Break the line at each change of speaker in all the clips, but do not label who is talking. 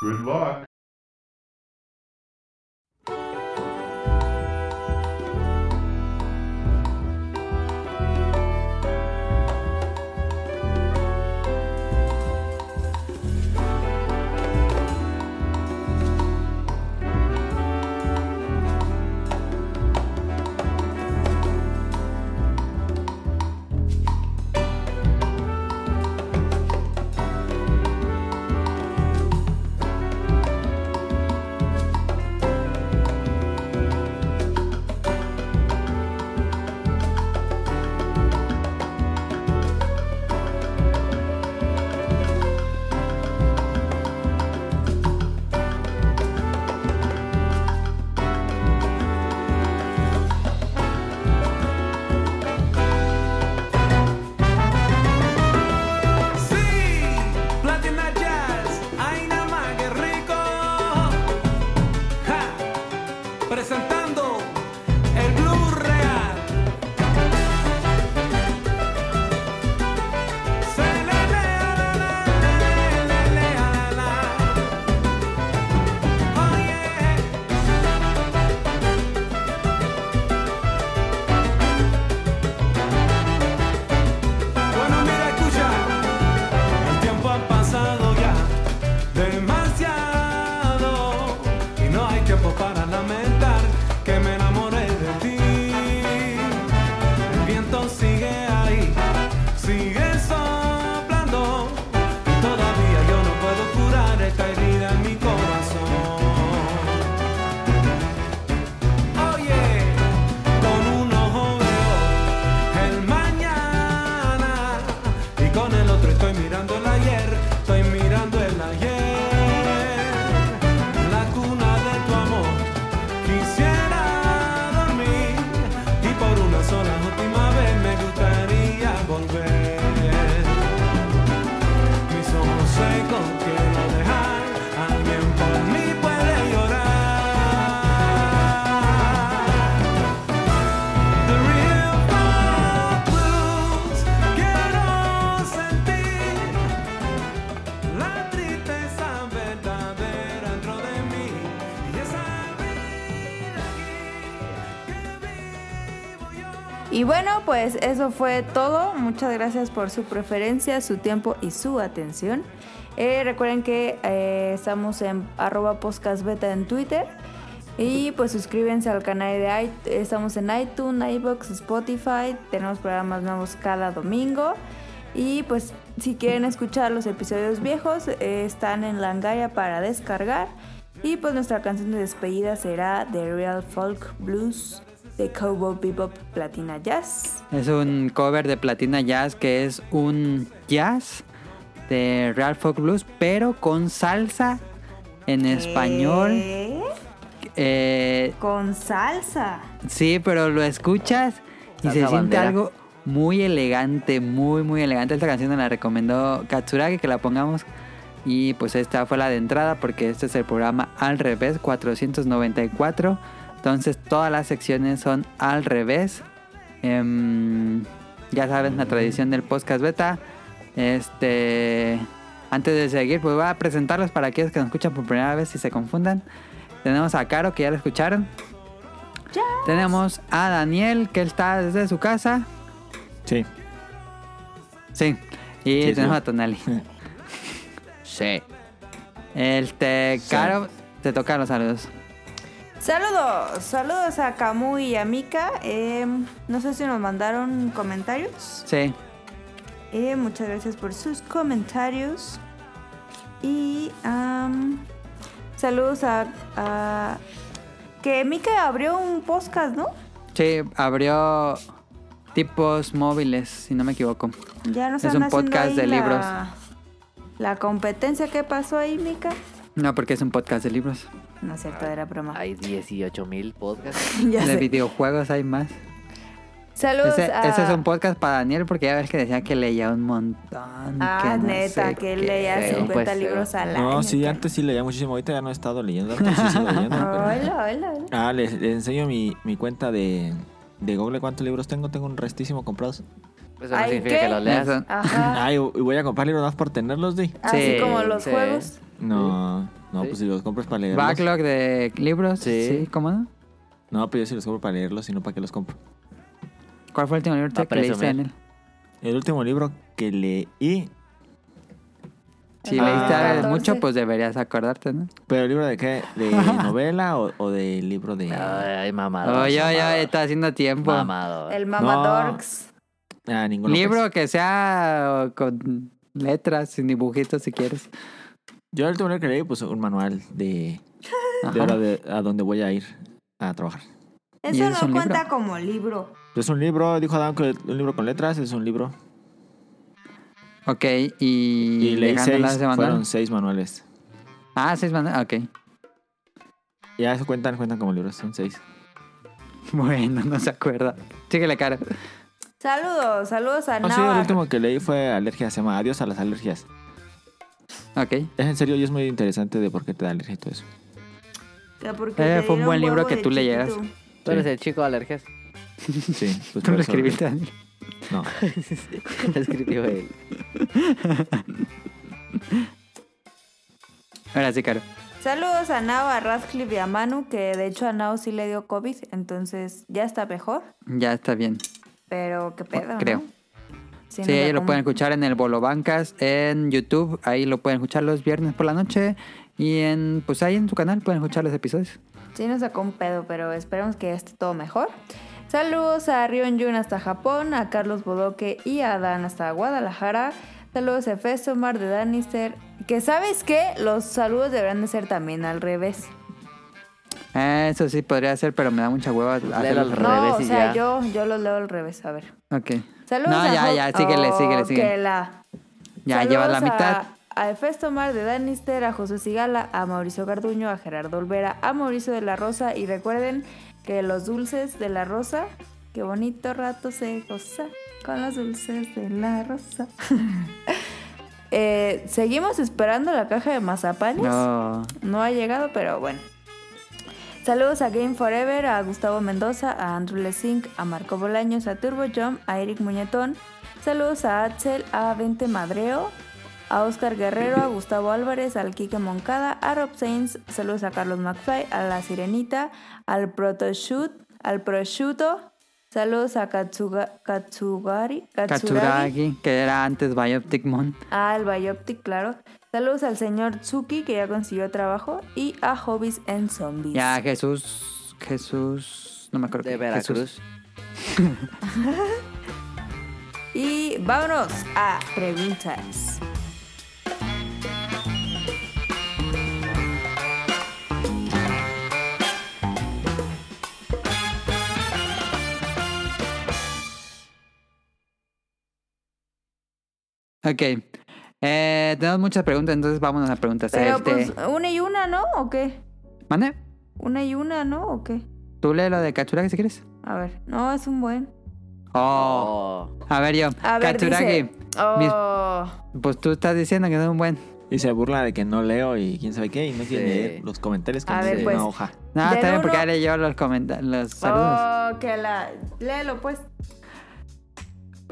Good luck.
Sí, Platina Jazz, ay nada más que rico. Ja, presentando el Blue Real. Se le, le, la, la, le, le, le, la, la. Oye. Bueno, mira, escucha. El tiempo ha pasado ya demasiado y no hay tiempo para lamentar que me enamoré de ti. El viento sigue ahí, sigue soplando y todavía yo no puedo curar esta herida en mi corazón. Oye, con un ojo veo el mañana y con el otro estoy mirando el ayer, estoy mirando el ayer. En la cuna de tu amor quisiera dormir y por una sola última vez me gustaría volver. Mis ojos secos quiero dejar, alguien por mí puede llorar. The real Pop Blues, quiero sentir la tristeza verdadera dentro de mí y esa vida aquí que vivo yo.
Y bueno, pues eso fue todo. Muchas gracias por su preferencia, su tiempo y su atención. Eh, recuerden que eh, estamos en arroba podcastbeta en Twitter. Y pues suscríbanse al canal de iTunes. Estamos en iTunes, iBox, Spotify. Tenemos programas nuevos cada domingo. Y pues si quieren escuchar los episodios viejos, eh, están en Langaya para descargar. Y pues nuestra canción de despedida será The Real Folk Blues de Cowboy Bebop Platina Jazz.
Es un cover de Platina Jazz que es un jazz de Real Folk Blues, pero con salsa en español.
¿Qué?
Eh,
Con salsa.
sí, pero lo escuchas y
Salsa
se siente
bandera.
algo muy elegante, muy, muy elegante. Esta canción nos la recomendó Katsuragi que la pongamos. Y pues esta fue la de entrada porque este es el programa al revés 494. Entonces todas las secciones son al revés. Em, ya saben la tradición del podcast beta. Este, antes de seguir, pues voy a presentarlos para aquellos que nos escuchan por primera vez y se confundan. Tenemos a Caro que ya la escucharon. Tenemos a Daniel que está desde su casa.
Sí.
Sí. Y
Sí,
tenemos
sí.
a Tonali. sí. Este,
Sí.
Caro, te tocan los saludos.
Saludos, saludos a Camu y a Mika. Eh, no sé si nos mandaron comentarios.
Sí.
Eh, muchas gracias por sus comentarios. Y am, saludos a, a- Que Mika abrió un podcast, ¿no?
Sí, abrió tipos móviles, si no me equivoco.
Ya nos
Es
andan
un
haciendo
podcast
ahí
de
la-
libros.
La competencia que pasó ahí, Mika.
No, porque es un podcast de libros.
No es cierto, era broma.
Hay 18 mil podcasts.
Ya
de
sé.
videojuegos hay más.
Saludos
Ese,
a...
ese es un podcast para Daniel porque ya ves que decía que leía un montón.
Ah,
que no
neta,
sé
que
qué. eh,
leía
Pero,
50
pues,
libros al año.
No, sí,
que-
antes sí leía muchísimo. Ahorita ya no he estado leyendo. Antes sí sigo leyendo, pero-
Hola, hola, hola.
Ah, les, les enseño mi, mi cuenta de, de Google. ¿Cuántos libros tengo? Tengo un restísimo comprados.
no
Pues
Ay, significa ¿qué? que los
leas.
Ajá.
Ay, voy a comprar libros más por tenerlos, di.
Así
Sí,
como los
sí.
juegos.
No, No,
Sí.
pues si los compras para leerlos.
Backlog de libros. Sí.
Sí.
¿Cómo no?
No, pero yo sí los compro para leerlos, sino para qué los compro.
¿Cuál fue el último libro
Pa'
Ah,
que leíste,
presumir.
Daniel?
El último libro que leí,
Si
Ah.
leíste
14.
mucho, pues deberías acordarte, ¿no?
pero el libro de qué? ¿De novela o, o de libro de...
Ay, mamado.
Oye, oye, oye, está haciendo tiempo.
Mamado.
El Mamadorks.
Ah, ninguno. pues.
Libro que sea con letras, sin dibujitos si quieres.
Yo el último libro que leí, pues un manual de, de,
Ajá.
hora de- a dónde voy a ir a trabajar.
¿Y
Eso
ese es
no
un libro?
cuenta como libro.
Es un libro, dijo Adam, que un libro con letras, es un libro.
Ok, y,
Y, leí
dejando
seis,
las de manual.
fueron seis manuales.
Ah, seis manual, ok.
Ya eso cuentan, cuentan como libros, son seis.
Bueno, no se acuerda. Síguele, cara.
Saludos, saludos
Ah,
a
No, sí, el
Nava.
último que leí fue Alergias, se llama Adiós a las alergias.
Ok.
Es en serio y es muy interesante de por qué te da alergia y todo eso.
Que porque
Eh,
te
fue un
dieron
buen libro
huevo
que
de
tú leyeras.
chiquito.
Tú eres el chico de alergias.
Sí, pues
Tú
por
lo
eso-
escribiste, Daniel.
No.
Escribió él.
Ahora sí, Caro.
Saludos a Nao, a Radcliffe y a Manu, que de hecho a Nao sí le dio COVID, entonces ya está mejor,
Ya está bien.
pero qué pedo. ¿no?
creo.
Si
sí,
no la
ellos lo
como.
pueden escuchar en el Bolo Bancas, en YouTube. Ahí lo pueden escuchar los viernes por la noche. Y en, pues ahí en tu canal pueden escuchar los episodios.
Sí nos sacó un pedo, pero esperemos que ya esté todo mejor. Saludos a Rion Jun hasta Japón, a Carlos Bodoque y a Dan hasta Guadalajara. Saludos a Festomar de Danister. Que sabes qué? los saludos deberán de ser también al revés.
Eh, Eso sí podría ser, pero me da mucha hueva. hacerlo.
al
no,
revés
o
y
sea,
ya.
yo, yo los leo al revés, a ver.
Ok.
Saludos
no,
a
ya,
Hulk-
ya, síguele, síguele,
Oh, que
síguele.
la-
Ya
Saludos
llevas la
a-
mitad.
A Efesto Mar de Danister, a José Sigala, a Mauricio Garduño, a Gerardo Olvera, a Mauricio de la Rosa. Y recuerden que los dulces de la Rosa, qué bonito rato se goza con los dulces de la Rosa. Eh, Seguimos esperando la caja de mazapanes.
No.
No ha llegado, pero bueno. Saludos a Game Forever, a Gustavo Mendoza, a Andrew Lesink, a Marco Bolaños, a Turbo Jump, a Eric Muñetón. Saludos a Axel, a Vente Madreo, a Oscar Guerrero, a Gustavo Álvarez, al Quique Moncada, a Rob Sainz. Saludos a Carlos McFly, a La Sirenita, al Protoshoot, al Prosciutto. Saludos a Katsuga- Katsugari, Katsuragi.
Katsuragi, que era antes Bioptic Mon.
Ah, el Bioptic, claro. Saludos al señor Tsuki, que ya consiguió trabajo, y a Hobbies and Zombies.
Ya, Jesús. Jesús. No me acuerdo.
De
qué- Jesús.
Veracruz.
Y vámonos a preguntas.
Ok. Eh, tenemos muchas preguntas, entonces vámonos a preguntas.
Pero
Este,
pues una y una, ¿no? ¿O qué?
¿Mande?
Una y una, ¿no? ¿O qué?
¿Tú lees lo de Katsuragi si quieres?
A ver, no, es un buen.
Oh.
Oh.
A ver yo.
A ver,
Katsuragi.
dice, oh,
Pues tú estás diciendo que no es un buen.
Y se burla de que no leo y quién sabe qué, y no quiere
Sí.
leer los comentarios que
A
me
ver,
salen en
pues.
una hoja.
No,
Del
está bien porque
uno-
ahora yo los comenta los saludos.
oh, que la... Léelo, pues.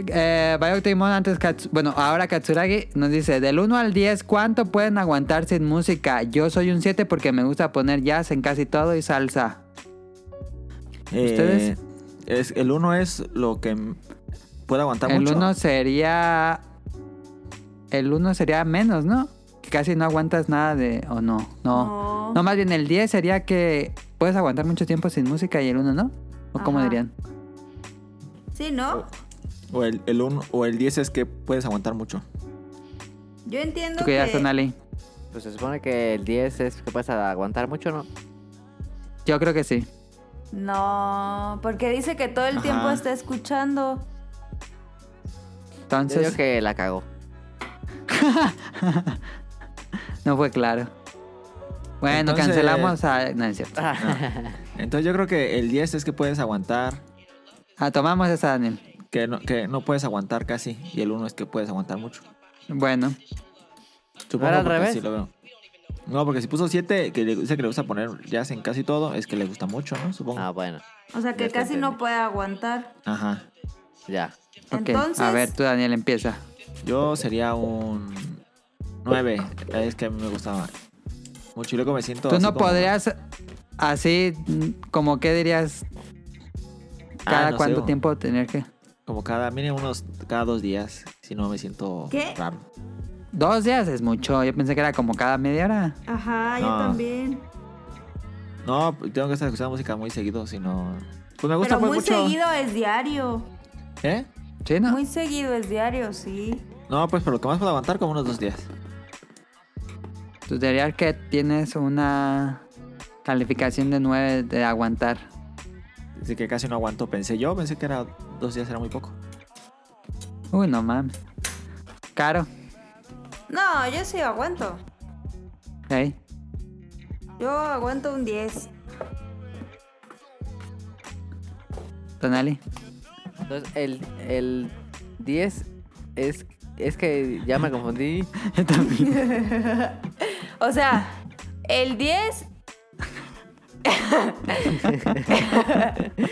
Eh, Bioptic Mon antes Katsu- Bueno, ahora Katsuragi nos dice, del 1 al 10, ¿cuánto pueden aguantar sin música? Yo soy un 7 porque me gusta poner jazz en casi todo y salsa. ¿Ustedes?
Eh, es, el uno es lo que m- puede aguantar
el
mucho.
1 sería. El 1 sería menos, ¿no? Que casi no aguantas nada de. O no, no.
No.
No, más bien el 10 sería que puedes aguantar mucho tiempo sin música y el 1 no. ¿O cómo
Ajá.
dirían?
Sí, ¿no?
O el, el uno, o el 10 es que puedes aguantar mucho.
Yo entiendo
Tú que ya
que...
son Ali.
Pues se supone que el 10 es que puedes aguantar mucho, ¿no?
Yo creo que sí.
No, porque dice que todo el
Ajá.
tiempo está escuchando.
Yo
Entonces,
digo que la cagó.
no fue claro. Bueno,
Entonces-
cancelamos a. No, es cierto.
Entonces yo creo que el 10 es que puedes aguantar,
Ah, tomamos esa, Daniel.
que no, que no puedes aguantar casi, y el uno es que puedes aguantar mucho.
Bueno,
Supongo
era al
porque
revés?
así lo veo. No, porque si puso 7, que le- dice que le gusta poner jazz en casi todo, es que le gusta mucho, ¿no? Supongo.
Ah, bueno.
O sea, que
Ya te
casi no
entendí.
puede aguantar.
Ajá.
Ya.
ok.
Entonces...
A ver, tú, Daniel, empieza.
Yo sería un 9. Es que a mí me gusta Mochiloco me siento.
Tú
así
no
como-
podrías así, mm, como qué dirías,
Ah,
cada
no sé,
cuánto
o-
tiempo tener que...
Como cada, mínimo unos, cada dos días. Si no, me siento
¿Qué?
raro.
Dos días es mucho, yo pensé que era como cada media hora.
Ajá,
yo
yo
No.
también.
No, pues, tengo que estar escuchando música muy seguido, si no. Pues me gusta
Pero
pues,
muy
mucho.
seguido es diario.
¿Eh?
¿Sí, no?
Muy seguido es diario, sí.
No, pues por lo que más puedo aguantar, como unos dos días.
Tú dirías que tienes una calificación de 9 de aguantar.
Así que casi no aguanto. Pensé yo, pensé que era dos días era muy poco.
Uy, no mames. Caro.
No, yo sí aguanto.
¿eh?
Yo aguanto un 10.
Tonali.
Entonces, el, el 10 es, es que ya me confundí.
Yo también.
O sea, el 10.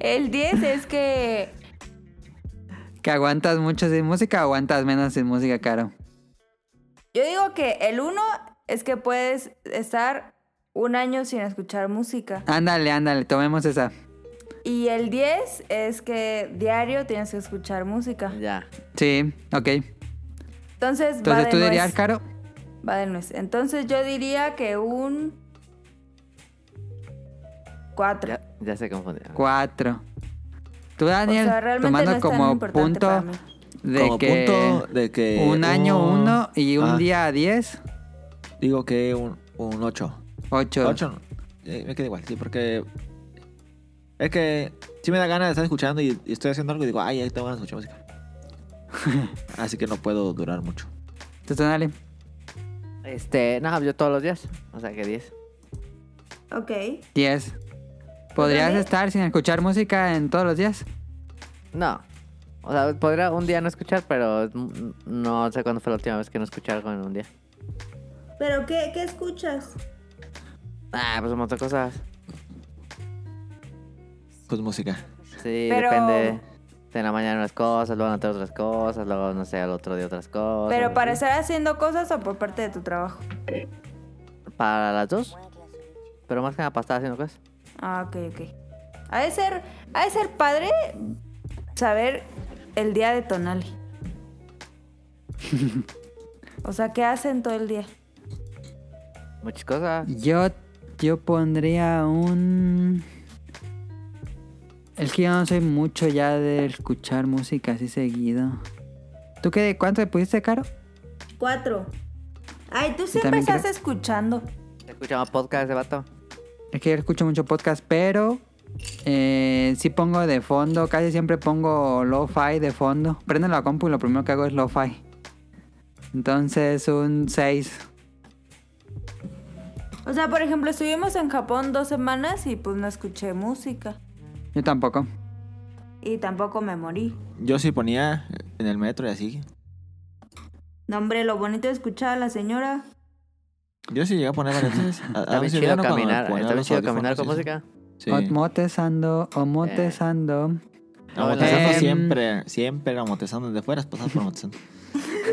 el 10 es que.
¿Que aguantas mucho sin música o aguantas menos sin música, Caro?
Yo digo que el 1 es que puedes estar un año sin escuchar música.
Ándale, ándale, tomemos esa.
Y el 10 es que diario tienes que escuchar música.
Ya.
Sí, ok.
Entonces, va
Entonces
de
tú
nuez.
dirías, Caro,
Va de nuez. Entonces yo diría que un 4.
Ya, ya se confundió.
cuatro. Tú, Daniel,
o sea, realmente
tomando
no es tan
como
importante para
punto
mí.
de
como
que
punto de que.
un año
un-
uno y un
Ah,
día diez,
Digo que un, un ocho.
ocho.
Ocho no. Eh, me queda igual, sí, porque. Es que sí me da ganas de estar escuchando y, y estoy haciendo algo y digo, ay, ahí tengo ganas de escuchar música. Así que no puedo durar mucho.
Tú, Tonali.
Este, no, yo todos los días. O sea que 10.
Ok.
10. ¿Podrías
Ándale.
estar sin escuchar música en todos los días?
No. O sea, podría un día no escuchar, pero mm, no sé cuándo fue la última vez que no escuché algo en un día.
¿Pero qué, qué escuchas?
Ah, pues un montón de cosas.
Con música.
Sí,
Pero-
depende. De la mañana unas cosas, luego en la tarde otras cosas, luego no sé, al otro día otras cosas.
¿Pero para
así.
estar haciendo cosas o por parte de tu trabajo?
Para las dos. Pero más que nada para estar haciendo cosas.
Ah, ok, ok. Ha de ser, ha de ser padre saber el día de Tonali. o sea, ¿qué hacen todo el día?
Muchas cosas.
Yo, yo pondría un... Es que yo no soy mucho ya de escuchar música así seguido. ¿Tú qué de cuánto le pusiste, Caro?
Cuatro. Ay, tú
siempre
siempre
también
estás
creo- estás
escuchando.
Escuchamos podcast de vato.
Es que yo escucho mucho podcast, pero eh, sí pongo de fondo, casi siempre pongo lo-fi de fondo. Prendo la compu y lo primero que hago es lo-fi. Entonces un 6.
O sea, por ejemplo, estuvimos en Japón dos semanas y pues no escuché música.
Yo tampoco.
Y tampoco me morí.
Yo sí ponía en el metro y así.
No, hombre, lo bonito de escuchar a la señora.
Yo sí llegué a poner varias veces. A-
Está
a
bien
veces
chido
ya no cuando me
caminar.
ponía
Está bien
los
chido caminar con
audífonos y
música.
eso. Sí.
Motesando,
Eh.
o motesando.
No, la-
Amotezando
Em.
siempre, siempre amotezando desde fuera, pasas por amotezando.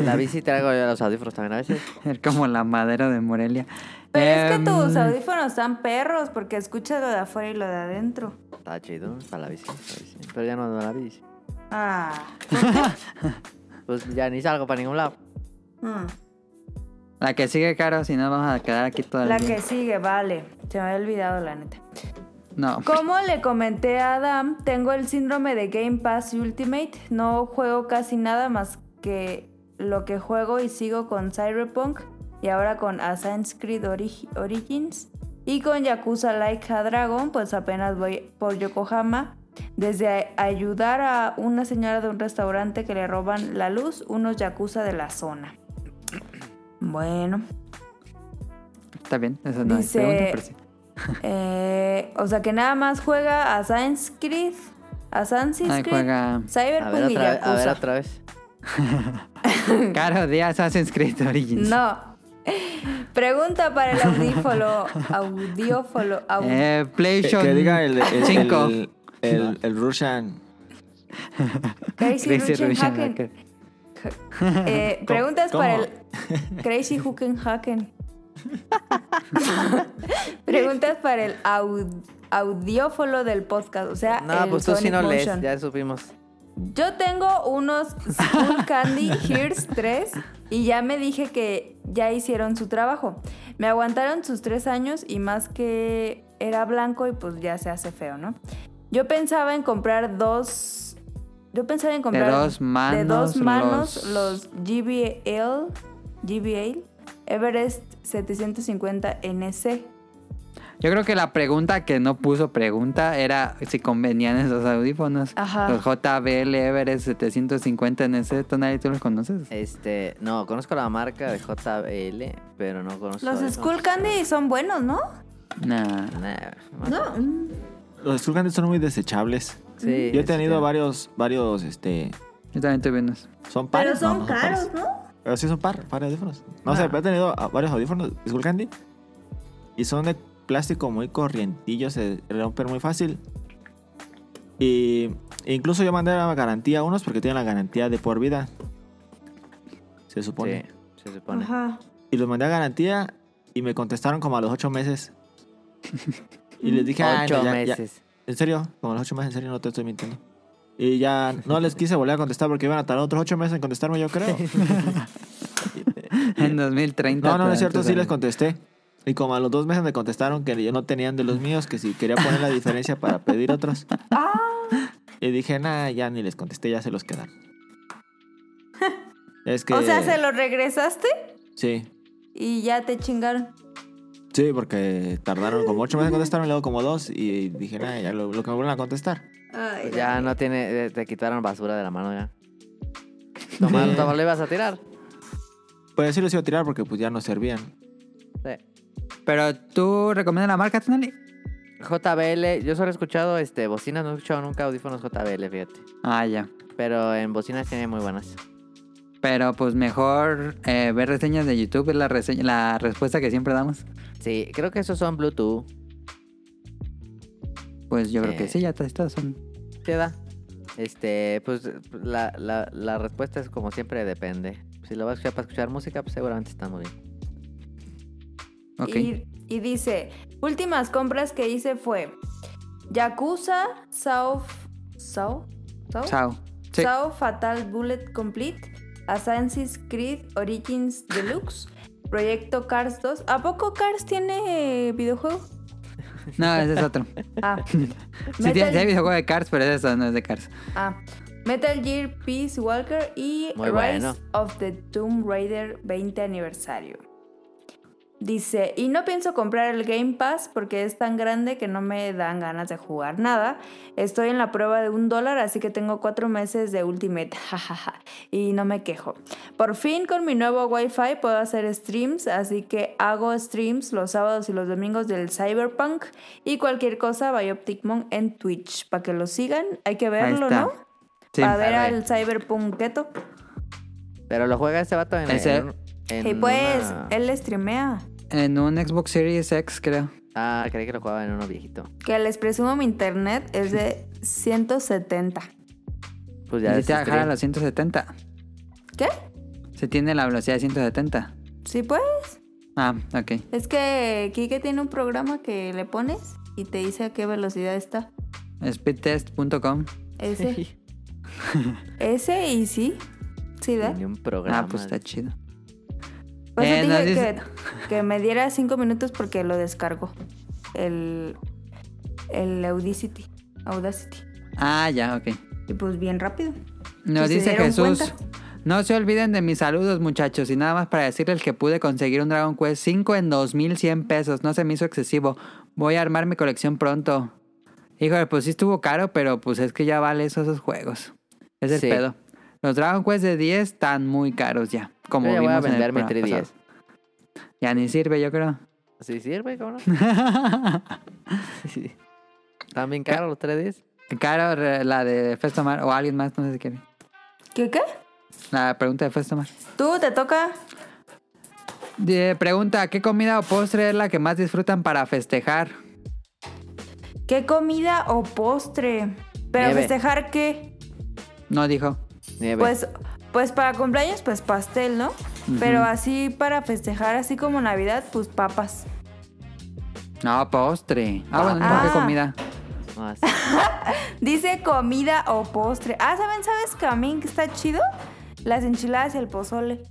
La bici traigo yo los audífonos también a veces.
Es como la madera de Morelia.
Pero es que
Em,
tus audífonos están perros porque escuchas lo de afuera y lo de adentro.
Está chido. Está la bici. está la bici. Pero ya no ando en la bici.
Ah.
Pues ya ni salgo para ningún lado.
Mm.
La que sigue, Caro, si no vamos a quedar aquí todo el
La
día.
que sigue, vale. Se me había olvidado, la neta.
No.
Como le comenté a Adam, tengo el síndrome de Game Pass Ultimate. No juego casi nada más que lo que juego y sigo con Cyberpunk y ahora con Assassin's Creed Ori- Origins. Y con Yakuza Like a Dragon, pues apenas voy por Yokohama. Desde a- ayudar a una señora de un restaurante que le roban la luz, unos Yakuza de la zona. Bueno.
pues, Está bien, eso no
Dice-
es pregunta, pero sí.
Eh, o sea que nada más juega a Assassin's Creed, Assassin's
Ay,
Creed,
juega-
A ver,
Cyberpunk y
otra, a ver
Yakuza.
otra vez.
Caro Díaz Assassin's Creed Origins.
No. Pregunta para el audífolo, audiófolo, au-
Eh,
Que,
PlayStation
que diga el, el,
5.
el, el, el, el Russian.
Crazy
Crazy
Ruchen
Russian
Haken.
Hacker.
Eh, preguntas
¿Cómo?
para el Crazy Huken Haken. Preguntas para el au- audiófolo del podcast, o sea,
No,
Ah, el
pues tú sí
Sonic
no lees,
Motion.
ya supimos.
Yo tengo unos Skull Candy Hears 3 y ya me dije que ya hicieron su trabajo. Me aguantaron sus tres años y más que era blanco y pues ya se hace feo, ¿no? Yo pensaba en comprar dos... Yo pensaba en comprar...
dos
de dos
manos,
manos los,
los-
GBL, GBL Everest 750 NC.
Yo creo que la pregunta que no puso pregunta era si convenían esos audífonos.
Ajá.
Los JBL Everest 750 NC, ¿tú nadie tú los conoces?
Este, no, conozco la marca de JBL, pero no conozco.
Los
eso.
Skull Candy son buenos, ¿no?
Nah.
Nah,
No. mm.
Los Skull Candy son muy desechables.
sí,
Yo he tenido
este,
varios, varios, este.
Yo también tuve unos.
Son
Pero
pares.
son
no, no
caros,
pares.
¿no?
Pero sí son par, par de audífonos. No sé,
Ah.
pero he tenido ah, varios audífonos Skull Candy. Y son de plástico muy corrientillo, se rompen muy fácil. Y incluso yo mandé a garantía unos porque tienen la garantía de por vida. Se supone.
Sí, se supone.
Ajá.
Y los mandé a garantía y me contestaron como a los ocho meses. y les dije, "Ay, no,
Ocho
ya- ya-
meses.
en serio, como los ocho meses, en serio, no te estoy mintiendo. Y ya no les quise volver a contestar porque iban a tardar otros ocho meses en contestarme, yo creo.
En 2030.
No, no, no
te
es cierto,
dan tus
sí
audífonos.
les contesté. Y como a los dos meses me contestaron que yo no tenían de los míos, que si quería poner la diferencia para pedir otros.
Ah.
Y dije, nada, ya ni les contesté, ya se los quedan. Es que...
O sea, se los regresaste
Sí,
y ya te chingaron.
sí, porque tardaron como ocho meses en contestarme, luego como dos, y dije, nada, ya lo, lo que me vuelven a contestar.
Pues
Ay,
pues Ya no tiene, eh, te quitaron basura de la mano ya. Toma,
Sí.
toma, lo ibas a tirar.
Pues sí los iba a tirar porque pues ya no servían.
Sí.
Pero tú recomiendas la marca, Tonali.
JBL, yo solo he escuchado este, bocinas, no he escuchado nunca audífonos JBL, fíjate.
Ah, ya.
Pero en bocinas tiene muy buenas.
Pero pues mejor eh, ver reseñas de YouTube es la, reseña- la respuesta que siempre damos.
Sí, creo que esos son Bluetooth.
Pues yo creo
Eh.
que sí, ya todas estas son.
¿Qué da? Este, pues la, la, la respuesta es como siempre depende. Si lo vas a escuchar para escuchar música, pues seguramente está muy bien.
Ok.
Y, y dice, últimas compras que hice fue Yakuza, South... South? South?
Chao. Sí.
Saw Fatal Bullet Complete, Assassin's Creed Origins Deluxe, Proyecto Cars 2. ¿A poco Cars tiene videojuego?
No, ese es otro.
Ah,
Sí, tiene,
Metal,
tiene videojuego de Cars, pero eso no es de Cars.
ah, Metal Gear Peace Walker y
Muy
Rise
bueno.
of the Tomb Raider 20 aniversario. Dice, y no pienso comprar el Game Pass porque es tan grande que no me dan ganas de jugar nada. Estoy en la prueba de un dólar, así que tengo cuatro meses de Ultimate, jajaja, y no me quejo. Por fin con mi nuevo Wi-Fi puedo hacer streams, así que hago streams los sábados y los domingos del Cyberpunk y cualquier cosa Bioptic Monk en Twitch, para que lo sigan. Hay que verlo,
está.
¿no?
Sí.
para ver
arre.
al Cyberpunketo.
Pero lo juega este vato en,
Ese-
en un- en
Y pues,
una-
él streamea.
En un Xbox Series X, creo.
Ah, creí que lo jugaba en uno viejito.
Que les presumo mi internet es de 170.
Pues ya
Ya si te
es
bajara a
stream.
los 170.
¿Qué?
Se tiene la velocidad de 170.
Sí, pues.
Ah, ok.
Es que Kike tiene un programa que le pones y te dice a qué velocidad está.
Speedtest.com.
Ese. Ese y sí. Sí, ¿verdad?
Ni un programa.
Ah, pues está chido.
Por eso
Eh,
te
nos
dije
dice-
que, que me diera cinco minutos porque lo descargo. El, el Audacity. Audacity.
Ah, ya, ok.
Y pues bien rápido.
Nos
Si se
dice
dieron
Jesús.
cuenta.
No se olviden de mis saludos, muchachos. Y nada más para decirles que pude conseguir un Dragon Quest 5 en 2100 pesos. No se me hizo excesivo. Voy a armar mi colección pronto. Híjole, pues sí estuvo caro, pero pues es que ya vale eso, esos juegos. Es el
Sí.
pedo. Los Dragon Quest de 10 están muy caros ya. Como
Yo ya voy a
vimos en el
vender mi
programa
3DS.
pasado. Ya ni sirve, yo creo.
Sí sirve, cabrón. Sí. Están bien caros los 3Ds.
Caro re- la de Festomar o alguien más, no sé si quiere.
¿Qué qué?
La pregunta de Festomar.
Tú te toca.
De- pregunta, ¿qué comida o postre es la que más disfrutan para festejar?
¿Qué comida o postre? Pero
Nieve.
festejar qué?
No dijo.
Nieve.
Pues Pues para cumpleaños, pues pastel, ¿no? Pero así para festejar, así como Navidad, pues papas.
No, postre. Ah, bueno, no,
Ah.
qué comida.
Más.
Dice comida o postre. Ah, ¿saben? ¿Sabes que a mí que está chido? Las enchiladas y el pozole.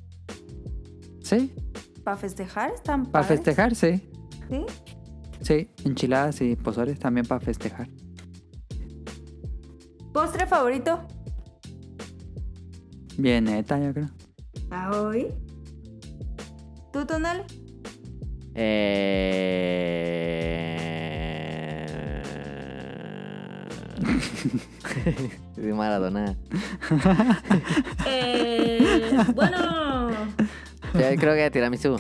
Sí,
Para festejar están
para
padres,
festejar, sí.
¿sí?
Sí, enchiladas y pozoles también para festejar.
¿Postre favorito?
Bien, neta, yo creo.
¿A hoy? ¿Tú, Tonal?
Eh... Sí, Maradona.
Eh, bueno,
Yo creo que tiramisu.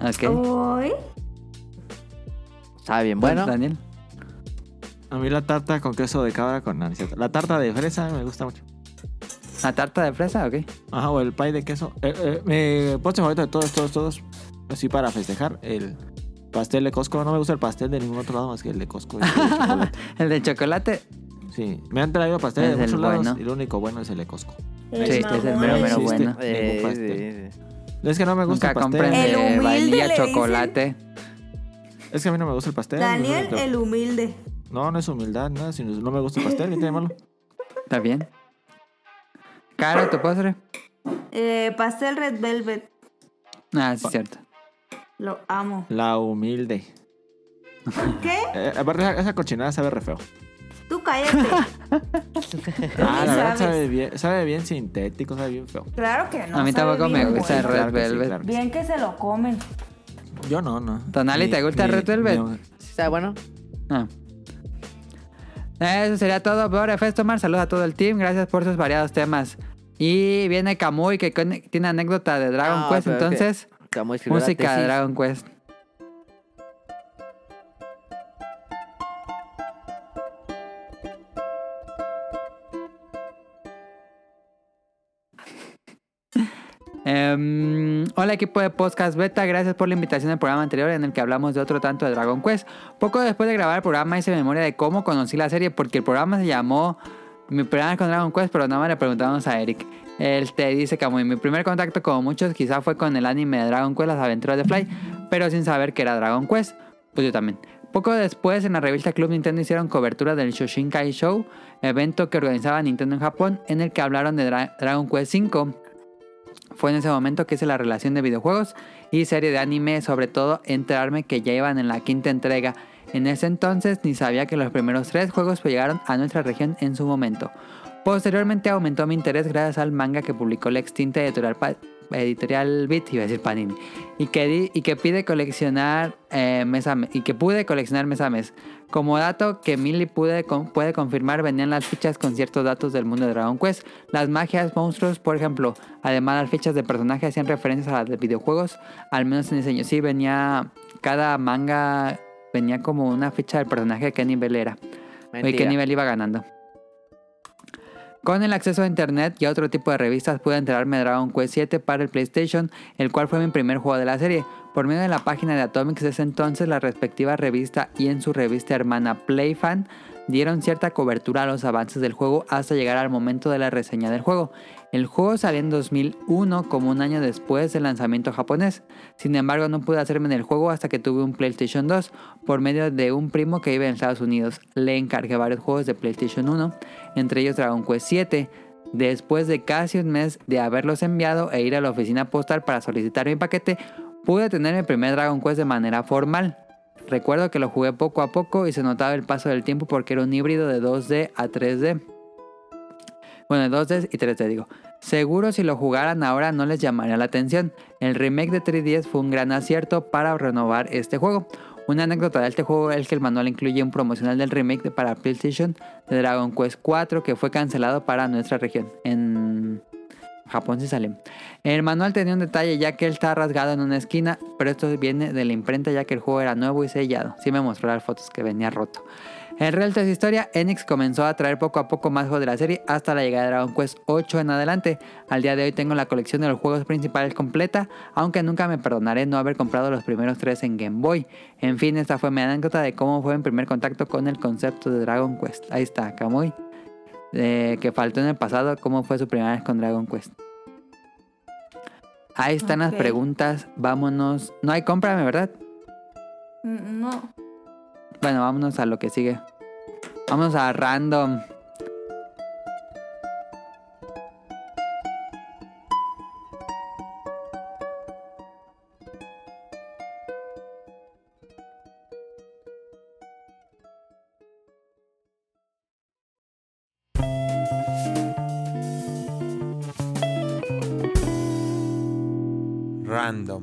Ok.
¿Hoy?
Sabe bien bueno.
Daniel.
A mí la tarta con queso de cabra con... no, no es cierto. La tarta de fresa me gusta mucho.
¿La tarta de fresa? Ok.
Ajá, o el pie de queso. Eh, eh, mi postre favorito de todos, todos, todos. Así para festejar. El pastel de Costco. No me gusta el pastel de ningún otro lado más que el de Costco. el de chocolate.
El de chocolate.
sí. Me han traído pasteles
Es
de
el
muchos lados.
bueno.
y lo único bueno es el de Costco.
el
Sí, es el
mamón.
mero, mero
existe.
bueno.
Eh,
Ningún
sí,
pastel.
sí.
Es que no me gusta
Nunca
el pastel.
El
comprende
humilde le
vainilla,
dicen.
chocolate.
Es que a mí no me gusta el pastel.
Daniel,
no,
el humilde.
No, no es humildad, nada. sino no me gusta el pastel. ¿Qué tiene de malo?
¿Está bien? Caro, tu postre.
Eh, pastel Red Velvet.
Ah, sí, es cierto.
Lo amo.
La humilde.
¿Qué?
Eh, aparte, esa, esa cochinada sabe re feo.
Tú cállate.
Ah, la verdad
sabes.
sabe bien, sabe bien sintético, sabe bien feo.
Claro que no.
A mí
sabe
tampoco
bien
me gusta el
bueno.
Claro
Red
que sí,
Velvet.
claro que
Bien que se lo comen.
sí. Yo no, no.
Tonali,
Ni-
¿te gusta el
ni-
Red Velvet?
ni-
Sí, sabe bueno.
Ah. Eso sería todo por Festomar. Saludos a todo el team. Gracias por sus variados temas. Y viene Kamui que con- tiene anécdota de Dragon
No,
Quest.
Ah, pero es que
Entonces,
Camuy escribió la
música de
tesis.
Dragon Quest. Em, hola equipo de Podcast Beta, gracias por la invitación al programa anterior en el que hablamos de otro tanto de Dragon Quest. Poco después de grabar el programa hice memoria de cómo conocí la serie porque el programa se llamó Mi primera vez con Dragon Quest, pero nada más le preguntamos a Eric. Él te dice que mi primer contacto como muchos quizá fue con el anime de Dragon Quest, las aventuras de Fly, pero sin saber que era Dragon Quest. Pues yo también. Poco después, en la revista Club Nintendo hicieron cobertura del Shoshinkai Show, evento que organizaba Nintendo en Japón, en el que hablaron de Dra- Dragon Quest V. Fue en ese momento que hice la relación de videojuegos y serie de anime, sobre todo enterarme que ya iban en la quinta entrega. En ese entonces ni sabía que los primeros tres juegos llegaron a nuestra región en su momento. Posteriormente aumentó mi interés gracias al manga que publicó la extinta editorial, Pa- editorial Bit, iba a decir Panini, y que, di- y que pide coleccionar eh, mes a mes- y que pude coleccionar mes a mes. Como dato que Millie pude con- puede confirmar, venían las fichas con ciertos datos del mundo de Dragon Quest, las magias, monstruos, por ejemplo. Además, las fichas de personajes hacían referencias a las de videojuegos, al menos en diseño. Sí, venía cada manga, venía como una ficha del personaje de qué nivel era. Oye,
Mentira.
¿qué nivel iba ganando? Con el acceso a internet y a otro tipo de revistas pude enterarme de Dragon Quest 7 para el PlayStation, el cual fue mi primer juego de la serie. Por medio de la página de Atomics de ese entonces, la respectiva revista y en su revista hermana PlayFan dieron cierta cobertura a los avances del juego hasta llegar al momento de la reseña del juego. El juego salió en 2001, como un año después del lanzamiento japonés. Sin embargo, no pude hacerme del juego hasta que tuve un PlayStation 2 por medio de un primo que vive en Estados Unidos. Le encargué varios juegos de PlayStation 1, entre ellos Dragon Quest 7. Después de casi un mes de haberlos enviado e ir a la oficina postal para solicitar mi paquete, pude tener mi primer Dragon Quest de manera formal. Recuerdo que lo jugué poco a poco y se notaba el paso del tiempo porque era un híbrido de 2D a 3D. Bueno, 2D y 3D digo. Seguro si lo jugaran ahora no les llamaría la atención. El remake de 3DS fue un gran acierto para renovar este juego. Una anécdota de este juego es que el manual incluye un promocional del remake de- para PlayStation de Dragon Quest 4 que fue cancelado para nuestra región. En Japón sí sale. El manual tenía un detalle ya que él está rasgado en una esquina, pero esto viene de la imprenta ya que el juego era nuevo y sellado. Sí me mostró las fotos que venía roto. En real de su historia, Enix comenzó a traer poco a poco más juegos de la serie hasta la llegada de Dragon Quest 8 en adelante. Al día de hoy tengo la colección de los juegos principales completa, aunque nunca me perdonaré no haber comprado los primeros tres en Game Boy. En fin, esta fue mi anécdota de cómo fue mi primer contacto con el concepto de Dragon Quest. Ahí está, Kamui. eh, que faltó en el pasado, cómo fue su primera vez con Dragon Quest. Ahí están
Ok.
las preguntas, vámonos. No hay compra, ¿verdad?
Mm, No.
Bueno, vámonos a lo que sigue. Vámonos a random.
Random.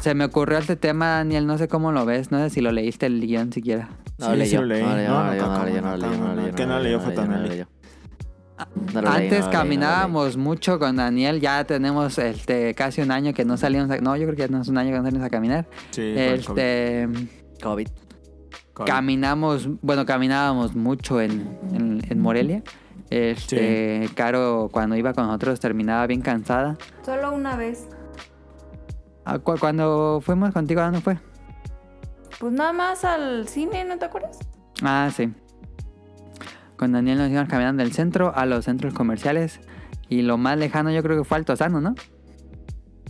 Se me ocurrió este tema, Daniel, no sé cómo lo ves, no sé si lo leíste el guión siquiera.
No
Sí,
leí
sí
yo.
lo leí.
No leí yo, no
No, no,
leí yo, no
cómo,
leí yo,
no,
no leí yo, no leí
cómo, no,
yo,
que no
no
leyó
leí
fue
yo,
tan
no leí
Ali.
yo. No lo leí, no lo leí,
Antes
no lo
caminábamos mucho con Daniel, ya tenemos este casi un año que no salimos a... No, yo creo que ya no es un año que no salimos a caminar.
Sí, fue el COVID.
este
leí. COVID.
COVID.
caminamos, bueno, caminábamos mucho en, en- en Morelia. Este, Caro cuando iba con nosotros terminaba bien cansada.
Solo una vez.
Ah, cu- Cuando fuimos contigo, ¿a ¿dónde fue?
Pues nada más al cine, ¿no te acuerdas?
Ah, sí. Con Daniel nos íbamos caminando del centro a los centros comerciales. Y lo más lejano yo creo que fue Altozano, ¿no?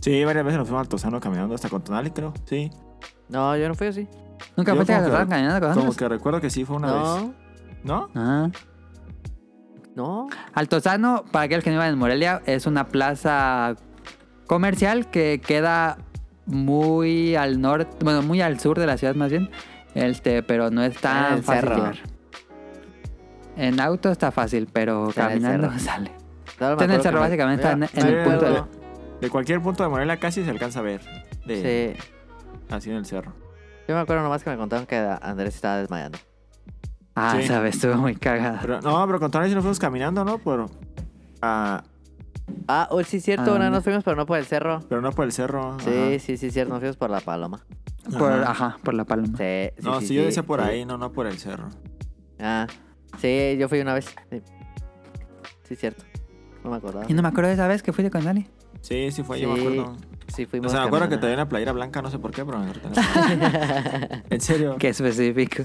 Sí, varias veces nos fuimos al Tosano caminando hasta con Tonali, creo. Sí.
No, yo no fui así.
¿Nunca
Yo
fuiste a
como que-
Altozano caminando con
Como
nosotros?
que recuerdo que sí fue una vez.
No,
¿No?
Ah.
no.
Altozano, para aquellos que no iban en Morelia, es una plaza comercial que queda muy al norte, bueno, muy al sur de la ciudad más bien. Este, pero no es
en
tan
el
fácil
cerro.
llegar. En auto está fácil, pero
Está en el
caminando
cerro.
sale.
Solo
Está en
me
el
acuerdo
cerro,
que me-
básicamente, está en-
Mira,
en
me
el
acuerdo.
punto De cualquier punto de Morelia casi se alcanza a ver.
Sí.
De, Así en el cerro.
Yo me acuerdo nomás que me contaron que Andrés estaba desmayando.
Ah,
Sí.
sabes, estuvo muy cagada.
Pero, no, pero con Tonali sí nos fuimos caminando, ¿no? Por, ah,
Ah, oh, sí,
¿A
cierto, una
dónde?
nos fuimos, pero no por el cerro.
pero no por el cerro.
Sí, sí, sí, cierto, nos fuimos por la paloma.
ajá.
Por,
Ajá.
ajá, por la palma.
Sí, sí.
No,
sí,
sí, yo
sí,
decía por
sí.
ahí, no, no por el cerro.
Ah, sí, yo fui una vez. Sí, Sí, cierto. No me acordaba.
Y no me acuerdo de esa vez que fuiste con Dani.
Sí, sí fue, yo me
Sí,
acuerdo.
Sí,
O
fuimos.
sea, me acuerdo que
caminando.
traía una playera blanca, no sé por qué, pero me acuerdo. que era blanca. en serio.
Qué específico.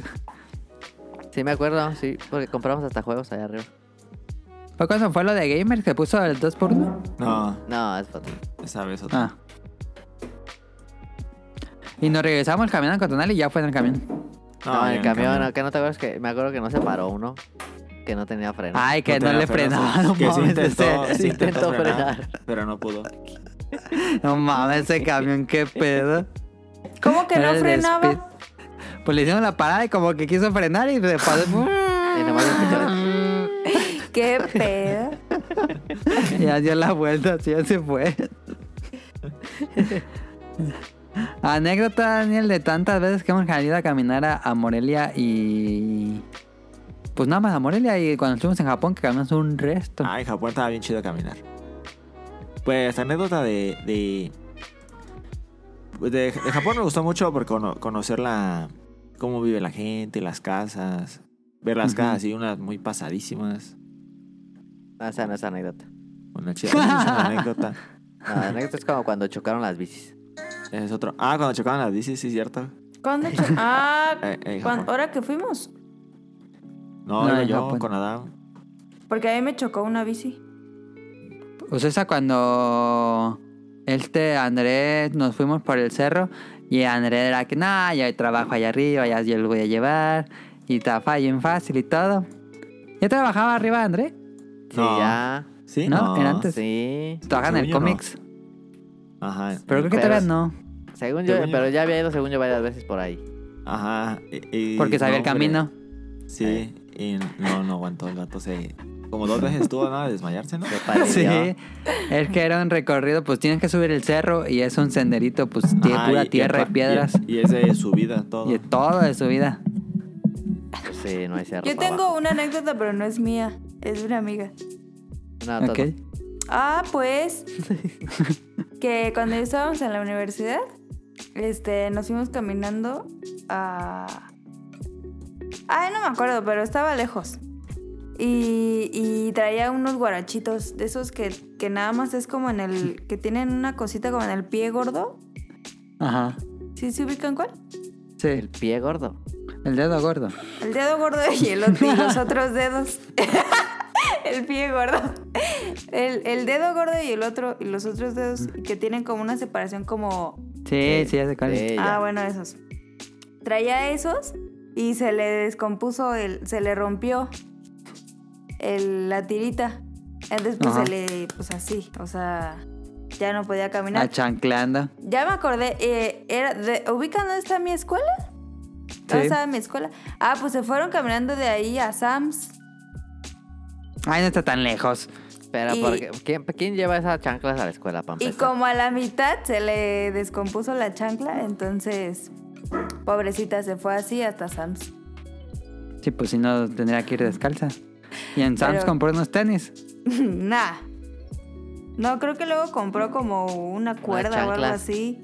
Sí, me acuerdo, sí, porque compramos hasta juegos allá arriba.
¿Fue cuando fue lo de Gamer que puso el 2x1?
No,
No, es foto.
esa vez otra.
Ah. Y nos regresamos caminando con Tonali y ya fue en el camión.
No, en el camión, no, que no te acuerdas que me acuerdo que no se paró uno que no tenía freno.
Ay, que no,
tenía
le
frenos.
frenaba, no
Que sí
mames.
intentó,
ese-
sí intentó
Intentó
frenar,
frenar.
pero no pudo.
No mames, ese camión, qué pedo.
¿Cómo que no
Era el speed.
frenaba?
Pues le hicieron la parada y como que quiso frenar y se pasó.
Y nomás escuchaba-
¿Qué pedo?
y ya dio la vuelta, así ya se fue. Anécdota, Daniel, de tantas veces que hemos salido a caminar a, a Morelia y. Pues nada más a Morelia y cuando estuvimos en Japón que caminamos un resto.
Ah, en Japón estaba bien chido caminar. Pues anécdota de. de, pues, de, de Japón me gustó mucho por cono- conocer la. cómo vive la gente, las casas. Ver las
Ujú.
casas así, unas muy pasadísimas.
No, esa no es anécdota.
Una chida. esa es una anécdota.
No, la anécdota es como cuando chocaron las bicis.
Ese es otro. Ah, cuando chocaban las bicis, sí, cierto.
¿Cuándo? cho- Ah,
Eh, en
cuan-
Japón.
¿ahora que fuimos?
No,
No,
iba
en
yo
Japón.
con Adam.
Porque a mí me chocó una bici.
Pues esa cuando este Andrés nos fuimos por el cerro y Andrés era que no, yo trabajo allá arriba, ya yo lo voy a llevar y trabaja bien fácil y todo. ¿Ya trabajaba arriba Andrés?
Sí,
No.
ya.
¿Sí?
No, era antes.
Sí.
Trabaja en el
Según yo, no.
cómics.
Ajá.
Pero creo que
Pero-
todavía no.
Según yo,
Según yo.
pero ya había ido según yo varias veces por ahí.
Ajá. y- y-
Porque sabía el
no, hombre.
camino.
Sí, y no, no aguantó el gato. Se, como dos veces estuvo nada de desmayarse, ¿no?
Se palideó.
Sí. Es que era un recorrido, pues tienes que subir el cerro y es un senderito, pues tie-
Ajá,
pura
y- y
tierra y,
el pa-
piedras.
Y, y es de subida todo.
Y, todo de subida.
Sí, no hay cerro.
Yo
para
tengo
abajo.
una anécdota, pero no es mía. Es de una amiga.
No, todo.
Ok.
Ah, pues. que cuando estábamos en la universidad, Este, nos fuimos caminando a. Ay, no me acuerdo, pero estaba lejos. Y, y traía unos guarachitos de esos que, que nada más es como en el. que tienen una cosita como en el pie gordo.
Ajá.
¿Sí se ubican cuál?
Sí,
El pie gordo.
el dedo gordo.
El dedo gordo y, el otro- y los otros dedos. el pie gordo. El, el dedo gordo y el otro y los otros dedos que tienen como una separación como
Sí, sí, ya sé cuál es.
Sí, ya.
Ah, bueno, esos. Traía esos y se le descompuso, el, se le rompió el- la tirita. Entonces, pues
Ajá.
se le, pues así, o sea, ya no podía
La
caminar.
chanclanda.
ya me acordé, eh, era de, ¿ubican dónde está mi escuela? ¿Dónde
Sí.
estaba mi escuela? Ah, pues se fueron caminando de ahí a Sam's.
Ay, no está tan lejos.
Pero,
y-
¿por qué- ¿quién, quién lleva esas chanclas a la escuela, Pampa?
Y como a la mitad se le descompuso la chancla, entonces, pobrecita, se fue así hasta Sam's.
Sí, pues si no, tendría que ir descalza. Y en Sam's
Pero-
compró unos tenis.
nah. No, creo que luego compró como una cuerda o algo
chanclas.
así.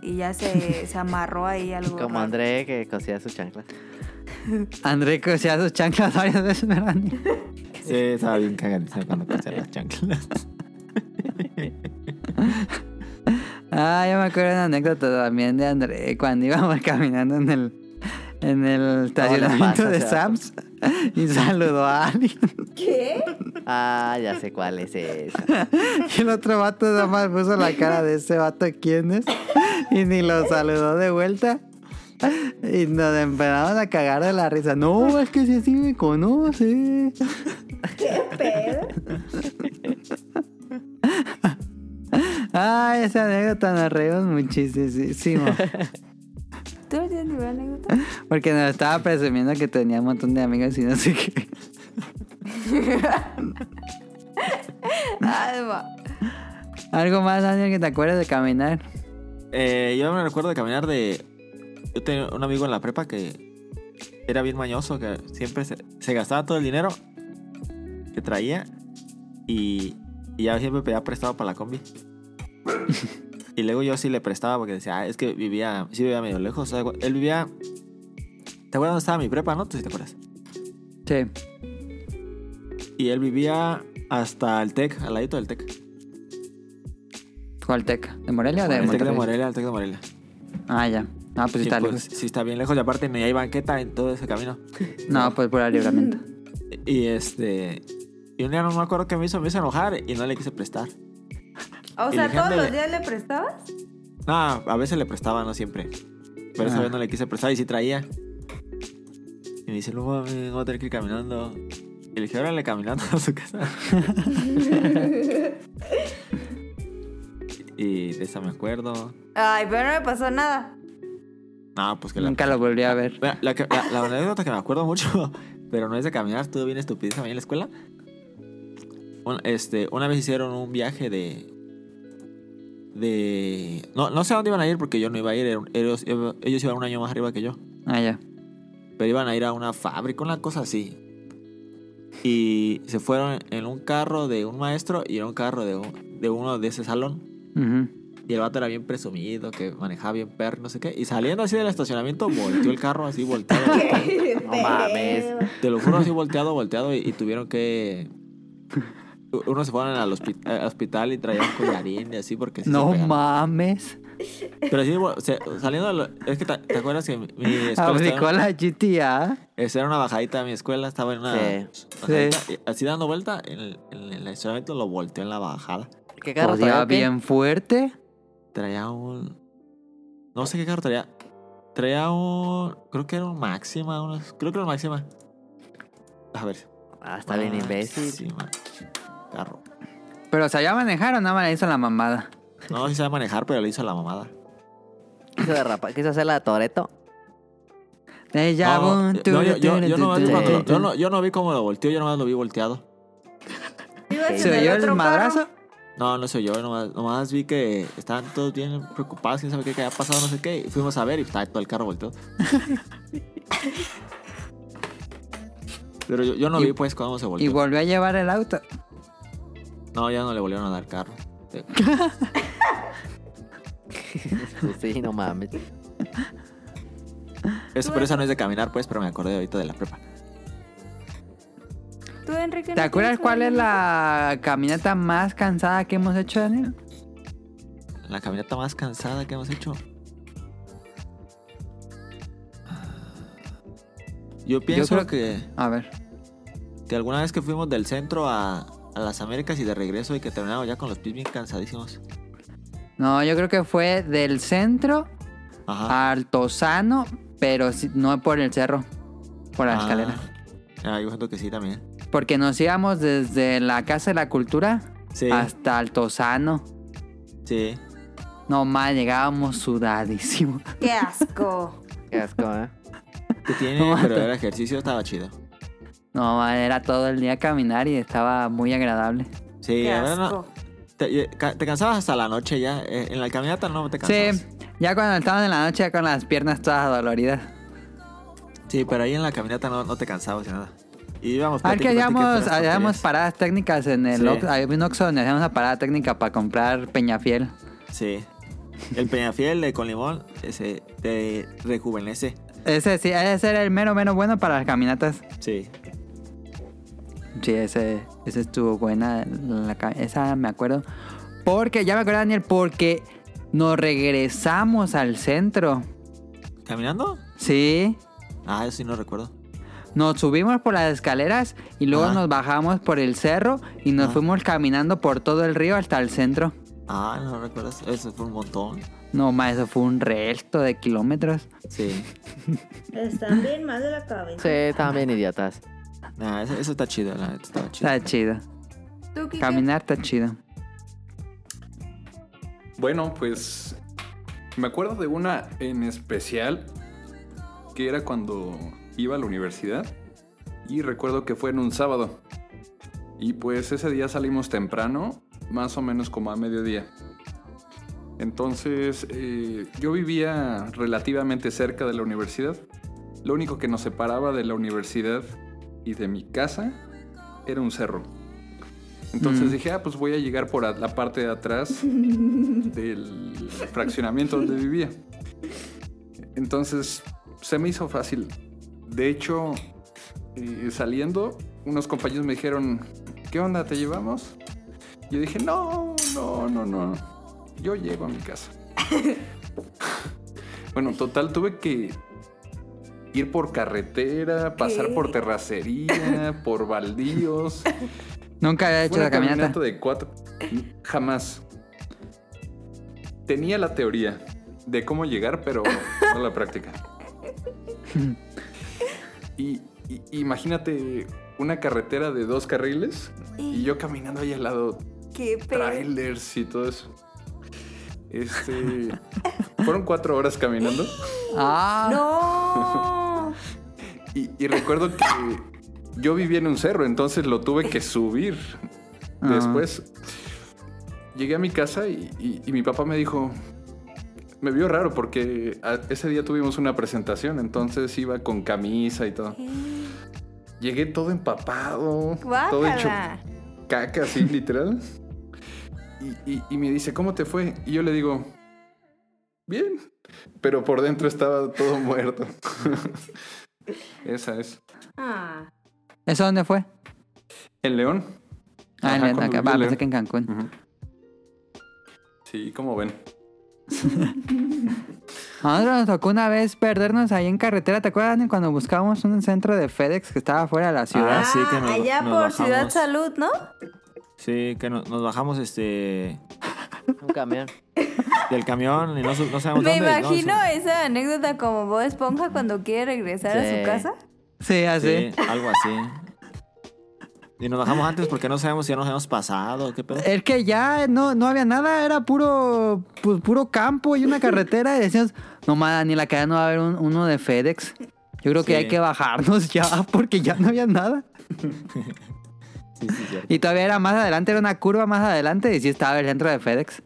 Y ya se, se amarró ahí algo.
Como
raro.
André que cosía sus chanclas.
André cosía sus chanclas varias veces, ¿verdad?
Sí, estaba bien cagadísimo cuando pasé las chanclas.
Ah, yo me acuerdo de una anécdota también de André cuando íbamos caminando en el, en el estacionamiento
pasa,
de
se va.
Sam's y saludó a alguien.
¿Qué?
Ah, ya sé cuál es esa.
Y el otro vato nada más puso la cara de ese vato quién es y ni lo saludó de vuelta. Y nos empezamos a cagar de la risa. No, es que si así me conoce.
Pero.
Ay, Ah, esa anécdota nos reímos muchísimo.
¿Tú no tienes ninguna anécdota?
Porque nos estaba presumiendo que tenía un montón de amigos y no sé qué.
Ay, va.
Algo más, Daniel, que te acuerdas de caminar.
Eh, yo me recuerdo de caminar de. Yo tenía un amigo en la prepa que era bien mañoso, que siempre se, se gastaba todo el dinero que traía y, y ya siempre pedía prestado para la combi. y luego yo sí le prestaba porque decía, "Ah, es que vivía, sí vivía medio lejos. o sea, Él vivía. ¿Te acuerdas dónde estaba mi prepa, no? Tú sí te acuerdas.
Sí.
Y él vivía hasta el TEC, al ladito del TEC.
¿Cuál teca? ¿De Morelia o Ah, de
El TEC de
Monterrey?
Morelia, al TEC de Morelia.
Ah, ya. Ah, pues
sí,
está
pues,
lejos.
sí, está bien lejos. Y aparte ni hay banqueta en todo ese camino.
No, pues por el libramiento.
Y este. Y un día no me acuerdo qué me hizo, me hizo enojar y no le quise prestar.
O
Y
sea, ¿todos
le cándale.
los días le prestabas?
No, a veces le prestaba, no siempre. Pero esa
Ah.
vez no le quise prestar y sí traía. Y me dice, no mames, voy a tener que ir caminando. Y le dije, órale, caminando a su casa. y de esa me acuerdo.
Ay, pero no me pasó nada.
No, pues que la.
Nunca lo volví a ver.
Mira, La, que- la- la anécdota que me acuerdo mucho, pero no es de caminar, estuvo bien estupidez a mí en la escuela. Un- este, una vez hicieron un viaje de. de. No, no sé a dónde iban a ir porque yo no iba a ir, era un- ellos, ellos iban un año más arriba que yo.
Ah, ya.
Pero iban a ir a una fábrica, una cosa así. Y se fueron en un carro de un maestro y en un carro de, un- de uno de ese salón.
Ujú.
Y el vato era bien presumido, que manejaba bien perro, no sé qué. Y saliendo así del estacionamiento, volteó el carro así, volteado.
No mames.
Te lo juro, así volteado, volteado. Y, y tuvieron que. u- Unos se fueron al hospi- eh, al hospital y traían collarín y así porque sí se
No
pegaron.
mames.
Pero sí, vo- se- saliendo. de lo- es que te, ¿te acuerdas que mi Ah, mi escuela.
Aplicó
Estaba,
la GTA.
esa era una bajadita a mi escuela, estaba en una. bajadita, y así dando vuelta, en el, en el estacionamiento lo volteó en la bajada.
¿Qué carro traía
Corría
o qué?
bien fuerte.
Traía un. No sé qué carro traía. Traía un. Creo que era un máxima. unos- creo que era un máxima. A ver.
Ah, está bien imbécil.
Máxima. Carro.
Pero sabía manejar o nada más le hizo la mamada.
No, sí sabe manejar, pero le hizo la mamada.
Quiso, derrapar- quiso hacer la Toreto.
Ella
no,
bun,
no,
tu,
yo, yo,
tu,
yo
tu,
nomás
tu,
vi cuando-
tu, tu.
yo no, yo no vi cómo lo volteó, yo nomás lo vi volteado.
¿Ibas en
¿Se oyó
otro
el
carro?
madrazo?
No, no sé, yo nomás, nomás vi que estaban todos bien preocupados, quién sabe qué, qué había pasado, no sé qué. y fuimos a ver y estaba todo el carro volteado. Pero yo, yo no
Y-
vi pues cómo se
Y
volteó.
volvió a llevar el auto.
No, ya no le volvieron a dar carro.
sí, no mames.
Eso, por eso no es de caminar, pues, pero me acordé ahorita de la prepa.
¿Tú, Enrique?
¿Te
no
acuerdas
tienes
cuál es
una
la caminata más cansada que hemos hecho, Daniel?
La caminata más cansada que hemos hecho. Ah, Yo pienso
creo-
que,
A ver.
que alguna vez que fuimos del centro a, a las Américas y de regreso y que terminamos ya con los pies bien cansadísimos.
No, yo creo que fue del centro
Ajá.
al Tosano, pero sí- no por el cerro, por la escalera.
Ah, yo siento que sí también.
Porque nos íbamos desde la Casa de la Cultura
Sí,
hasta el Tosano.
sí.
Nomás llegábamos sudadísimos.
¡Qué asco!
Qué asco, ¿eh?
Que tiene,
No,
pero
hasta-
el ejercicio estaba chido.
Nomás era todo el día caminar y estaba muy agradable.
Sí,
¡Qué
la verdad no-
asco!
te, eh, ca- te cansabas hasta la noche ya. eh, En la caminata no te cansabas.
Sí, ya cuando estaban en la noche ya con las piernas todas doloridas.
Sí, pero ahí en la caminata no, no te cansabas ni nada. Y íbamos
Al Ah, que
platique, platique,
hacíamos,
puras
hacíamos
tonterías.
paradas técnicas en el
Sí.
Ox- Hay un Oxxo donde hacíamos una parada técnica para comprar Peñafiel.
Sí. El Peñafiel de con limón ese, te rejuvenece.
Ese sí, ese era el mero, mero bueno para las caminatas.
Sí.
Sí, ese, ese estuvo buena. la ca- esa me acuerdo. Porque, ya me acuerdo, Daniel, porque nos regresamos al centro.
¿Caminando?
Sí,
Ah, eso sí no recuerdo.
nos subimos por las escaleras y luego
Ajá.
nos bajamos por el cerro y nos
Ajá.
fuimos caminando por todo el río hasta el centro.
Ah, no recuerdas. Eso fue un montón.
No, más, eso fue un resto de kilómetros.
Sí.
Están bien mal de la cabeza.
Sí, estaban bien idiotas.
Nah, eso, eso está chido, la neta, estaba chido.
Está chido.
¿Tú, Kike?
Caminar está chido.
Bueno, pues me acuerdo de una en especial que era cuando iba a la universidad y recuerdo que fue en un sábado. Y pues ese día salimos temprano, más o menos como a mediodía. Entonces eh, yo vivía relativamente cerca de la universidad. Lo único que nos separaba de la universidad y de mi casa era un cerro. Entonces
Mm.
dije, ah, pues voy a llegar por a- la parte de atrás del fraccionamiento donde vivía. Entonces se me hizo fácil. De hecho, eh, saliendo, unos compañeros me dijeron, ¿qué onda? ¿Te llevamos? Yo dije, no, no, no, no. Yo llego a mi casa. bueno, total, tuve que ir por carretera, pasar
¿Qué?
por terracería, por baldíos.
Nunca había hecho
Fue
la
una
caminata.
caminata de cuatro. Jamás. Tenía la teoría de cómo llegar, pero no la práctica. Y, y- imagínate una carretera de dos carriles y yo caminando ahí al lado,
¡Qué pedo!
trailers y todo eso. Este. Fueron cuatro horas caminando.
Ah,
¡No!
Y, y recuerdo que yo vivía en un cerro, entonces lo tuve que subir.
Ah.
Después llegué a mi casa y, y- y mi papá me dijo, me vio raro porque a- ese día tuvimos una presentación, entonces iba con camisa y todo. Llegué todo empapado, todo hecho
Eh, ¡Guácala!
caca, así literal. Y, y- y me dice, ¿cómo te fue? Y yo le digo, bien, pero por dentro estaba todo muerto. Esa es.
Ah,
¿eso dónde fue?
El León.
Ah,
Ajá,
en
cuando
acá.
viví
Ah,
en
pensé
León.
que en Cancún.
Sí, como ven.
A nosotros nos tocó una vez perdernos ahí en carretera. ¿Te acuerdas, Daniel, cuando buscábamos un centro de FedEx que estaba fuera de la ciudad?
Ah, sí, que nos-
allá
nos
por
bajamos.
Ciudad Salud, ¿no?
Sí, que no- nos bajamos este
Un camión.
del camión y no, su- no sabemos
Me
dónde. ¿no?
imagino esa anécdota como Bob Esponja cuando quiere regresar a
Sí.
su casa.
Sí, así.
Sí, algo así. Y nos bajamos antes porque no sabemos si ya nos hemos pasado. ¿Qué pedo?
Es que ya no, no había nada, era puro pues, puro campo y una carretera. Y decíamos, no más, Daniel, acá ya no va a haber un- uno de FedEx. Yo creo que
Sí.
hay que bajarnos ya porque ya no había nada.
Sí, sí, cierto.
Y todavía era más adelante, era una curva más adelante y sí estaba el centro de FedEx.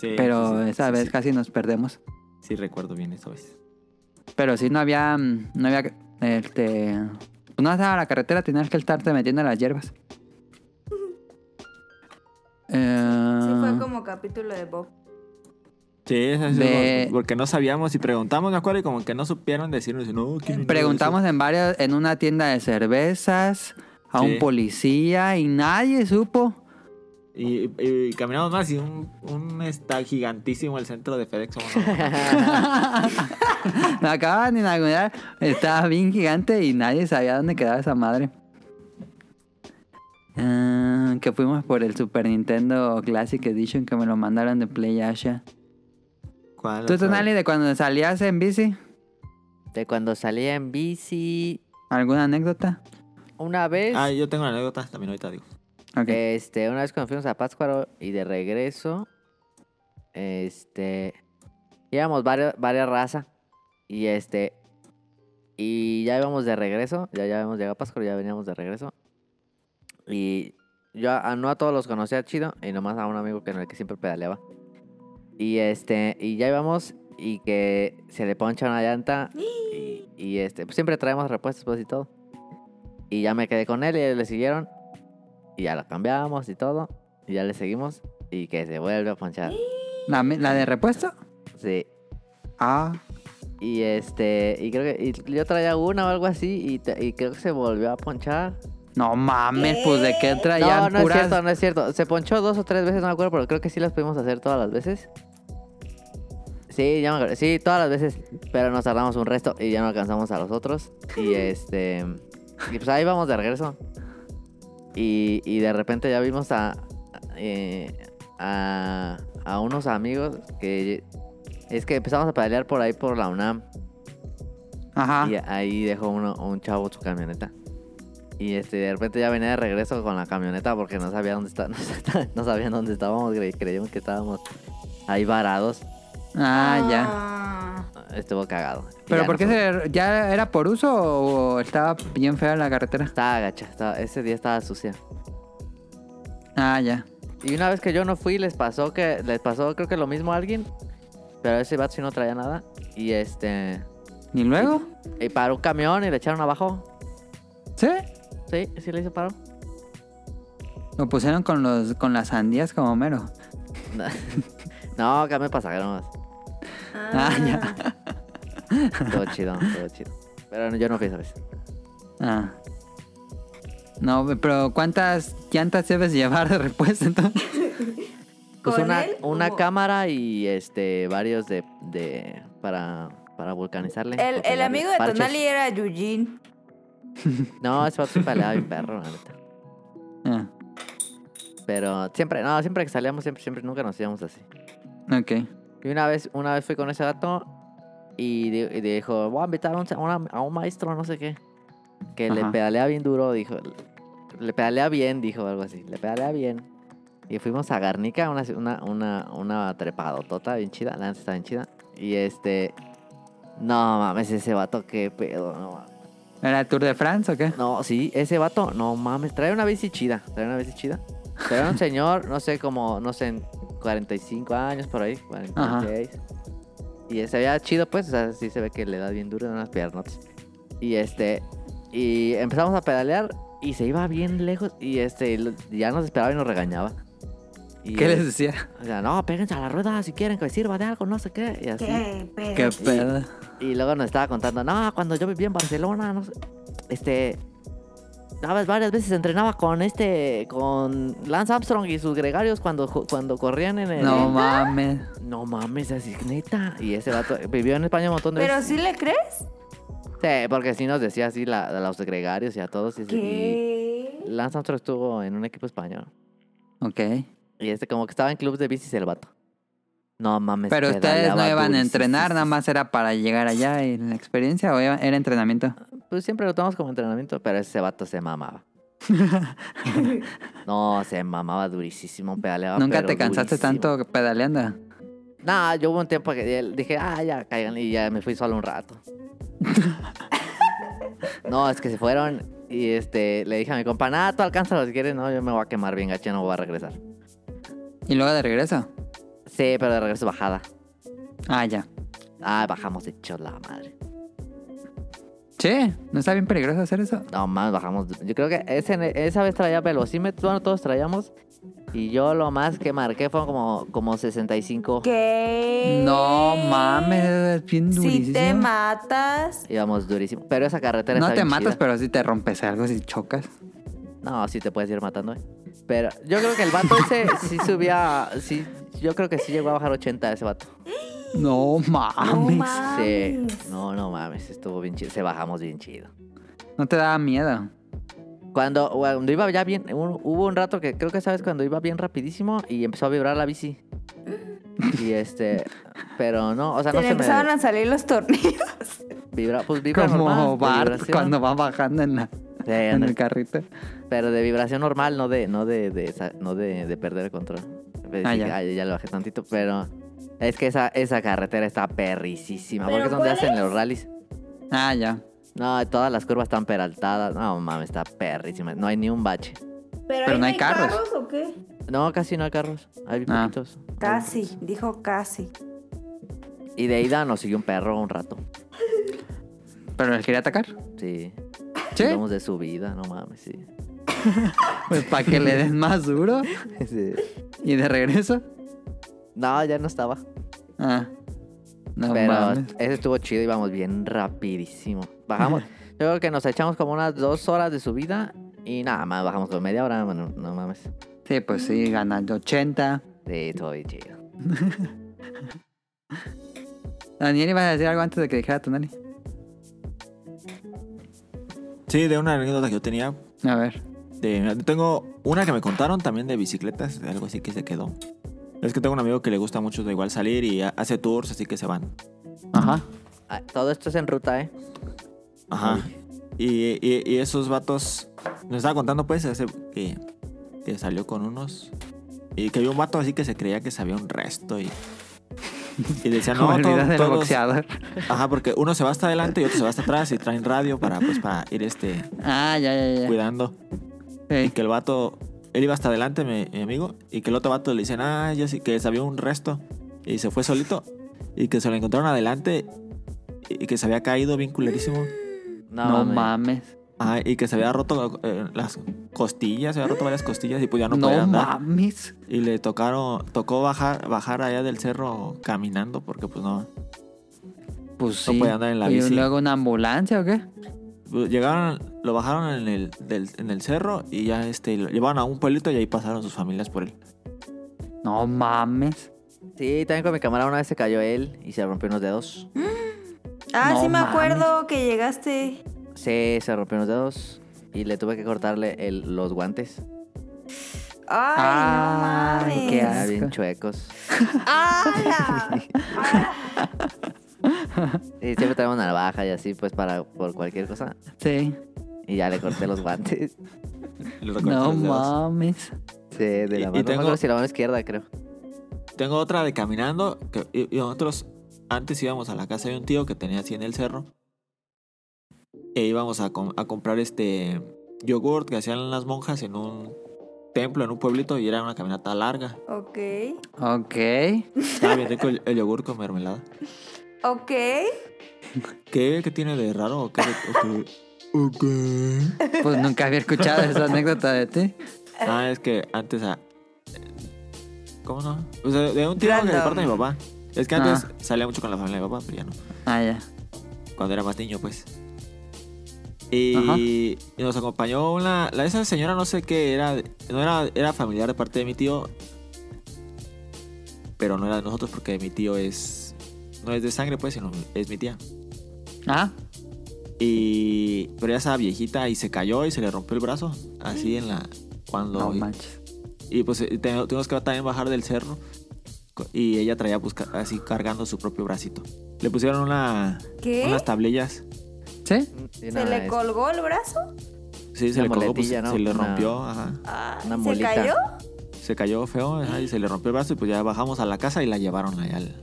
Sí,
Pero
sí, sí,
esa
sí,
vez
sí.
casi nos perdemos.
Sí, recuerdo bien esa vez.
Pero sí, no había. mm, No había. Este. pues No estaba la carretera, tenías que estarte metiendo en las hierbas. Eh, Ah.
Sí, fue como último capítulo de Bob.
Sí, es así,
De-
como- porque no sabíamos y preguntamos, me acuerdo, y como que no supieron decirnos. y No, ¿quién inventó
Preguntamos en varias, en una tienda de cervezas, a
Sí.
un policía y nadie supo.
eso? Y, y- y caminamos más y un, un está gigantísimo el centro de FedEx. como no,
Me acaban de inaugurar, estaba bien gigante y nadie sabía dónde quedaba esa madre. Ah, que fuimos por el Super Nintendo Classic Edition que me lo mandaron de PlayAsia.
¿Cuál
¿Tú,
otra
Tonali,
vez?
de cuando salías en bici?
De cuando salía en bici
¿Alguna anécdota?
una vez.
Ah, yo tengo una anécdota también ahorita digo.
Ok.
Este, una vez cuando fuimos a Pátzcuaro y de regreso, este, íbamos varias, varias razas y este, y ya íbamos de regreso, ya, ya habíamos llegado a Pátzcuaro, ya veníamos de regreso. Y yo a, no a todos los conocía chido y nomás a un amigo que, no- que siempre pedaleaba. Y este, y ya íbamos y que se le poncha una llanta y, y, este, pues, siempre traemos repuestos pues, y todo. Y ya me quedé con él y le siguieron y ya la cambiamos y todo. Y ya le seguimos. Y que se vuelve a ponchar.
¿La, me- la de repuesto?
Sí.
Ah,
Y este. Y creo que. y yo traía una o algo así. Y, te- y creo que se volvió a ponchar.
no mames, pues de qué traían
no, no
puras.
es cierto, no es cierto. Se ponchó dos o tres veces, no me acuerdo, pero creo que sí las pudimos hacer todas las veces. Sí, ya me acuerdo. Sí, todas las veces. Pero nos tardamos un resto y ya no alcanzamos a los otros. Y este. Y pues ahí vamos de regreso. Y, y de repente ya vimos a. eh, a, a unos amigos que. Es que empezamos a pedalear por ahí por la UNAM.
Ajá.
Y ahí dejó uno, un chavo su camioneta. Y este, de repente ya venía de regreso con la camioneta porque no sabía dónde está, no, está- no sabían dónde estábamos, cre- creíamos que estábamos ahí varados.
Ah, ya.
Ah,
Estuvo cagado. Y
¿Pero
ya
por qué
nos-
se- ya era por uso o estaba bien fea la carretera?
Estaba gacha, estaba- ese día estaba sucia.
Ah, ya.
Y una vez que yo no fui, les pasó que, les pasó creo que lo mismo a alguien, pero ese vato sí no traía nada. Y este,
¿Y luego?
y paró un camión y le echaron abajo.
¿Sí?
Sí, sí le hizo paro.
Lo pusieron con los con las sandías como mero.
No, camión pasajero nomás.
Ah, ya.
Todo chido, todo chido. Pero no- yo no fui esa vez.
Ah. No, pero ¿cuántas llantas debes llevar de repuesto entonces?
Pues
¿Con
una,
él
una
o-
cámara y este varios de, de para, para vulcanizarle.
El,
porque
el
la-
amigo de
parches.
Tonali era Yujin.
No, ese vato se peleaba bien perro, la neta.
Ah,
Pero siempre, no, siempre que salíamos, siempre, siempre, nunca nos íbamos así.
ok.
Y una vez, una vez fui con ese gato y, di- y dijo, voy a invitar a un, a una- a un maestro, no sé qué. Que le
Ajá.
pedalea bien duro, dijo. Le pedalea bien, dijo algo así. Le pedalea bien. Y fuimos a Garnica, una, una, una, una trepadotota bien chida. La neta está bien chida. Y este... No mames, ese vato, qué pedo, no mames.
¿Era Tour de France o qué?
No, sí, ese vato, no mames, trae una bici chida, trae una bici chida. Trae un señor, no sé, como, no sé, en 45 años por ahí, 46. Y se veía chido, pues, o sea, sí se ve que le da bien duro en unas piernotas. Y este, y empezamos a pedalear y se iba bien lejos y este, y lo- ya nos esperaba y nos regañaba. Y,
¿Qué les decía?
O sea, no, péguense a la rueda si quieren que sirva de algo, no sé qué. Y así.
¿Qué pedo?
Qué pedo.
Y luego nos estaba contando, no, cuando yo vivía en Barcelona, no sé, este, nada, varias veces entrenaba con este, con Lance Armstrong y sus gregarios cuando, ju- cuando corrían en el...
No mames.
No mames, así neta. Y ese vato vivió en España un montón de
¿Pero
veces.
sí le crees?
Sí, porque sí nos decía así la, a los gregarios y a todos. Y, y
¿Qué?
Lance Armstrong estuvo en un equipo español.
Ok.
Y este como que estaba en clubes de bicis el vato. No mames.
Pero ustedes no
pedaleaba
iban a
durísimo,
entrenar,
sí,
nada
sí,
más era para llegar allá y la experiencia o iba- era entrenamiento.
Pues siempre lo tomamos como entrenamiento, pero ese vato se mamaba. no, se mamaba durísimo, pedaleaba.
¿Nunca
Ah, pero
te cansaste
durísimo.
tanto pedaleando?
No, yo hubo un tiempo que ya dije, ah, ya caigan y ya me fui solo un rato. no, es que se fueron y este le dije a mi compa, nada, tú alcánzalo si quieres, no, yo me voy a quemar bien gacho, no voy a regresar.
¿Y luego de regreso?
Sí, pero de regreso bajada.
Ah, ya.
Ah, bajamos hechos la madre.
Che, ¿no está bien peligroso hacer eso?
No más bajamos. Yo creo que ese- esa vez traía velocímetro, bueno, todos traíamos, Y yo lo más que marqué fueron como, como 65.
¿Qué?
No mames, es bien durísimo.
Si te matas.
Íbamos durísimo. Pero esa carretera
no
está
te
bien
matas,
chida.
pero sí te rompes algo si chocas.
No, sí te puedes ir matando, eh. Pero yo creo que el vato ese sí subía. Sí, yo creo que sí llegó a bajar 80 ese vato.
No
No
mames. No,
mames.
Sí. No, no mames, estuvo bien chido. Se bajamos bien chido.
te daba miedo.
Cuando, cuando iba ya bien, un- hubo un rato que creo que sabes cuando iba bien rapidísimo y empezó a vibrar la bici. Y este, pero no, o sea,
Se
no
le
se me
empezaron a salir los tornillos.
vibra, pues vibra normal, de
Como Bart
vibración.
cuando va bajando en, la-
Sí,
en
ándale.
el carrito.
Pero de vibración normal, no de, no de, de esa- no de, de perder el control. De
Ah,
decir,
ya.
"Ay, ya lo bajé tantito, pero es que esa, esa carretera está perricísima,
¿Pero
porque es donde
cuál
hacen
es?
los rallies.
Ah, ya.
No, todas las curvas están peraltadas. No mames, está perrísima. No hay ni un bache.
Pero, ahí
no hay carros.
o qué?
No, casi no hay carros. Hay
Ah.
poquitos.
Casi, dijo casi.
Y de ida nos siguió un perro un rato.
Pero les quería atacar.
Sí.
¿Sí?
Hablamos de su vida, no mames, sí.
Pues para que le des más duro.
Sí.
Y de regreso.
No, ya no estaba.
Ah. No
pero
mames.
ese estuvo chido, íbamos bien rapidísimo. Bajamos, yo creo que nos echamos como unas dos horas de subida y nada más, bajamos con media hora, bueno, no mames.
Sí, pues sí, ganando 80.
Sí, estuvo bien chido.
Daniel, ibas a decir algo antes de que dijera tu Nani.
Sí, de una anécdota que yo tenía.
A ver.
de- tengo una que me contaron también de bicicletas, de algo así que se quedó. Es que tengo un amigo que le gusta mucho de igual salir y ha- hace tours, así que se van.
Ajá.
Ah, Todo esto es en ruta, ¿eh?
Ajá. Y, y- y esos vatos. Nos estaba contando, pues, hace que, que salió con unos. Y que había un vato así que se creía que sabía un resto. Y, y decía,
Como
no,
el
to-
video del
todos-
boxeador.
Ajá, porque uno se va hasta adelante y otro se va hasta atrás y traen radio para, pues, para ir este,
Ah, ya, ya, ya.
cuidando. Y
Sí.
que el vato. Él iba hasta adelante, mi, mi amigo. Y que el otro vato le dicen, ah, yo sí que sabía un resto. Y se fue solito. Y que se lo encontraron adelante. Y y que se había caído bien culerísimo.
No
mames.
mames.
Ah, y que se había roto eh, las costillas, se había roto varias costillas y pues ya no, podía
No
andar.
mames.
Y le tocaron, tocó bajar, bajar allá del cerro caminando porque pues no.
Pues
No
sí.
podía andar en la bici.
¿Y luego una ambulancia o qué?
Pues, Llegaron, lo bajaron en el, del- en el cerro y ya este, lo llevaron a un pueblito y ahí pasaron sus familias por él.
No mames.
Sí, también con mi cámara una vez se cayó él y se rompió unos dedos.
Ah,
No
sí me
mames.
acuerdo que llegaste.
Sí, se rompió unos dedos y le tuve que cortarle el- los guantes.
Ay,
Ay,
no
qué
Ya
mames.
asco.
bien chuecos.
¡Hala!
Y siempre traemos navaja y así, pues, para por cualquier cosa.
Sí.
Y ya le corté los guantes.
Le recortaron
No
los dedos.
mames.
Sí, de la
Y- y
mano. no me
tengo-
acuerdo si la mano izquierda, creo.
Tengo otra de caminando. Que, y, y nosotros antes íbamos a la casa de un tío que tenía así en el cerro. E íbamos a, com- a comprar este yogurt que hacían las monjas en un templo, en un pueblito, y era una caminata larga.
ok.
Ok.
Estaba bien rico el, el yogur con mermelada.
Ok.
¿Qué, qué tiene de raro? ¿O qué, o qué?
Pues nunca había escuchado esa anécdota de ti.
Ah, es que antes a. ¿Cómo no? O sea, de un tío que de
Random.
parte de mi papá. Es que antes
Ah.
salía mucho con la familia de mi papá, pero ya no.
Ah, ya.
cuando era más niño, pues. Y, y nos acompañó una. La, esa señora no sé qué era. No era, era familiar de parte de mi tío. Pero no era de nosotros porque mi tío es. No es de sangre, pues, sino es mi tía.
Ah,
Y. Pero ya estaba viejita y se cayó y se le rompió el brazo. Así en la. Cuando.
no manches.
y pues eh, te- tuvimos que también bajar del cerro. co- Y ella traía pues, ca- así cargando su propio bracito. Le pusieron una,
¿Qué?
unas tablillas.
¿Sí?
Y
¿Se
una,
le
este,
colgó el brazo?
Sí, se
Una
le colgó, pues,
muletilla, ¿no?
se le
Una-
rompió, ajá.
Ay,
Una
¿Se
molita.
cayó?
Se cayó feo, ajá, y se le rompió el brazo y pues ya bajamos a la casa y la llevaron allá. al-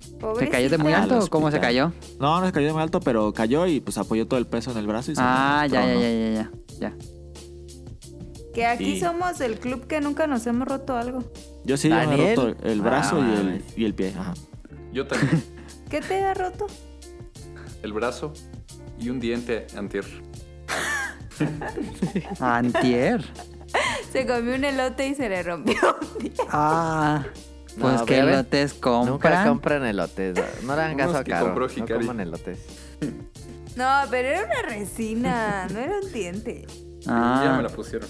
¿Se
Pobrecita.
cayó de muy
Al
alto o cómo se
hospital.
cayó?
No, no se cayó de muy alto, pero cayó y pues apoyó todo el peso en el brazo y se
Ah, ya, ya,
tronó.
ya, ya, ya. Ya.
Que aquí
Sí.
somos el club que nunca nos hemos roto algo.
Yo sí yo me he
¿Daniel?
roto el brazo
Ah,
y, el,
mames.
y el pie, ajá.
Yo también.
¿Qué te ha roto?
El brazo y un diente antier.
Antier.
Se comió un elote y se le rompió.
Ah,
No,
pues
pero
que
ya ven,
lotes
Nunca
compran.
compran elotes. No, no le hagan
Unos
caso a
que
Caro.
compró
No
Hikari.
coman elotes.
No, pero era una resina, no era un diente.
Ya
Ah,
me la pusieron.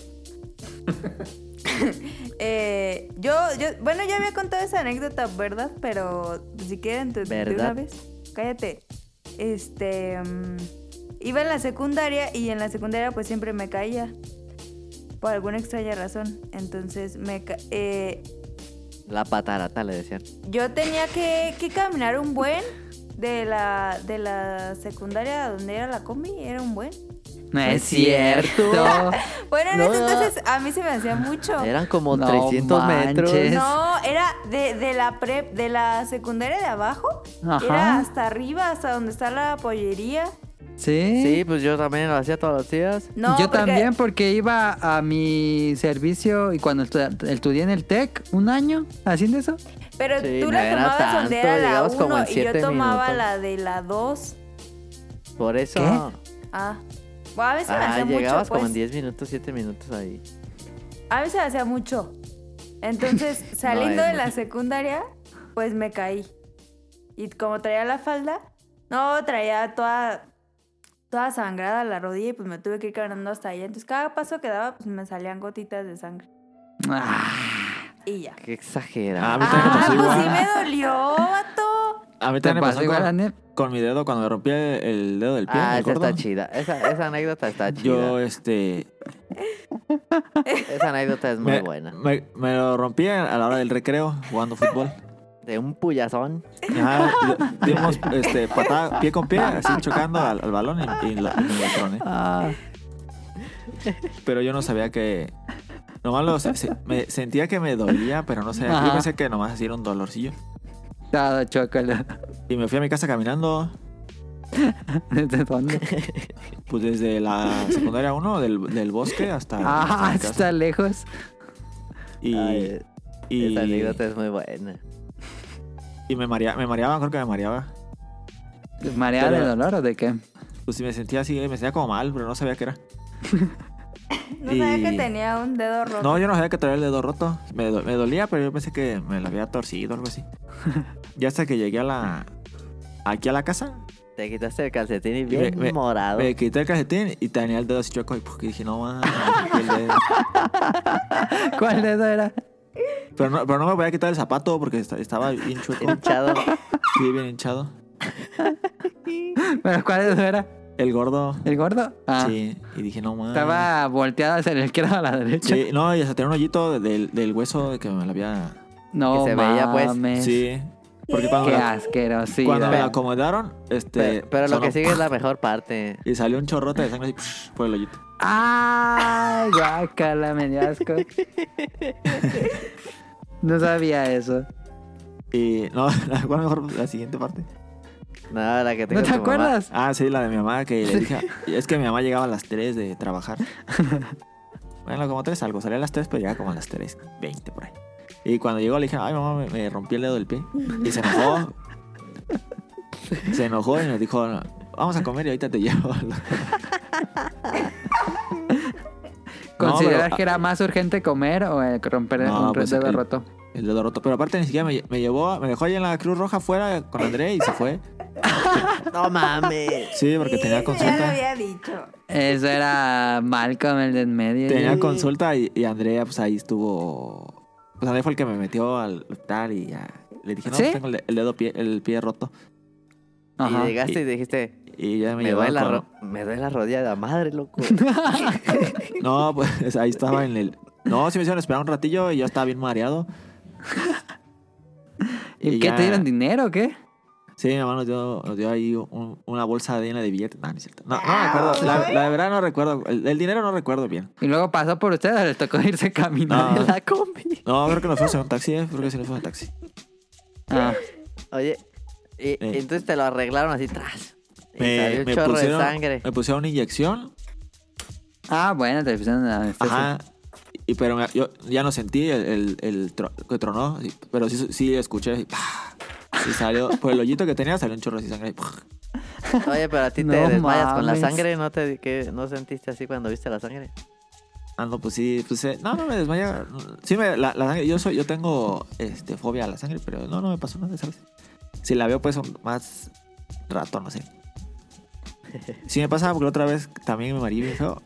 Eh, yo, yo, bueno, ya había contado esa anécdota, ¿verdad? Pero si quieren, te, de una
¿Verdad?
vez. Cállate. Este. mm, iba en la secundaria y en la secundaria, pues siempre me caía. Por alguna extraña razón. Entonces, me. ca- eh,
La patarata le decían.
yo tenía que, que caminar un buen de la, de la secundaria donde era la combi, era un buen.
no es cierto.
Bueno, en
No,
ese
no.
entonces a mí se me hacía mucho.
Eran como
No
300
manches.
metros.
No, era de, de la prep, de la secundaria de abajo.
Ajá.
Era hasta arriba, hasta donde está la pollería.
Sí.
Sí, pues yo también lo hacía todos los días.
No,
Yo
porque-
también porque iba a mi servicio y cuando estu- estudié en el TEC un año haciendo eso.
Pero
Sí,
tú
no
la
era
tomabas donde
tanto,
era la
digamos como
1
en
y yo
siete
tomaba
minutos.
la de la 2.
Por eso.
¿Qué?
Ah. Bueno, a veces me
Ah,
hacía mucho.
llegabas como en
pues.
10 minutos, 7 minutos ahí.
A veces me hacía mucho. Entonces, saliendo
es
de la
mucho.
secundaria, pues me caí. Y como traía la falda, no, traía toda, toda sangrada la rodilla y pues me tuve que ir caminando hasta allá. Entonces, cada paso que daba, pues me salían gotitas de sangre.
Ah,
Y ya.
Qué
A
exagerado.
mí también me
Ah,
pasó
pues sí
igual.
me dolió, vato.
A mí
¿Te
también me
pasó
pasó
igual,
con,
Anep?
con mi dedo cuando me rompí el, el dedo del pie.
Ah,
el
esa
gordo.
está chida. Esa, esa anécdota está chida.
Yo, este.
Esa anécdota es muy
Me,
buena.
me- me lo rompí a la hora del recreo jugando fútbol.
De un puyazón.
Ajá, di- dimos este, patada pie con pie, así chocando al, al balón y, y la- y me lo troné.
Ah,
Pero yo no sabía que. Nomás lo se- se- me sentía que me dolía, pero no sabía.
Ajá.
Yo pensé que nomás así era un dolorcillo.
todo chocolate.
Y me fui a mi casa caminando,
¿Desde dónde?
pues desde la secundaria 1 del, del bosque hasta.
Ah,
hasta mi casa.
está lejos.
Y,
Ay,
y,
Esa anécdota es muy buena.
y me, marea- me mareaba, creo que me mareaba.
¿Mareada de
Pero-
dolor o de qué?
Pues sí, me sentía así, me sentía como mal, pero no sabía qué era.
No sabía que
Y-
tenía un dedo roto.
No, yo no sabía que traía el dedo roto. Me, do- me dolía, pero yo pensé que me lo había torcido o algo así. Ya hasta que llegué a la. Aquí a la casa,
Te quitaste el calcetín y
Y me-
bien
me-
morado.
me quité el calcetín y tenía el dedo así chueco. Y porque dije, no, man, el dedo.
¿Cuál dedo era?
Pero no, pero no me voy a quitar el zapato porque esta- estaba bien chueco.
Hinchado.
Sí, bien hinchado.
¿Pero cuál dedo era?
El gordo.
¿El gordo? Ah,
Sí. Y dije, no, man.
Estaba volteado hacia la izquierda o a la derecha.
Sí, no, y hasta tenía un hoyito del, del hueso de que me lo había.
No,
Que se veía, pues.
mames.
Sí. Porque cuando,
Qué
me lo-
asquerosidad.
cuando me lo acomodaron, este.
Pero, pero lo
sonó
que sigue es la mejor parte.
Y salió un chorrote de sangre así por el hoyito.
¡Ay, guácala, me dio asco! No sabía eso.
Y no, ¿cuál mejor la siguiente parte?
No, la que te
¿No te
dijo tu mamá.
acuerdas?
Ah, sí, la de mi mamá que le dije. Es que mi mamá llegaba a las 3 de trabajar. Bueno, como 3 algo. Salía a las 3, pero llegaba como a las 3, 20 por ahí. Y cuando llegó le dije, ay, mamá, me, me rompí el dedo del pie. Y se enojó. Se enojó y nos dijo, "No, vamos a comer y ahorita te llevo.
¿Consideras
pero- ah.
que era más urgente comer o eh, romper
No,
un
pues,
dedo
el-
roto?
El dedo roto. Pero aparte ni siquiera me, me llevó, me dejó ahí en la Cruz Roja afuera con André y se fue.
No mames.
Sí, porque
Sí, eso Ya
tenía
lo
consulta.
había dicho.
Eso era Malcolm, el de en medio.
Tenía consulta y, y Andrea, pues ahí estuvo. Pues Andrea fue el que me metió al hospital y ya. Le dije, no,
¿Sí?
pues, tengo el de- el dedo, pie, el pie roto.
Ajá.
Y llegaste y dijiste,
Y ya me,
me,
llevó
duele la
con-
ro- me duele la rodilla de la madre, loco.
No, pues ahí estaba en el. No, sí me hicieron esperar un ratillo y yo estaba bien mareado.
¿Y
Y
qué
ya-
te dieron dinero o qué?
Sí, mi mamá nos dio, nos dio ahí un- una bolsa llena de billetes. No, no es cierto. No, no me
Ah,
acuerdo. La, la verdad no recuerdo. El, el dinero no recuerdo bien.
Y luego pasó por ustedes, o les tocó irse caminando
No.
en la combi.
No, creo que nos fuimos en un taxi, eh, Creo que sí nos fuimos en taxi.
Ah,
Oye,
Eh.
y, y entonces te lo arreglaron así tras. Y salió
Me,
un
me
chorro
pusieron,
de sangre.
me pusieron una inyección
Ah, bueno, te pusieron anestesia.
Ajá. Y pero me- yo ya no sentí el, el, el tro- que tronó, sí, pero sí, sí escuché así, ¡pah! y salió por el hoyito que tenía salió un chorro así de sangre. y ¡pah!
Oye, pero a ti
No
te desmayas con la
mames.
sangre, ¿no te que no sentiste así cuando viste la sangre?
Ah, no, pues sí, pues eh, no, no me desmaya. Sí, me, la, la sangre, yo soy, yo tengo este, fobia a la sangre, pero no, no me pasó nada, ¿sabes? Si la veo, pues son más rato, no sé. Sí me pasaba porque la otra vez también me marí bien feo,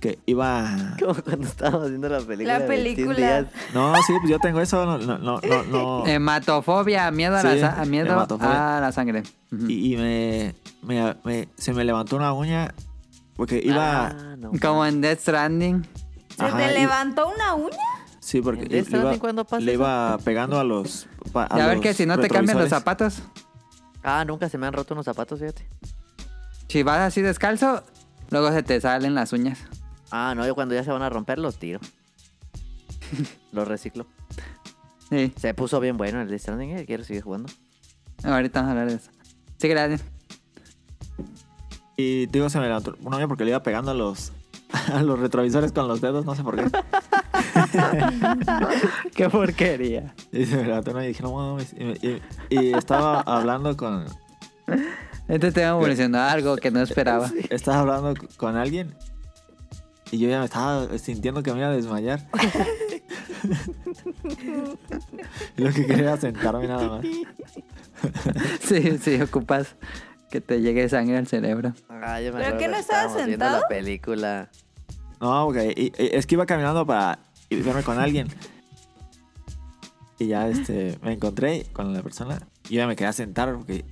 que iba...
Como cuando estábamos haciendo la película.
La
de 21
película.
días.
No, sí, pues yo tengo eso, no, no, no, no. no.
Em, Hematofobia, miedo a,
Sí,
la, sa- a miedo
hematofobia.
a la sangre. Ujú.
Y, y me, me- me- se me levantó una uña porque iba...
Ah, no.
Como en Death Stranding.
¿Se
Ajá,
te
y-
levantó una uña?
Sí, porque
¿En Death
le iba,
Stranding cuándo pasa
le
eso?
iba pegando a los... pa-
Y a ver
los
que si no te cambian los
retrovisores.
zapatos.
Ah, nunca se me han roto unos zapatos, fíjate.
Si vas así descalzo, luego se te salen las uñas.
Ah, no, yo cuando ya se van a romper los tiro. los reciclo.
Sí,
Se puso bien bueno el Death Stranding, eh, quiero seguir jugando.
ahorita vamos a hablar de eso. Sí, gracias.
Y te digo, se me levantó una uña porque le iba pegando a los, a los retrovisores con los dedos, no sé por qué.
Qué porquería.
Y se me levantó una uña y dije, no mames. Y, me- y- y estaba hablando con.
Este tema evolucionó a algo que no esperaba.
Estaba hablando con alguien. Y yo ya me estaba sintiendo que me iba a desmayar. Y Lo que quería era sentarme nada más.
Sí, sí, ocupas que te llegue sangre al cerebro.
Ah, yo me
¿Pero
acuerdo
qué, no
que
estabas
estábamos viendo la
sentado?
película.
No, porque y- y- es que iba caminando para ir- verme con alguien. Y ya este, me encontré con la persona. Y yo ya me quedé a sentar porque.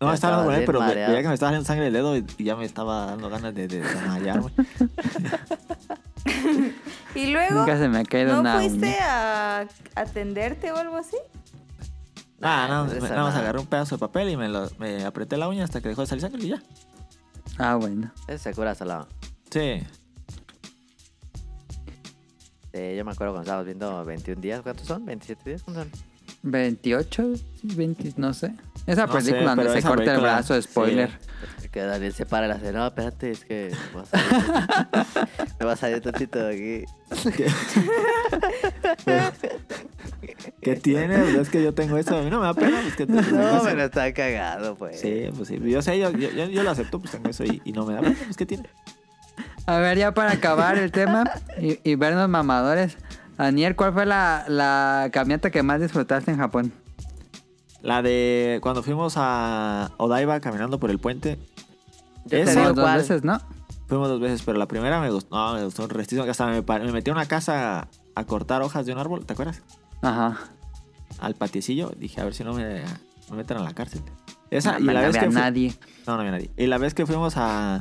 No,
Ya
estaba hablando con él,
estabas
pero
bien
ve-
mareado.
veía que me estaba saliendo sangre del dedo y, y ya me estaba dando ganas de de desmayarme.
Y luego,
Nunca se me ha caído
¿no
una
fuiste
uña.
a atenderte o algo así?
Ah,
Nah,
no,
no
me-
pasa
nada más
nada.
agarré un pedazo de papel y me, lo, me apreté la uña hasta que dejó de salir sangre y ya.
Ah, bueno.
Ese se cura salado.
Sí.
Sí, yo me acuerdo cuando estábamos viendo 21 días. ¿Cuántos son? ¿27 días? ¿Cuántos son?
28, 20, no sé. Esa
No sé,
película
pero
donde se
esa
corta el
película-
brazo, spoiler.
Que Daniel se para y le hace, no, espérate, es que me va a salir tantito". me va a salir tantito de aquí.
¿Qué tienes? Es que yo tengo eso. A mí no me da pena. Pues que te-
No, pero está cagado, pues.
Sí, pues sí. Yo sé, yo, yo, yo- yo lo acepto, pues tengo eso y, y no me da pena. Pues ¿qué tiene?
A ver, ya para acabar el tema y, y vernos mamadores. Daniel, ¿cuál fue la, la caminata que más disfrutaste en Japón?
La de cuando fuimos a Odaiba caminando por el puente.
Yo te
Esa-
digo
Fuimos dos
cuál.
veces, ¿no?
Fuimos dos veces, pero la primera me gustó. No, me gustó un restísimo. Hasta me, par- me metí a una casa a, a cortar hojas de un árbol, ¿te acuerdas?
Ajá.
Al patiecillo. Dije, a ver si no me, me meten a la cárcel. Esa,
No,
y
no
Ah, la vez
había
que fu-
nadie.
No, no había nadie. Y la vez que fuimos a.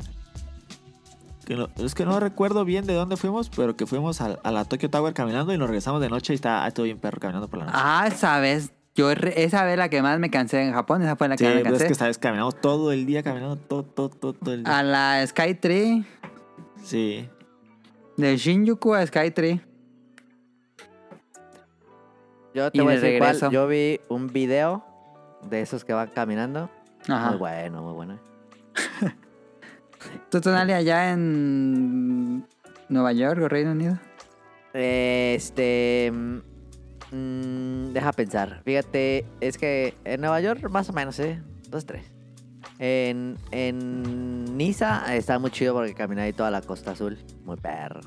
que no- es que no recuerdo bien de dónde fuimos, pero que fuimos a, a la Tokyo Tower caminando y nos regresamos de noche y está ah, estuvo bien perro caminando por la noche.
Ah, sabes, yo re- esa vez la que más me cansé en Japón, esa fue la que
sí,
más me
pues, es
cansé.
que sabes, caminamos todo el día, caminando todo, todo, todo, todo el día.
A la Sky Tree,
Sí.
de Shinjuku a Sky Tree.
Yo
Y
te voy a
de
decir cuál.
regreso.
Yo vi un video de esos que van caminando.
Ajá.
Muy bueno, muy bueno.
¿Tú, Tonali, allá en Nueva York o Reino Unido?
Este. mm, mm, deja pensar. Fíjate, es que en Nueva York, más o menos, ¿eh? Dos, tres. En, en Niza está muy chido porque caminé ahí toda la costa azul. Muy perro.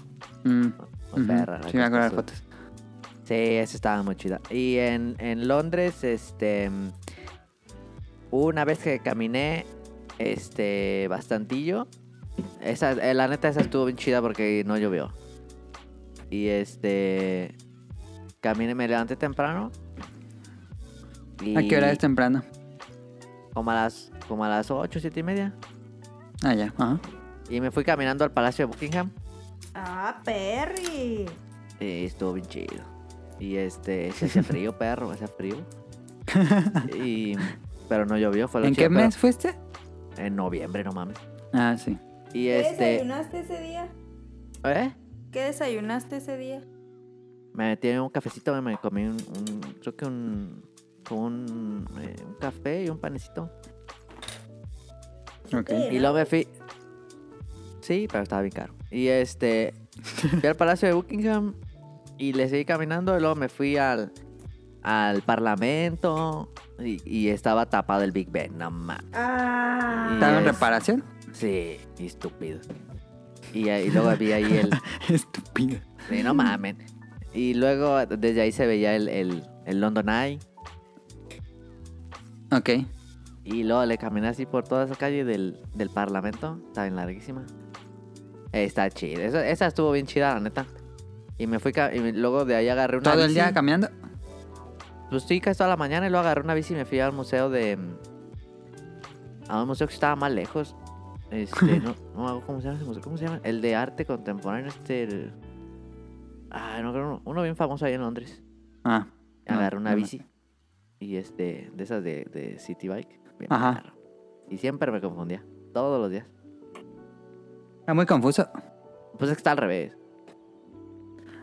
Mm,
Muy
ujú.
perra. la
Sí, me acuerdo de las
costa azul.
fotos.
Sí, eso estaba muy chida. Y en, en Londres, este. mm, Una vez que caminé, este. Bastantillo. Esa, eh, la neta, esa estuvo bien chida porque no llovió. Y este. Caminé, me levanté temprano. Y
¿A qué hora es temprano?
Como a las, como a las 8, 7 y media.
Allá, Ah, ajá.
Y me fui caminando al Palacio de Buckingham.
Ah, Perry.
Y estuvo bien chido. Y este, se hacía frío, perro, hacía frío. Y, pero no llovió, fue lo
¿En
chido,
qué
pero
mes fuiste?
En noviembre, no mames.
Ah, sí.
Y
¿Qué
este,
desayunaste ese día?
¿eh?
¿Qué desayunaste ese día?
Me metí en un cafecito, me- me comí un, un- creo que un, como un, eh, un café y un panecito.
Ok.
Sí.
Y luego me fui. Sí, pero estaba bien caro. Y este. Fui al Palacio de Buckingham y le seguí caminando. Y luego me fui al, al Parlamento y, y estaba tapado el Big Ben. No mames.
Ah.
Y Pues,
¿Estaba en
es-
reparación?
Sí, y estúpido. Y, ahí- luego había ahí el...
Estúpido.
Sí, no mamen. Y luego desde ahí se veía el, el, el London Eye.
Ok.
Y luego le caminé así por toda esa calle del, del Parlamento. Está bien larguísima. Eh, Está chida. Esa, esa estuvo bien chida, la neta. Y me fui... ca- Y me- luego de ahí agarré una
¿Todo el
bici.
día caminando?
Pues sí, casi toda la mañana y luego agarré una bici y me fui al museo de... mm, A un museo que estaba más lejos. Este, no, no me acuerdo cómo se llama ese museo. ¿Cómo se llama? El de arte contemporáneo, este... el- Ah, no creo, uno- uno bien famoso ahí en Londres.
Ah. no,
Agarré una
no me-
bici. Y este, de esas de, de City Bike. bien
Ajá.
perro. Y siempre me confundía. Todos los días.
Está muy confuso.
Pues es que está al revés.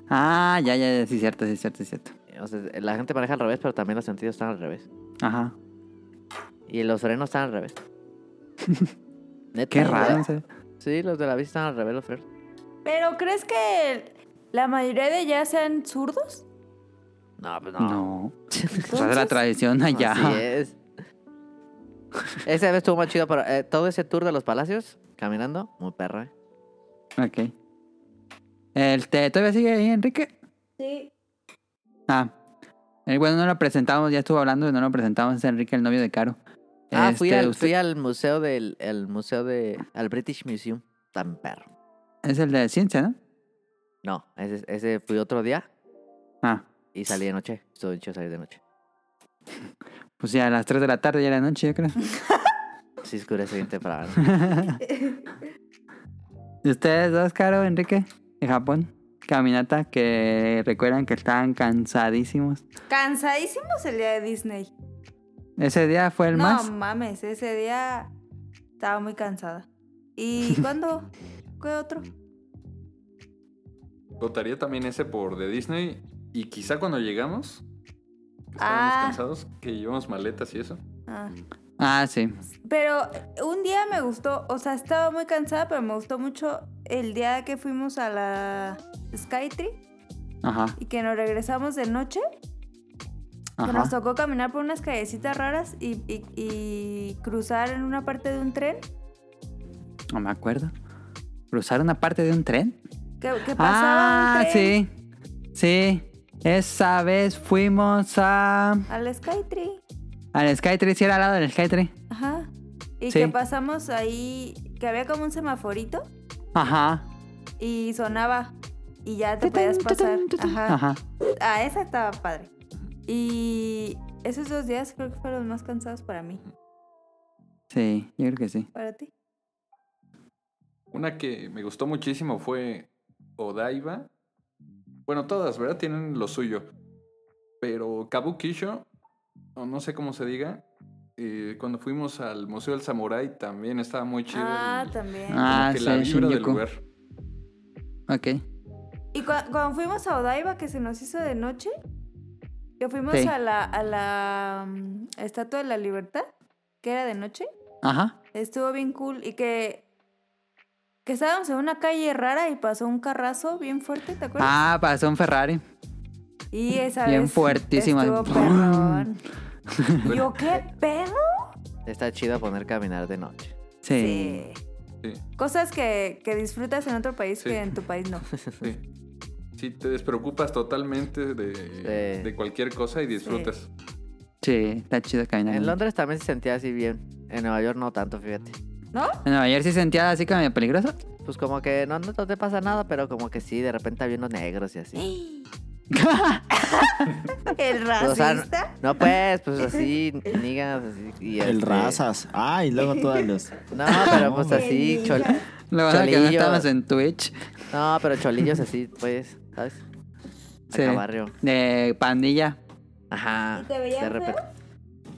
Ah, ya, ya, ya, sí, cierto, sí, cierto, sí, cierto.
O sea, la gente maneja al revés, pero también los sentidos están al revés.
Ajá.
Y los frenos están al revés. Neta,
Qué
o sea,
raro. no sé.
Sí, los de la bici están al revés los frenos.
¿Pero crees que la mayoría de ya sean zurdos?
No, pues no.
No. Pues es la
Entonces,
tradición allá.
Así es. ese vez estuvo más chido, pero eh, todo ese tour de los palacios, caminando, muy perro, ¿eh?
Ok. ¿El te todavía sigue ahí, Enrique?
Sí.
Ah. Eh, Bueno, no lo presentamos, ya estuvo hablando y no lo presentamos, es Enrique, el novio de Caro.
Ah, fui,
Este,
al,
usted-
fui al museo del... El museo de... Al British Museum. Tan perro.
Es el de ciencia, ¿no?
No, ese, ese fui otro día
Ah.
y salí de noche. Estuve hecho salir de noche.
Pues ya a las 3 de la tarde, ya era noche, yo creo.
Sí, oscurece bien temprano.
¿Y ustedes dos, Caro, Enrique? De Japón. Caminata que recuerdan que estaban cansadísimos.
Cansadísimos el día de Disney.
Ese día fue el
no
más.
mames, ese día estaba muy cansada. ¿Y cuándo? ¿Qué otro?
Votaría también ese por The Disney. Y quizá cuando llegamos, que estábamos
Ah.
cansados, que llevamos maletas y eso.
Ah.
Ah, sí.
Pero un día me gustó, o sea, estaba muy cansada, pero me gustó mucho el día que fuimos a la Skytree
Ajá.
y que nos regresamos de noche, que nos
Ajá.
tocó caminar por unas callecitas raras y, y- y cruzar en una parte de un tren.
No me acuerdo. ¿Cruzar una parte de un tren?
Que, que pasaba
Ah,
un tren
sí. Sí. Esa vez fuimos a.
al Skytree.
Al Skytree, sí era al lado del Skytree.
Ajá. Y
Sí.
que pasamos ahí, que había como un semaforito
Ajá.
y sonaba y ya te podías pasar. Ajá.
Ajá.
Ah, esa estaba padre. Y esos dos días creo que fueron los más cansados para mí.
Sí, yo creo que sí.
¿Para ti?
Una que me gustó muchísimo fue Odaiba. Bueno, todas, ¿verdad? Tienen lo suyo. Pero Kabukisho, o no sé cómo se diga, eh, cuando fuimos al Museo del Samurái también estaba muy chido.
ah,
el-
también.
como
Ah,
que
sí,
la vibra del
Shinjuku.
lugar.
Ok.
Y cua- cuando fuimos a Odaiba, que se nos hizo de noche, que fuimos
Sí.
a la, a la mm, Estatua de la Libertad, que era de noche,
Ajá.
estuvo bien cool y que... Que estábamos en una calle rara y pasó un carrazo bien fuerte, ¿te acuerdas?
Ah, pasó un Ferrari.
Y esa
Ah, Bien
vez
fuertísima.
estuvo perrón. Yo, ¿qué pedo?
Está chido poner caminar de noche.
Sí.
Sí,
Cosas que, que disfrutas en otro país
Sí.
que en tu país no.
sí. Sí, te despreocupas totalmente de,
Sí.
de cualquier cosa y disfrutas.
Sí, está chido caminar.
En Londres también se sentía así bien. En Nueva York no tanto, fíjate.
¿No?
En Nueva York sí sentía así como medio peligroso.
Pues como que no, no te pasa nada, pero como que sí, de repente había unos negros y así.
El
O sea, no-
racista.
no pues, pues así, niggas, así. Y
El
este-
razas. Ah, y luego todas los.
No, pero pues así, chol-
Lo bueno que no
Cholillo.
estábamos en Twitch.
No, pero cholillos así, pues, ¿sabes?
Sí.
Acá barrio.
De pandilla.
Ajá.
¿Y te veían
de repente.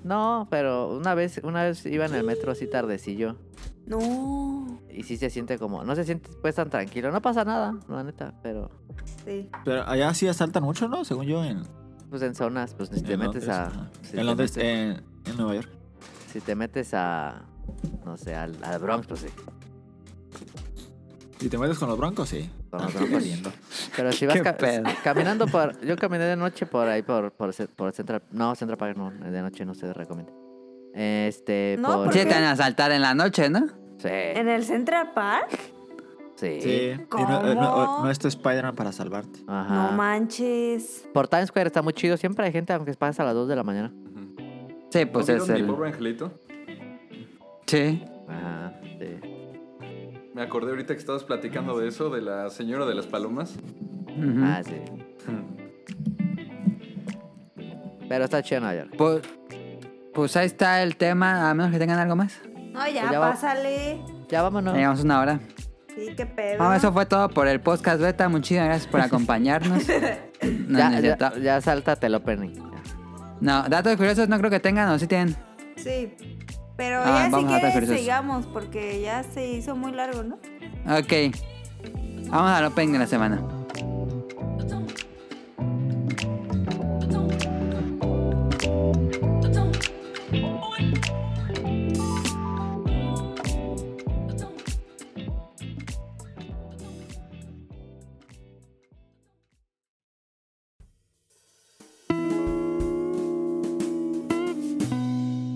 No, pero una vez, una vez iba en el metro así tardecillo.
No.
Y sí se siente como, no se siente pues tan tranquilo. No pasa nada, la neta, pero
Sí.
Pero allá sí asaltan mucho, ¿no? Según yo, en.
pues en zonas, pues si te
en
metes
Londres,
a.
ajá.
Si te
En Londres, eh.
metes-
en, en Nueva York.
Si te metes a. No sé, al, al Bronx, pues sí.
Si te metes con los broncos, sí.
Con los
Ah,
broncos.
lindo.
Pero si vas
Qué
ca-
pedo.
caminando por. Yo caminé de noche por ahí, por, por, ce- por Central. No, Central Park no, de noche no se recomienda. Este.
No,
por,
¿Por
Sí,
qué?
te van a asaltar en la noche, ¿no?
Sí.
¿En el Central Park?
Sí.
Sí. Y no, eh, no- no es tu Spider-Man para salvarte.
Ajá.
Ah.
No manches.
Por Times Square está muy chido. Siempre hay gente aunque pasa a las 2 de la mañana.
Sí, pues
¿No
es
vieron Mi
el.
pobre angelito.
Sí.
Ajá. sí.
Me acordé ahorita que estabas platicando de eso, de la señora de las palomas.
Ujú.
Ah, sí. Pero está chido Nueva York.
Pues, pues ahí está el tema, a menos que tengan algo más.
No, ya,
Pues ya va-
pásale.
Ya vámonos.
Llevamos una hora.
Sí, qué pedo.
Ah, eso fue todo por el podcast beta. Muchísimas gracias por acompañarnos. No, no
ya,
es
ya,
cierto.
ya sáltate el opening.
No, datos curiosos no creo que tengan, o sí tienen.
Sí. Pero
Ah,
ya sí
vamos a
que
otras cosas.
sigamos, porque ya se hizo muy largo, ¿no?
Ok. Vamos al Open de la semana.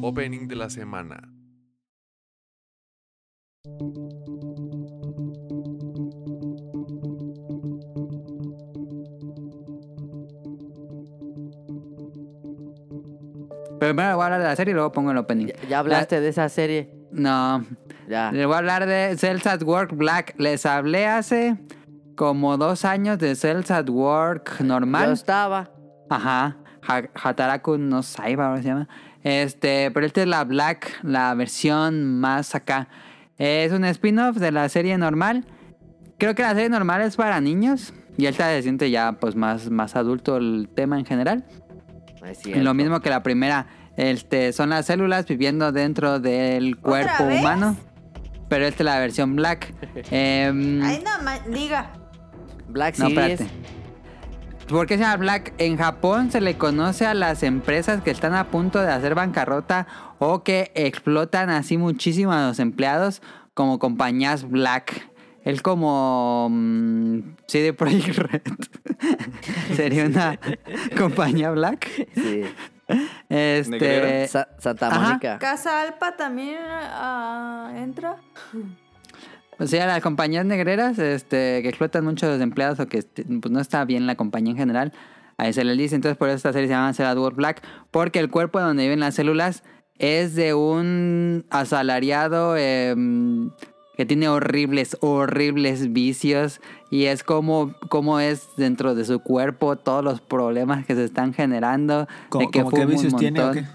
Opening de la semana.
Primero voy a hablar de la serie y luego pongo el opening.
Ya, ya hablaste de esa serie.
La- no.
Ya.
Les voy a hablar de Cells at Work Black. Les hablé hace como dos años de Cells at Work normal.
Yo estaba.
Ajá. Ha- Hataraku no Saiba, ahora se llama. Este, pero esta es la Black, la versión más acá. Es un spin-off de la serie normal. Creo que la serie normal es para niños. Y esta se siente ya pues más, más adulto el tema en general.
No es cierto.
Lo mismo que la primera. Este, son las células viviendo dentro del cuerpo
vez?
humano. Pero esta es la versión black. Em,
Ay, no, ma- diga.
Black
no,
Series.
espérate. ¿Por qué se llama Black? En Japón se le conoce a las empresas que están a punto de hacer bancarrota o que explotan así muchísimo a los empleados como compañías Black. Es como mm, CD Projekt Red. Sería una compañía Black.
Sí.
Este,
Negrera.
Sa- Santa
ajá.
Mónica.
Casa Alpa también ah, entra.
O sea, las compañías negreras este, que explotan mucho a los empleados o que este, pues, no está bien la compañía en general, a se les dice. Entonces, por eso esta serie se llama Cell World Black, porque el cuerpo donde viven las células es de un asalariado em, que tiene horribles, horribles vicios y es como, como es dentro de su cuerpo todos los problemas que se están generando.
Como,
de que
como qué
fuma un
vicios tiene o
montón.
qué?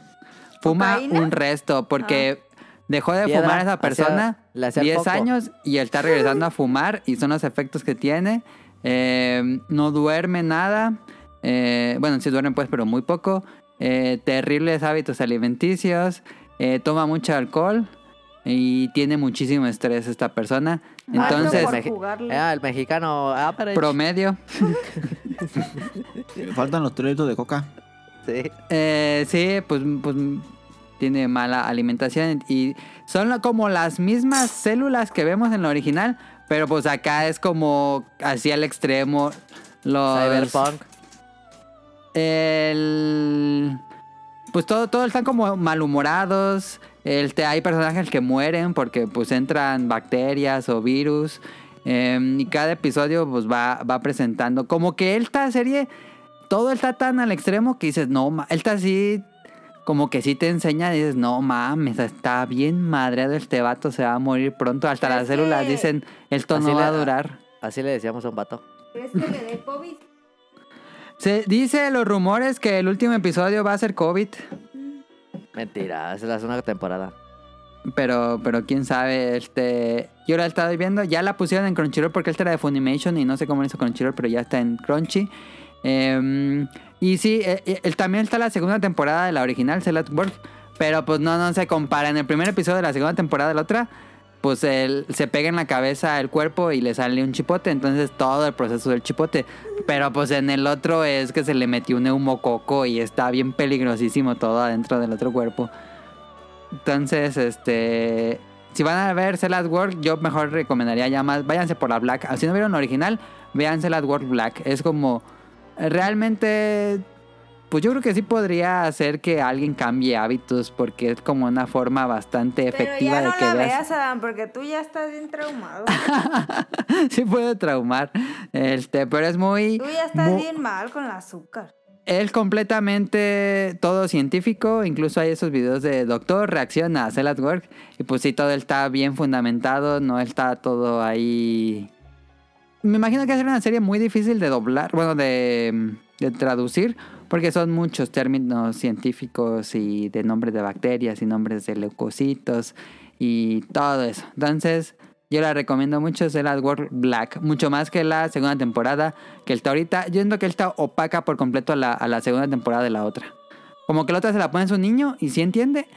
Fuma
¿Cocaína?
un resto porque dejó de
Piedra,
fumar esa
hacía-
persona
le hacía
10
poco.
años y él está regresando a fumar y son los efectos que tiene. Eh, no duerme nada. Eh, bueno, sí duerme pues, pero muy poco. Eh, terribles hábitos alimenticios. Eh, toma mucho alcohol y tiene muchísimo estrés esta persona. Entonces,
por
por jugarle.
Ah, el mexicano average.
promedio.
Eh, Faltan los tres litros de coca.
Sí.
Eh, sí, pues, pues tiene mala alimentación y son la- como las mismas células que vemos en la original, pero pues acá es como hacia el extremo los
Cyberpunk.
el pues todo todos están como malhumorados, este, hay personajes que mueren porque pues entran bacterias o virus em, y cada episodio pues va va presentando como que esta serie todo está tan al extremo que dices, no, ma- esta sí, como que sí te enseña, dices, no mames, está bien madreado este vato, se va a morir pronto. Hasta
Pero
las
es que-
células dicen, esto
Así
no va a
le-
durar.
Así le decíamos a un vato.
¿Crees que le dé COVID?
Se dice los rumores que el último episodio va a ser COVID,
Mentira, esa es la segunda temporada.
pero, pero quién sabe, este. Yo la he estado viendo, ya la pusieron en Crunchyroll porque esta era de Funimation y no sé cómo lo hizo Crunchyroll, pero ya está en Crunchy. Em, y sí, eh, eh, el- también está la segunda temporada de la original, Cell at Work. Pero pues no, no se compara. En el primer episodio de la segunda temporada de la otra, pues él se pega en la cabeza el cuerpo y le sale un chipote. Entonces todo el proceso del chipote. Pero pues en el otro es que se le metió un neumococo y está bien peligrosísimo todo adentro del otro cuerpo. Entonces, este... Si van a ver Cell at Work, yo mejor recomendaría ya más... Váyanse por la Black. Ah, Si no vieron la original, vean Cell at Work Black. Es como... Realmente Pues yo creo que sí podría hacer que alguien cambie hábitos porque es como una forma bastante
Pero
efectiva
ya no
de que
la
veas-
veas, Adam, porque tú ya estás bien traumado.
sí puede traumar. Este, pero es muy.
Tú ya estás
mu-
bien mal con el azúcar.
Es completamente todo científico. Incluso hay esos videos de doctor reacciona, hace las work. Y pues sí, todo está bien fundamentado, no está todo ahí. Me imagino que va a ser una serie muy difícil de doblar, bueno, de, mm, de traducir, porque son muchos términos científicos y de nombres de bacterias y nombres de leucocitos y todo eso. Entonces, yo la recomiendo mucho, Celad World Black, mucho más que la segunda temporada que está ahorita. Yo siento que está opaca por completo a la, a la segunda temporada de la otra. Como que la otra se la pone a su niño y sí entiende,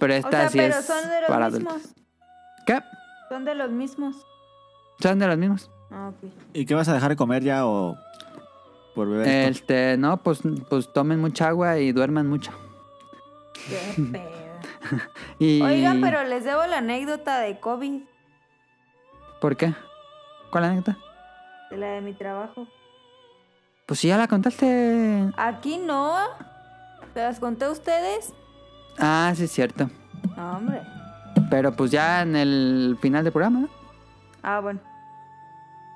pero esta
o sea,
sí
pero
es
son de los
para
mismos.
adultos. ¿Qué?
Son de los mismos.
¿Son de los mismos?
Ah, ok.
¿Y qué vas a dejar de comer ya o por beber? esto?
Este, no, pues, pues tomen mucha agua y duerman mucho.
Qué pedo.
Y...
Oigan, pero les debo la anécdota de COVID,
¿Por qué? ¿Cuál anécdota?
de la de mi trabajo.
Pues si ya la contaste.
Aquí no. ¿Te las conté a ustedes?
Ah, sí, es cierto.
No, hombre.
Pero pues ya en el final del programa, ¿no?
Ah, bueno.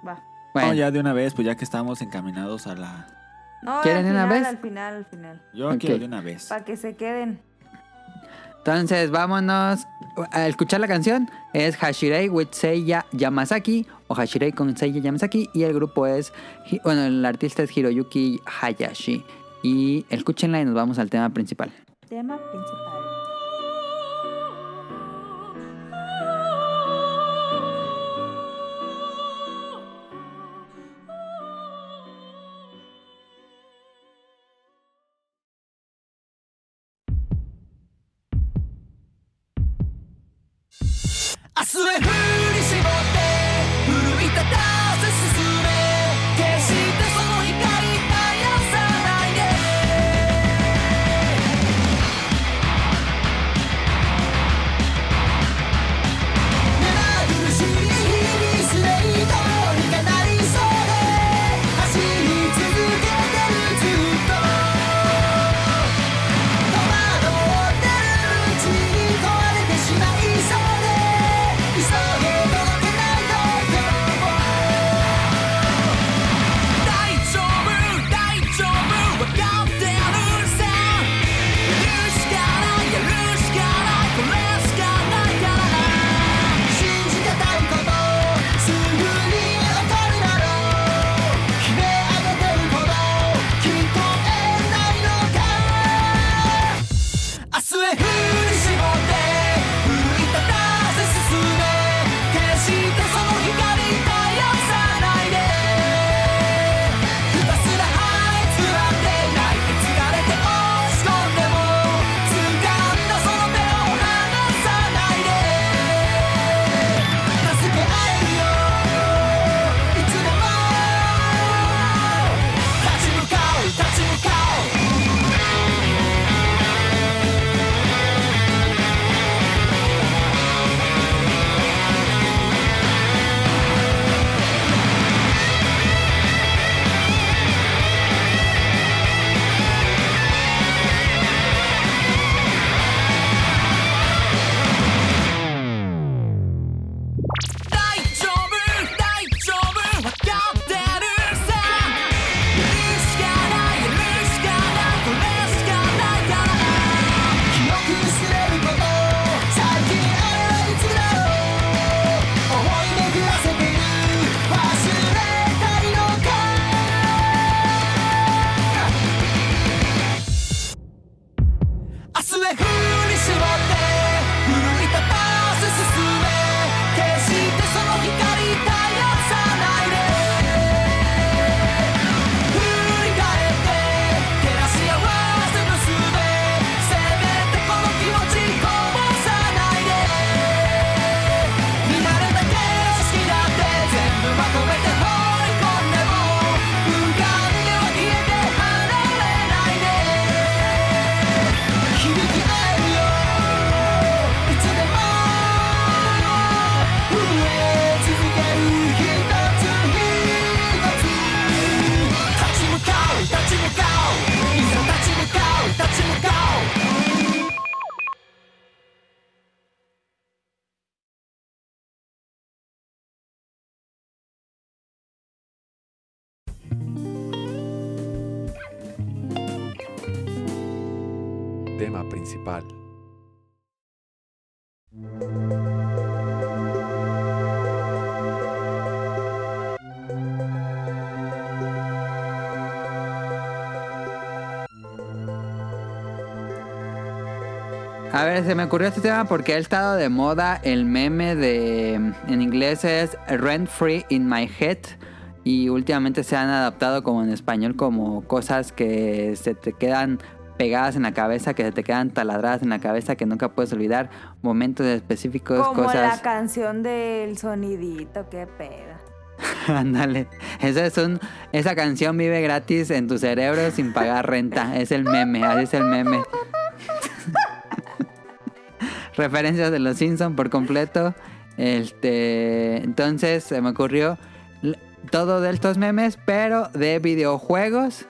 Va.
Bueno,
No, ya de una vez, pues ya que estamos encaminados a la...
No,
¿Quieren
al
una
final,
vez?
Al final, al final.
Yo
Ok.
quiero de una vez.
Para que se queden.
entonces vámonos a escuchar la canción. Es Hashirei with Seiya Yamasaki o Hashirei con Seiya Yamasaki y el grupo es, Hi- bueno, el artista es Hiroyuki Hayashi. Y escúchenla y nos vamos al tema principal.
Tema principal.
明日へ振り絞って奮い立たせ進め決してその光絶やさないで
tema principal.
A ver, se me ocurrió este tema porque ha estado de moda el meme de. En inglés es Rent Free in My Head. Y últimamente se han adaptado como en español como cosas que se te quedan pegadas en la cabeza, que se te quedan taladradas en la cabeza, que nunca puedes olvidar. Momentos específicos,
Como la
cosas.
canción del sonidito, qué peda.
Ándale. Esa es un. Esa canción vive gratis en tu cerebro sin pagar renta. Es el meme, así es el meme. Referencias de los Simpsons por completo. Este. Entonces se me ocurrió l- todo de estos memes, pero de videojuegos.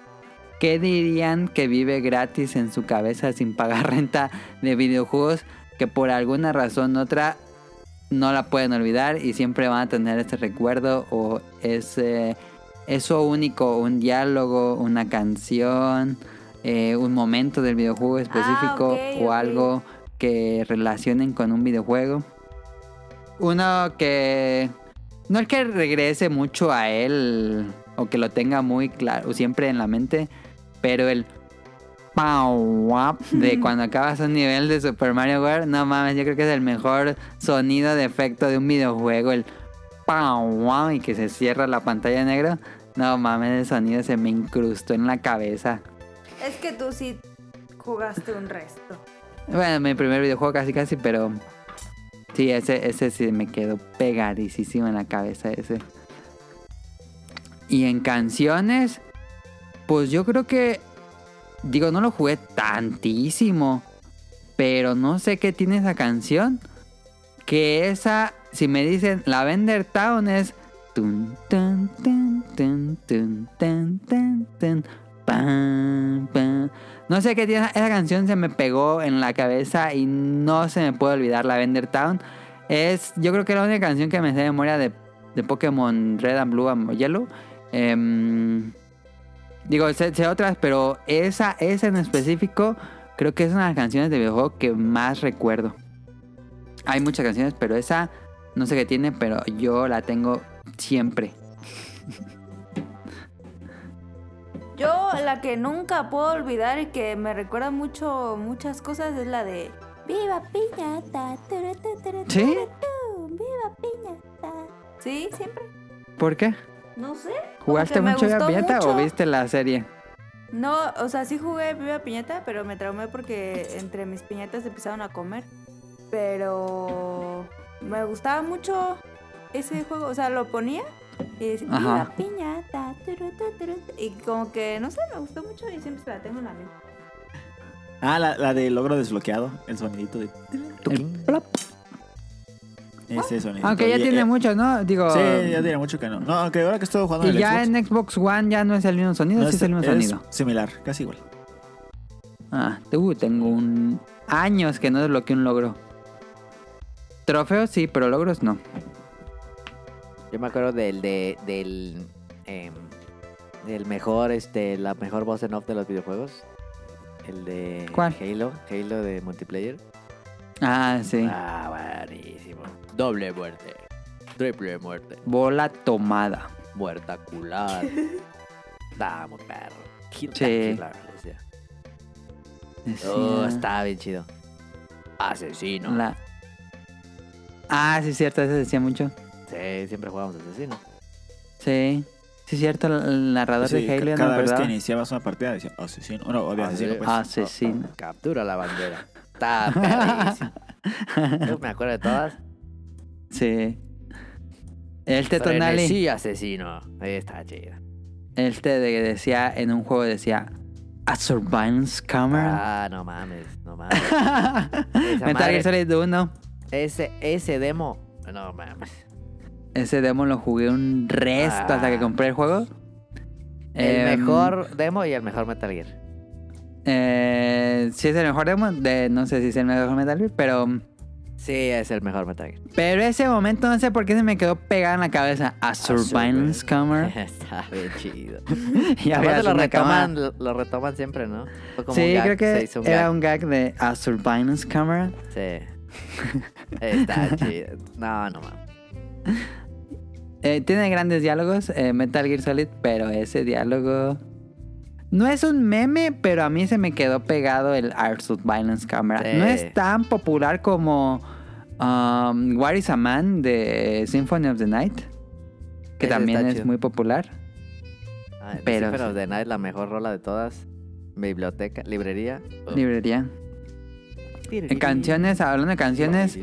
¿Qué dirían que vive gratis en su cabeza sin pagar renta de videojuegos que por alguna razón u otra no la pueden olvidar y siempre van a tener ese recuerdo o ese eso único, un diálogo, una canción, eh, un momento del videojuego específico
Ah, ok,
o
ok.
algo que relacionen con un videojuego. Uno que no es que regrese mucho a él o que lo tenga muy claro, siempre en la mente, pero el pow wap de cuando acabas un nivel de Super Mario World, no mames, yo creo que es el mejor sonido de efecto de un videojuego, el pow wap y que se cierra la pantalla negra. No mames, el sonido se me incrustó en la cabeza.
Es que tú sí jugaste un resto.
Bueno, mi primer videojuego casi casi, pero sí, ese, ese sí me quedó pegadísimo en la cabeza ese. Y en canciones, pues yo creo que, digo, no lo jugué tantísimo, pero no sé qué tiene esa canción, que esa, si me dicen Lavender Town es... tun, tun, tun, tun, tun, tun, tun, tun, pam, pam. No sé qué tiene. Esa canción se me pegó en la cabeza y no se me puede olvidar la Vender Town. Es, yo creo que la única canción que me sé de memoria de, de Pokémon Red and Blue and Yellow. Em, digo, sé, sé otras, pero esa, esa en específico, creo que es una de las canciones de videojuego que más recuerdo. Hay muchas canciones, pero esa no sé qué tiene, pero yo la tengo siempre.
Yo la que nunca puedo olvidar y que me recuerda mucho muchas cosas es la de Viva piñata. turu, tu, turu,
¿Sí?
turu, tu, Viva piñata. Sí, siempre.
¿Por qué?
No sé.
¿Jugaste
Como que me
mucho
gustó
Gaviota o
mucho.
viste la serie?
No, o sea, sí jugué Viva Piñata, pero me traumé porque entre mis piñatas empezaron a comer. Pero me gustaba mucho ese juego, o sea, lo ponía y decía,
Ajá.
Viva Piñata. turu, tu, turu, tu", Y como que, no sé, me gustó mucho y siempre se la tengo en la mente.
Ah, la, la de logro desbloqueado. El sonidito de.
El plop.
Ese sonidito.
Aunque Ah, ya
Y,
tiene
eh,
mucho, ¿no? Digo.
Sí, ya tiene mucho que no. No, aunque ahora que estoy jugando en
Y
el
ya
Xbox,
en Xbox One ya no es el mismo sonido,
no
sí es el mismo sonido.
Similar, casi igual.
Ah, uh, tengo un... años que no desbloqueé un logro. Trofeos sí, pero logros no.
Yo me acuerdo del de, del em, del mejor este la mejor voz en off de los videojuegos. El de
¿Cuál?
Halo, Halo de multiplayer.
Ah, sí.
Ah, buenísimo. Doble muerte. Triple muerte.
Bola tomada.
Muerta cular. Vamos, perro. Kill that
Sí.
killer, decía.
Sí,
Oh,
ah,
está bien chido. Asesino.
la- Ah, sí, cierto, eso decía mucho.
Sí, siempre jugábamos asesino.
Sí. Sí, cierto, el- el narrador
Sí,
de Halo ya no me
cada vez
acordaba.
que iniciabas una partida decía asesino. No, o de asesino,
Ah,
pues.
Asesino.
Captura la bandera. Está perrísimo. Yo me acuerdo de todas.
Sí. Este Tonali.
Frenesí asesino. Ahí está chido.
Este de que decía, en un juego decía, A Surveillance Camera.
Ah, no mames, no mames. Ah. Esa
Metal Gear
madre.
Solid 1.
Ese, ese demo, no mames.
Ese demo lo jugué un resto hasta que
Ah.
compré el juego.
El
Em,
mejor demo y el mejor Metal Gear.
Eh, sí, es el mejor demo. De, no sé si es el mejor Metal Gear, pero
Sí, es el mejor Metal Gear.
Pero ese momento no sé por qué se me quedó pegada en la cabeza. A Surveillance Camera.
Ah, Está bien chido.
Y había
Aparte lo
una cámara.
retoman, lo, lo retoman siempre, ¿no? Fue como
sí,
un gag,
creo
se
que
hizo un
era
gag.
un gag de A Surveillance Camera.
Sí. Está chido. No, no mames.
Eh, tiene grandes diálogos, eh, Metal Gear Solid, pero ese diálogo. No es un meme, pero a mí se me quedó pegado el Art Violence Camera.
Sí.
No es tan popular como um, What is a Man de Symphony of the Night, que
Ese
también
está
es
chido.
muy popular.
Ah,
Pero
pero
sí.
de Night, la mejor rola de todas. Biblioteca, librería. Uf.
Librería. En canciones, hablando de canciones,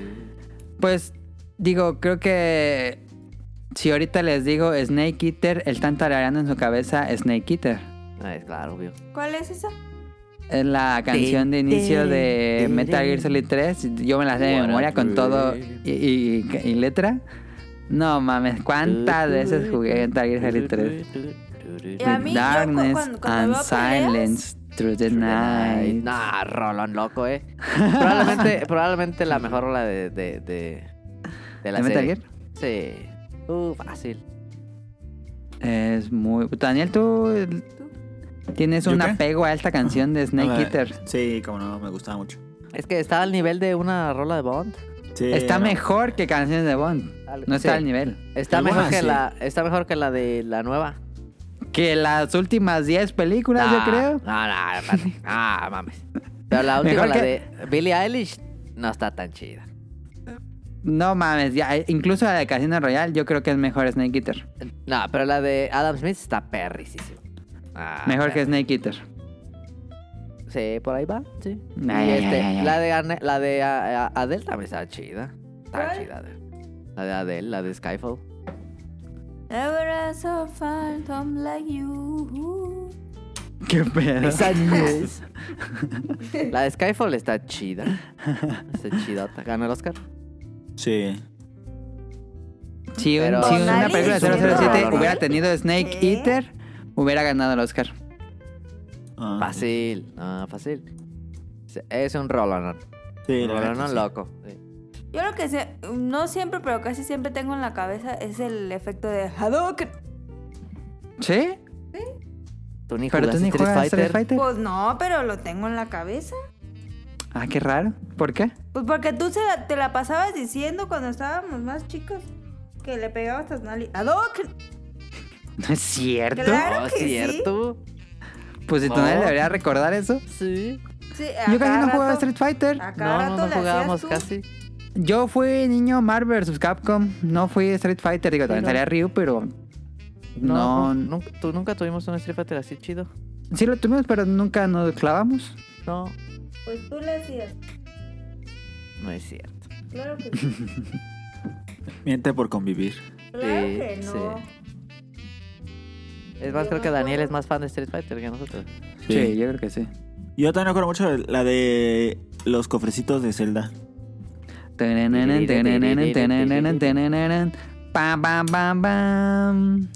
pues digo, creo que si ahorita les digo Snake Eater, el están tarareando en su cabeza Snake Eater.
Ah, es claro, obvio.
¿Cuál es esa?
Es la canción de inicio de
tin,
Metal
tin.
Gear Solid 3. Yo me la sé de memoria con todo y, y- y letra. No mames, ¿cuántas veces jugué Metal Gear Solid 3?
Y a mí, yo cu-
Darkness
cuando-
and
cuando veo peleas-
Silence through the night.
Nah, rolón loco, eh. Probablemente, probablemente la mejor rola de, de, de, de la
¿De Metal
serie. Sí. Uh, fácil.
Es muy. Daniel, tú tienes
¿Yo
un
qué?
apego a esta canción de Snake
Ah,
Eater.
Sí, como no, me gustaba mucho.
Es que está al nivel de una rola de Bond.
Sí,
Está
no.
mejor que canciones de Bond.
Al-
No está
sí.
al nivel.
Está
Algunas
mejor, que
sí.
la, está mejor que la de la nueva.
Que las últimas 10 películas,
Ah,
yo creo.
No, no, espérate. Ah, mames. Pero la última,
Mejor
la
que-
de Billie Eilish, no está tan chida.
No mames, ya, eh, incluso la de Casino Royale, yo creo que es mejor Snake Eater.
No, pero la de Adam Smith está perricísima. Ah,
Mejor que
perri-
Snake Eater.
Sí, por ahí va, sí. Y
Ay, ay,
este,
ay, ay,
la
ay.
de, Arne- la de a- a- Adele también está chida. Está chida, Adele. La de Adele, la de Skyfall.
Never has so phantom like you.
Qué pedo.
la de Skyfall está chida. Está chidota. Ganó el Oscar.
Sí.
Si, un-
Pero-
si una
Tonali,
película de
sí,
007
no.
hubiera tenido Snake
¿Qué?
Eater, hubiera ganado el Oscar.
Ah,
Fácil. Ah, fácil. Es un rolón.
Sí, la neta,
Rolón
sí.
loco. sí.
Yo lo que sé, no siempre, pero casi siempre tengo en la cabeza es el efecto de Hadouken.
¿Sí?
Tú ni
Pero tú
jugaste
ni
Street
juegas Street
Fighter. Oh,
Fighter.
Pues no, pero lo tengo en la cabeza.
Ah, qué raro. ¿Por qué?
Pues porque tú se la- te la pasabas diciendo cuando estábamos más chicos que le pegabas a Tonali. ¡Hadouken!
No es cierto.
Claro
No,
que sí.
cierto.
Pues si
No.
Tonali debería recordar eso.
Sí.
Sí,
Yo casi no jugaba Street Fighter.
A cada
No, no,
rato
no
le
jugábamos
hacías tú.
casi.
Yo fui niño Marvel vs. Capcom. No fui Street Fighter. Digo, también
no.
salía Ryu, pero. No.
nu- nunca, tú nunca tuvimos un Street Fighter así chido.
Sí lo tuvimos, pero nunca nos clavamos.
No,
Pues tú le hacías.
no es cierto.
Claro que sí.
Miente por convivir.
Claro
Sí,
que no.
Es más,
Yo
creo
me
que Daniel
acuerdo.
es más fan de Street Fighter que nosotros.
Sí.
sí yo creo que sí.
Yo también me acuerdo mucho de la de los cofrecitos de Zelda.
Tenenen, tenenen, tenenen, tenenen. Pam, pam, pam, pam.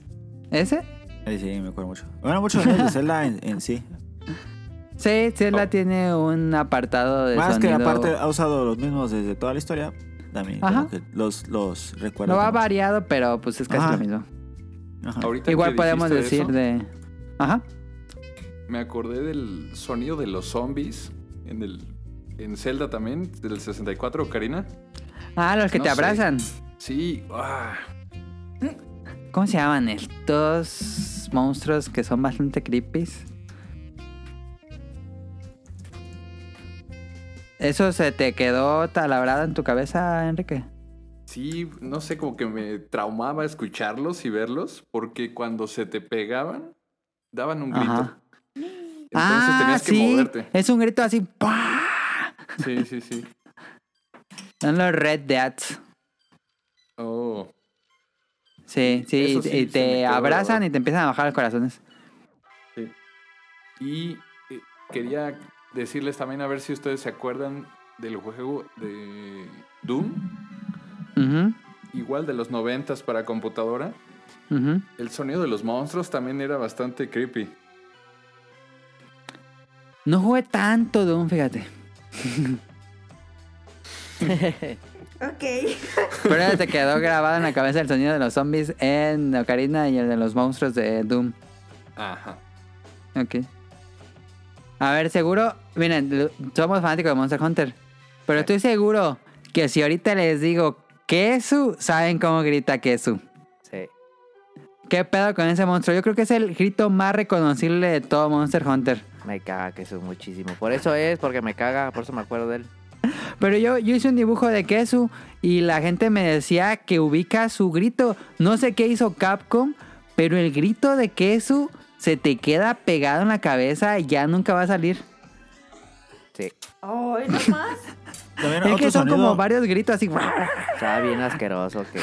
¿Ese?
Eh, Sí, me acuerdo mucho. Bueno, mucho de los de Zelda en, en sí.
Sí, Zelda tiene un apartado de
Más que
sonido.
aparte ha usado los mismos desde toda la historia. También
Ajá.
como que los, los recuerdo.
Lo ha
como-
variado, pero pues es casi
Ajá.
lo mismo.
Ajá.
Ahorita
Igual
que
podemos
dijiste
decir
eso,
de... Ajá.
Me acordé del sonido de los zombies en el en Zelda también, del 64, Karina.
Ah, los que
No
te
sé.
abrazan.
Sí, ah,
¿Cómo se llaman estos monstruos que son bastante creepy? ¿Eso se te quedó talabrado en tu cabeza, Enrique?
sí, no sé, como que me traumaba escucharlos y verlos, porque cuando se te pegaban, daban un grito.
Ajá.
Entonces tenías que
Ah, sí.
moverte.
Es un grito así. ¡pah!
Sí, sí, sí.
Son los Red Deads.
Oh.
Sí, sí,
Eso sí,
y
se me
te
quedó
abrazan
grabado.
y te empiezan a bajar los corazones.
Y eh, quería decirles también a ver si ustedes se acuerdan del juego de Doom,
Ujú,
igual de los noventas para computadora.
ujú.
El sonido de los monstruos también era bastante creepy.
No jugué tanto Doom, fíjate.
Ok.
Pero te quedó grabado en la cabeza el sonido de los zombies en Ocarina y el de los monstruos de Doom.
Ajá.
Ok. A ver, seguro. Miren, l- somos fanáticos de Monster Hunter. Pero estoy seguro que si ahorita les digo Kesu, saben cómo grita Kesu.
Sí.
¿Qué pedo con ese monstruo? Yo creo que es el grito más reconocible de todo Monster Hunter.
Me caga que eso es muchísimo. Por eso es, porque me caga, por eso me acuerdo de él.
Pero yo, yo hice un dibujo de Kesu y la gente me decía que ubica su grito. No sé qué hizo Capcom, pero el grito de Kesu se te queda pegado en la cabeza y ya nunca va a salir.
Sí.
Ay, no más.
También
es
otro
que son
sonido-
como varios gritos así.
Estaba bien asqueroso que.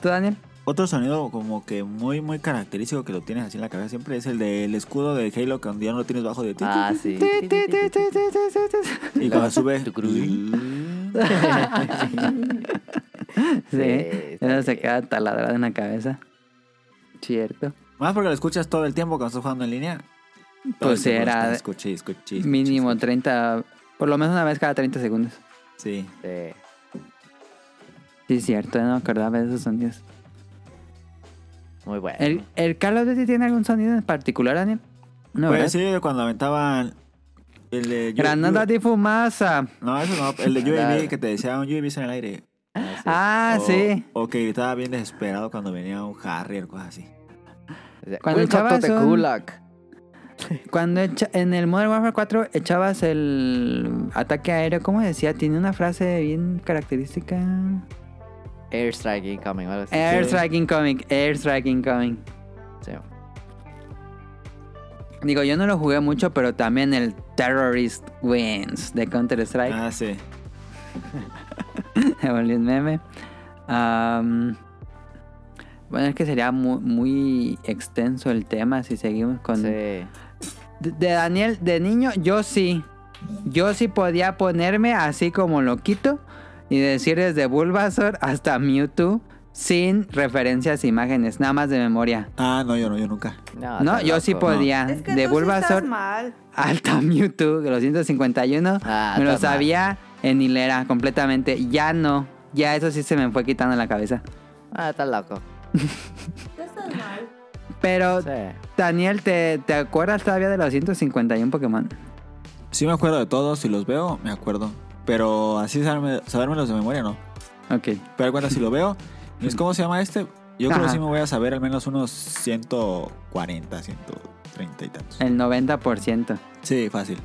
¿Tú, Daniel?
Otro sonido como que muy, muy característico que lo tienes así en la cabeza siempre es el del escudo de Halo que un día no lo tienes bajo de ti.
Ah, sí.
y cuando sube...
Sí,
está
eso se
bien.
queda taladrado en la cabeza. Cierto.
Más porque lo escuchas todo el tiempo cuando estás jugando en línea. Todo
Pues
el tiempo
era
estás, Escuché, escuché, escuché,
Mínimo 30, por lo menos una vez cada 30 segundos.
Sí.
Sí.
Sí, cierto, no me acordaba de esos sonidos.
Muy bueno.
¿El, el Call of Duty tiene algún sonido en particular, Daniel? No, ¿verdad?
Pues sí, cuando aventaban... El de... U-
Granada
U-
de fumasa.
No, eso no. El de
Granada.
UAV que te decía un UAV en el aire.
Ah,
O-
sí.
O que gritaba bien desesperado cuando venía un Harrier, cosas así.
O sea,
cuando
"Welcome to
echabas
the
un-
Gulag".
Oh.
Cuando echa- en el Modern Warfare 4 echabas el ataque aéreo, ¿cómo decía? Tiene una frase bien característica.
Airstrike incoming. o algo así.
Airstrike incoming, airstrike incoming.
Sí.
Digo, yo no lo jugué mucho, pero también el Terrorist Wins de Counter-Strike.
Ah, sí.
Me volví un meme. Am, bueno, es que sería mu- muy, extenso el tema si seguimos con...
Sí.
De, de Daniel, de niño, yo sí. Yo sí podía ponerme así como loquito y decir desde Bulbasaur hasta Mewtwo sin referencias, e imágenes, nada más de memoria.
Ah, no, yo no, yo nunca.
No,
No,
está
yo sí
Ah, loco.
podía.
Es que tú
Ah, de
sí estás
Bulbasaur
mal.
Alta Mewtwo, de los 151,
Ah,
me lo
está mal.
sabía en hilera completamente. Ya no, ya eso sí se me fue quitando la cabeza.
Ah, está loco.
Tú estás mal.
Pero,
Sí.
Daniel, ¿te, te acuerdas todavía de los 151 Pokémon?
Sí me acuerdo de todos, si los veo, me acuerdo. Pero así saberme, sabérmelos de memoria, no.
Ok.
Pero cuenta, si lo veo, ¿y es cómo se llama este? Yo creo
Ajá.
que sí me voy a saber al menos unos 140, 130 y tantos.
El 90%.
Sí, fácil.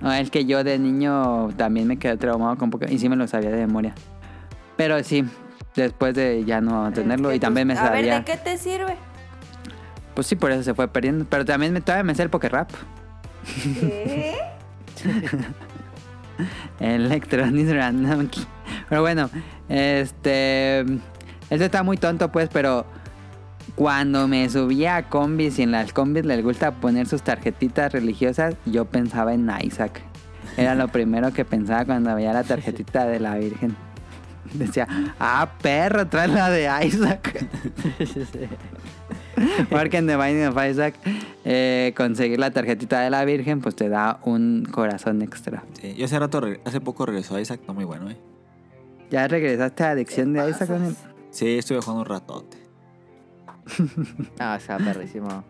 No, es que yo de niño también me quedé traumado con Pokémon y sí me lo sabía de memoria. Pero sí, después de ya no tenerlo
Es que
y también me
tus- A ver,
sabía.
¿de qué te sirve?
Pues sí, por eso se fue perdiendo. Pero también me, todavía me sé el Pokérap.
¿Qué?
Electronic Random Key. Pero bueno, este. Esto está muy tonto, pues, pero. Cuando me subía a combis y en las combis les gusta poner sus tarjetitas religiosas, yo pensaba en Isaac. Era lo primero que pensaba cuando veía la tarjetita de la Virgen. Decía, ah, perro, trae la de Isaac. Porque en The Binding of Isaac, eh, conseguir la tarjetita de la Virgen, pues te da un corazón extra.
Sí. Yo hace rato, reg- hace poco regresó Isaac, está muy bueno, ¿eh?
¿Ya regresaste a adicción de Isaac? Daniel?
Sí, estuve jugando un ratote.
No, está perrísimo.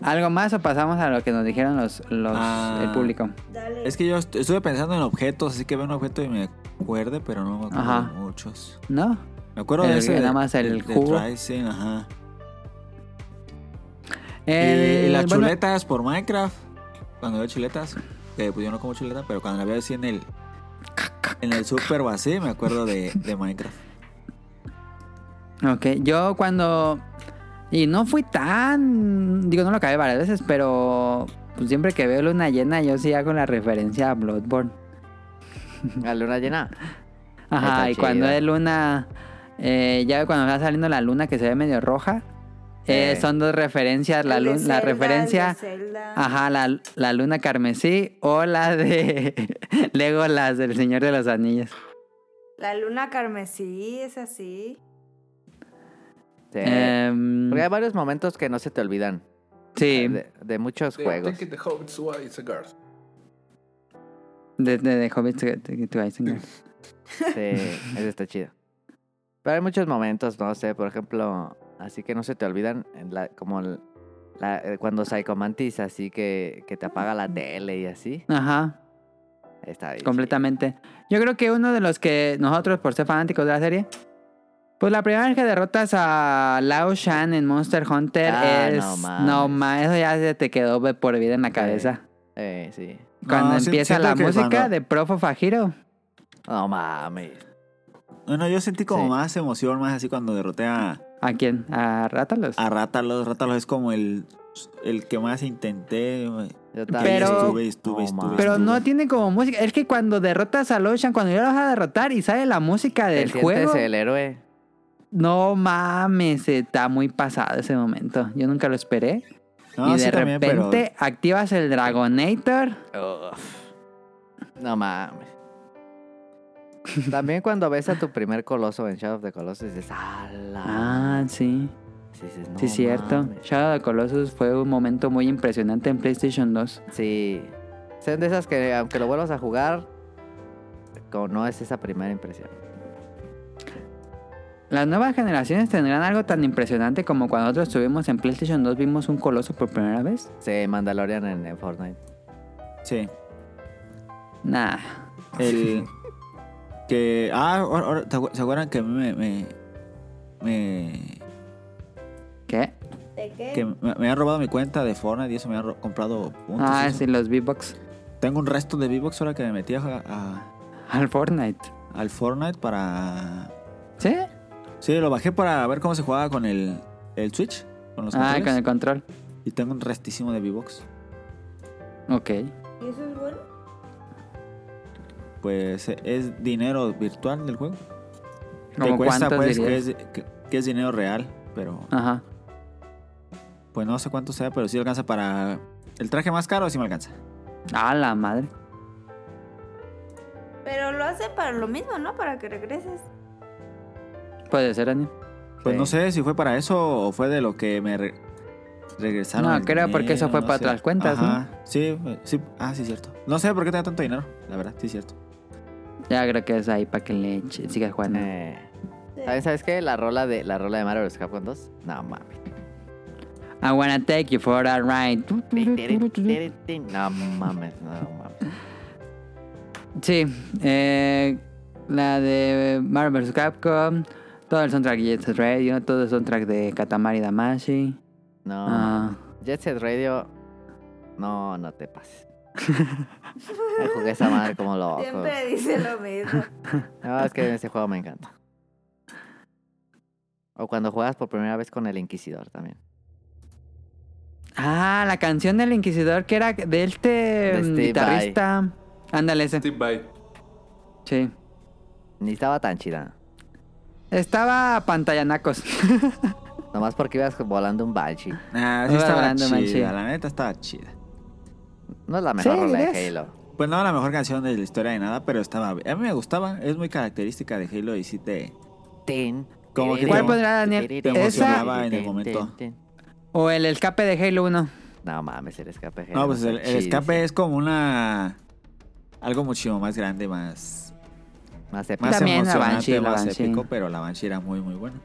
¿Algo más o pasamos a lo que nos dijeron los, los
Ah.
el público?
Dale.
Es que yo est- estuve pensando en objetos, así que veo un objeto y me acuerde, pero no me acuerdo
Ajá.
de muchos.
¿No?
Me acuerdo
El
de
que
ese.
nada
de-
más el
de- de
cubo.
Trizen, ajá.
El-
y las
Eh, bueno,
chuletas por Minecraft. Cuando veo chuletas, que pues yo no como chuleta, pero cuando la veo así en el. En el super o así, me acuerdo de, de Minecraft.
Ok, yo cuando... Y no fui tan... Digo, no lo acabé varias veces, pero... pues, siempre que veo luna llena, yo sí hago la referencia a Bloodborne.
La luna llena.
Ajá,
Está
y cuando
chido.
es luna... eh, ya cuando va saliendo la luna que se ve medio roja. eh,
Sí.
son dos referencias. La,
El de
luna,
Zelda,
la referencia...
el de Zelda.
Ajá, la, la luna carmesí o la de Legolas del Señor de los Anillos.
La luna carmesí, es así.
Sí.
Em,
Porque hay varios momentos que no se te olvidan.
sí,
De, de muchos
The
juegos.
Ticket, The Hobbits, Why Cigars.
De, de, de Hobbit to, to- to Isengard.
Sí, eso está chido. Pero hay muchos momentos, no sé, por ejemplo, así que no se te olvidan, en la- como el- la- eh, cuando Psychomantis, así que, que te apaga la tele y así.
Ajá,
Está bien.
completamente. Yo creo que uno de los que nosotros, por ser fanáticos de la serie, pues la primera vez que derrotas a Lao Shan en Monster Hunter
Ah, no
es.
mames.
No mames, eso ya se te quedó de por vida en la cabeza.
chido. Eh, sí.
Cuando
sí-
empieza
siento
la
que
música
cuando-
de Profo Fajiro.
No mames.
Bueno, yo sentí como
Sí.
más emoción, más así cuando derroté a,
¿A quién? ¿A Rátalos?
a Rátalos. Rátalos es como el, el que más intenté.
Yo
que ahí
también.
Pero-
estuve, estuve,
No
estuve,
mames.
Pero
estuve.
no tiene como música. Es que cuando derrotas a Loshan, cuando ya lo vas a derrotar y sale la música
Te
del
sientes
juego.
el héroe.
No mames, está muy pasado ese momento. Yo nunca lo esperé.
No,
y de
sí, también,
repente
pero-
activas el Dragonator.
Uf. No mames. También cuando ves a tu primer coloso en Shadow of the Colossus dices, ¡ala!
Ah, sí.
Dices, "No
sí, cierto.
mames".
Shadow of the Colossus fue un momento muy impresionante en PlayStation 2.
Sí. Son de esas que aunque lo vuelvas a jugar, como no es esa primera impresión.
Las nuevas generaciones tendrán algo tan impresionante como cuando nosotros estuvimos en PlayStation 2 vimos un coloso por primera vez.
Sí, Mandalorian en, en Fortnite.
Sí.
Nah.
El. que. Ah, ahora- ahora, ¿te acu- ¿se acuerdan que me. me, me-
¿Qué?
¿De qué?
que me, me han robado mi cuenta de Fortnite y eso me han ro- comprado puntos.
Ah,
eso?
sí, los V-Box.
Tengo un resto de V-Box ahora que me metí a- a-
Al Fortnite.
al Fortnite para.
¿Sí?
Sí, lo bajé para ver cómo se jugaba con el, el Switch. Con los
Ah,
controles.
con el control.
Y tengo un restísimo de V-Box.
Ok.
¿Y eso es bueno?
Pues eh, es dinero virtual del juego.
¿Cómo
que cuesta,
cuántos
pues, que
dirías? Ah.
es, que- que es dinero real. Pero.
Ajá.
Pues no sé cuánto sea, pero sí alcanza para. El traje más caro sí me alcanza.
A Ah, la madre.
Pero lo hace para lo mismo, ¿no? Para que regreses.
Puede ser, Ani.
Pues
Sí.
no sé si fue para eso o fue de lo que me re- regresaron.
No,
el
creo porque eso fue para
sé.
otras cuentas,
Ajá. Sí, eh, sí. Ah, sí, cierto. No sé por qué tenía tanto dinero, la verdad, sí, cierto.
Ya creo que es ahí para que le eche- siga jugando.
Eh, ¿sabes, sabes qué? La rola de la rola de Mario vs. Capcom 2. No mames.
I wanna take you for a ride.
No mames, no mames.
Sí, eh, la de Marvel vs. Capcom, todo el soundtrack de Jet Set Radio, todo el soundtrack de Katamari Damashi.
No.
Ah,
Jet Set Radio. No, no te pases. Me jugué esa madre como loco.
Siempre dice lo mismo.
No, es que ese juego me encanta. O cuando juegas por primera vez con el Inquisidor también.
Ah, la canción del Inquisidor que era de este mm,
Steve
guitarrista. Ándale ese.
Steve Vai.
Sí.
Ni estaba tan chida.
Estaba pantallanacos.
Nomás porque ibas volando un Banshee.
Ah,
Ahora
sí estaba
hablando,
chida,
Manchi.
la neta estaba chida.
No es la mejor
Sí,
rola de
¿dirías?
Halo.
Pues no la mejor canción de la historia de nada, pero estaba... A mí me gustaba, es muy característica de Halo y sí te...
Tin,
Como que
tirirín,
¿Cuál
te-
pondrá Daniel?
tirirín,
te
tin,
emocionaba
tin,
en el
tin,
momento.
tin, tin.
O el escape de Halo 1.
No mames, el escape de Halo
No, pues el,
está
el escape
chidísimo.
es como una... Algo muchísimo más grande, más...
Más épico.
Más
También la
emocionante,
Banshee, la
más
Banshee.
épico, pero la Banshee era muy, muy buena.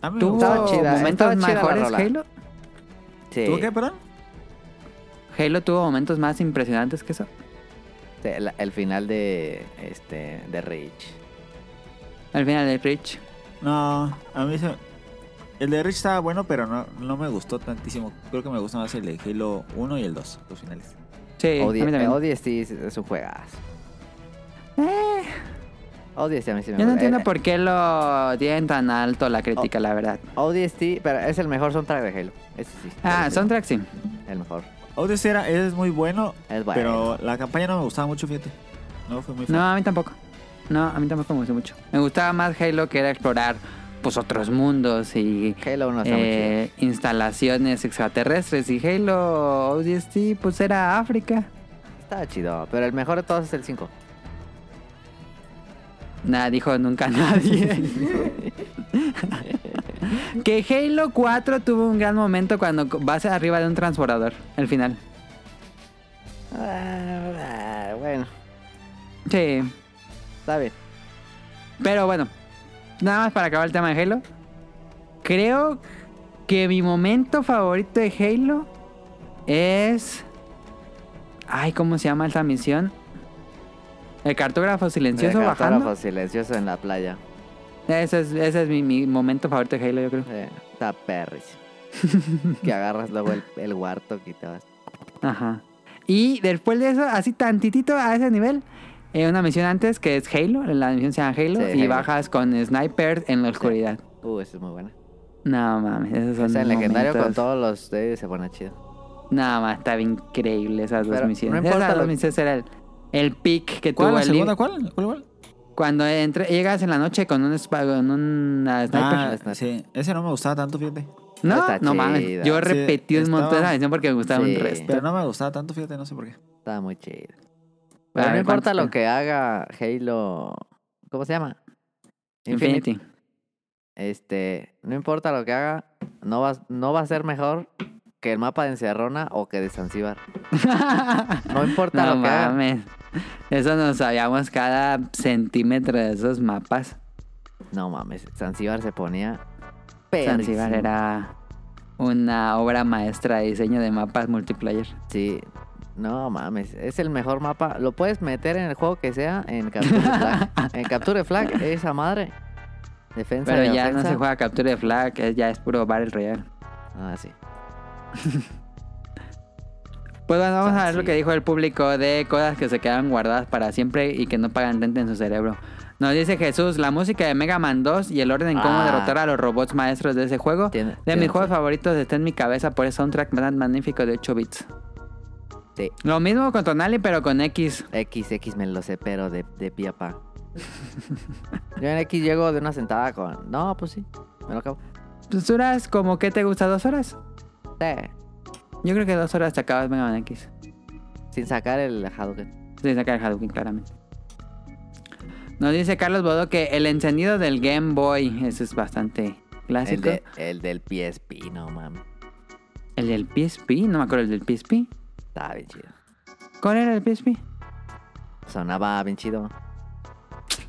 A mí me
¿Tuvo
gustaba.
Mm, Estaba chida,
momentos
estaba chida la
mejores
rola.
Halo?
Sí,
¿Tuvo qué, perdón?
Halo tuvo momentos más impresionantes que eso.
sí, la- el final de este de Reach.
Al final de Rich.
No, a mí se... El de Rich estaba bueno, pero no, no me gustó tantísimo. Creo que me gusta más el de Halo 1 y el 2, los finales.
Sí, a mí
Odie-
también.
Odyssey es- es un juegazo. Odyssey a mí sí me
Eh, Yo no
gusta.
entiendo
Eh,
por qué lo tienen tan alto la crítica, la verdad.
Odyssey, pero es el mejor soundtrack de Halo. Ese sí.
Ah,
ese sí,
soundtrack sí.
El mejor.
Odyssey era, es muy bueno,
Es bueno.
pero la campaña no me gustaba mucho, fíjate. No fue muy fan.
No, a mí tampoco. No, a mí tampoco me gustó mucho. Me gustaba más Halo que era explorar pues otros mundos y
Halo 1 está muy
eh, instalaciones extraterrestres y Halo ODST pues era África.
chido. Está chido, pero el mejor de todos es el 5.
Nada, dijo nunca nadie. que Halo 4 tuvo un gran momento cuando vas arriba de un transbordador, el final. Sí.
Ah, Está bien.
Pero bueno, nada más para acabar el tema de Halo. Creo que mi momento favorito de Halo es. Ay, ¿cómo se llama esta misión? El cartógrafo silencioso
El
bajando.
cartógrafo silencioso en la playa.
Ese es, ese es mi, mi momento favorito de Halo, yo creo.
Eh, está perrísimo. que agarras luego el, el huarto y te vas.
Ajá. Y después de eso, así tantitito a ese nivel, eh, una misión antes que es Halo, la misión se llama Halo,
Sí,
y
Halo.
bajas con snipers en la oscuridad.
Uh, esa es muy buena.
No mames, esos son
O sea, el legendario con
momentos.
todos los de se pone chido.
Nada más, estaba increíble esas dos
Pero
misiones.
no importa
esas dos
lo-
misiones era el, el pick que
¿Cuál?
tuvo
¿La
el
segunda?
League.
¿Cuál? ¿Cuál? cuál?
Cuando entre- llegas en la noche con un spa- con una sniper.
Ah,
Sniper.
sí. Ese no me gustaba tanto, fíjate.
no,
está
no mames.
chida.
Yo
Sí,
repetí un montón
estaba-
esa misión porque me gustaba
Sí.
un resto.
Pero no me gustaba tanto, fíjate, no sé por qué.
Está muy chido.
A
Pero no
ver, eh.
importa
¿cuántos-
lo que haga Halo. ¿Cómo se llama?
Infinity.
Este, no importa lo que haga, no va, no va a ser mejor que el mapa de Encerrona o que de Zanzíbar. No importa
no
lo que haga.
mames. Eso nos sabíamos cada centímetro de esos mapas.
No mames, Zanzíbar se ponía.
Zanzibar
perrísimo.
era una obra maestra de diseño de mapas multiplayer.
Sí. No mames, es el mejor mapa. Lo puedes meter en el juego que sea en Capture the Flag. en Capture the Flag, esa madre. Defensa
Pero
de
ya no
ofensa.
se juega captura de flag, es- ya es puro Battle Royale.
Ah, sí.
Pues bueno, vamos a ver
Así.
lo que dijo el público de cosas que se quedan guardadas para siempre y que no pagan renta en su cerebro. Nos dice Jesús, la música de Mega Man 2 y el orden en cómo
Ah.
derrotar a los robots maestros de ese juego.
Tiene-
de
tiene
mis juegos
razón.
favoritos está en mi cabeza por ese soundtrack tan magnífico de 8 bits.
Sí.
Lo mismo con Tonali, pero con X.
XX me lo sé, pero de, de pi a pa. Yo en X llego de una sentada con. No, pues sí. Me lo acabo.
Pues, duras como que te gusta dos horas.
Sí.
Yo creo que dos horas te acabas Mega Man X.
Sin sacar el Hadouken.
Sin sacar el Hadouken, claramente. Nos dice Carlos Bodo que el encendido del Game Boy, eso es bastante
El,
clásico.
de- el del PSP, no mames.
¿El del PSP? No me acuerdo el del PSP.
Estaba bien chido.
¿Cuál era el PSP?
Sonaba bien chido.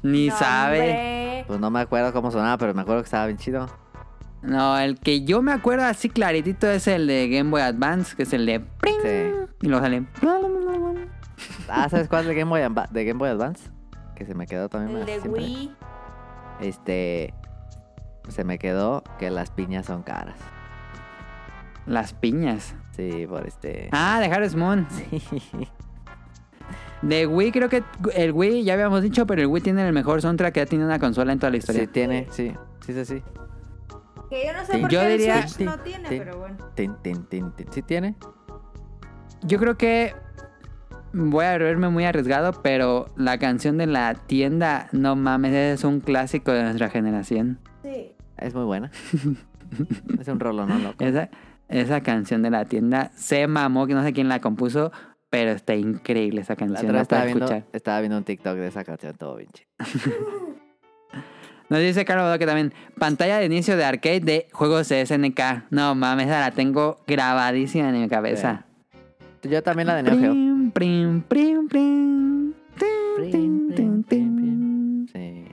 Ni
No,
sabe.
hombre.
Pues no me acuerdo cómo sonaba, pero me acuerdo que estaba bien chido.
No, el que yo me acuerdo así claritito es el de Game Boy Advance, que es el de... pring,
Sí.
Y luego sale...
Ah, ¿sabes cuál de Game Boy, Adva- de Game Boy Advance? Que se me quedó también
El
más
de
siempre.
Wii.
Este. Se me quedó que las piñas son caras.
Las piñas.
Sí, por este.
Ah, de Harvest Moon. De Wii creo que el Wii, ya habíamos dicho, pero el Wii tiene el mejor soundtrack que ha tenido una consola en toda la historia.
Sí, tiene, sí. Sí, sí, sí.
Que yo no sé
Sí.
por
Yo
qué el
diría-
Switch no tiene,
sí.
pero bueno.
Tin, tin, tin, tin. Sí, tiene.
Yo creo que voy a verme muy arriesgado, pero la canción de la tienda, no mames, es un clásico de nuestra generación.
Sí.
Es muy buena. es un rolo, no loco.
Esa, esa canción de la tienda se mamó, que no sé quién la compuso, pero está increíble esa
La
canción.
otra
La
estaba
puedes
viendo,
escuchar.
estaba viendo un TikTok de esa canción, todo bien chido.
Nos dice Carlos Bodoque también, pantalla de inicio de arcade de juegos de SNK. No mames, esa la tengo grabadísima en mi cabeza.
Yo también la de Neo Geo.
Prim, prim, prim, prim. Tin, tin, tin, tin.
Sí.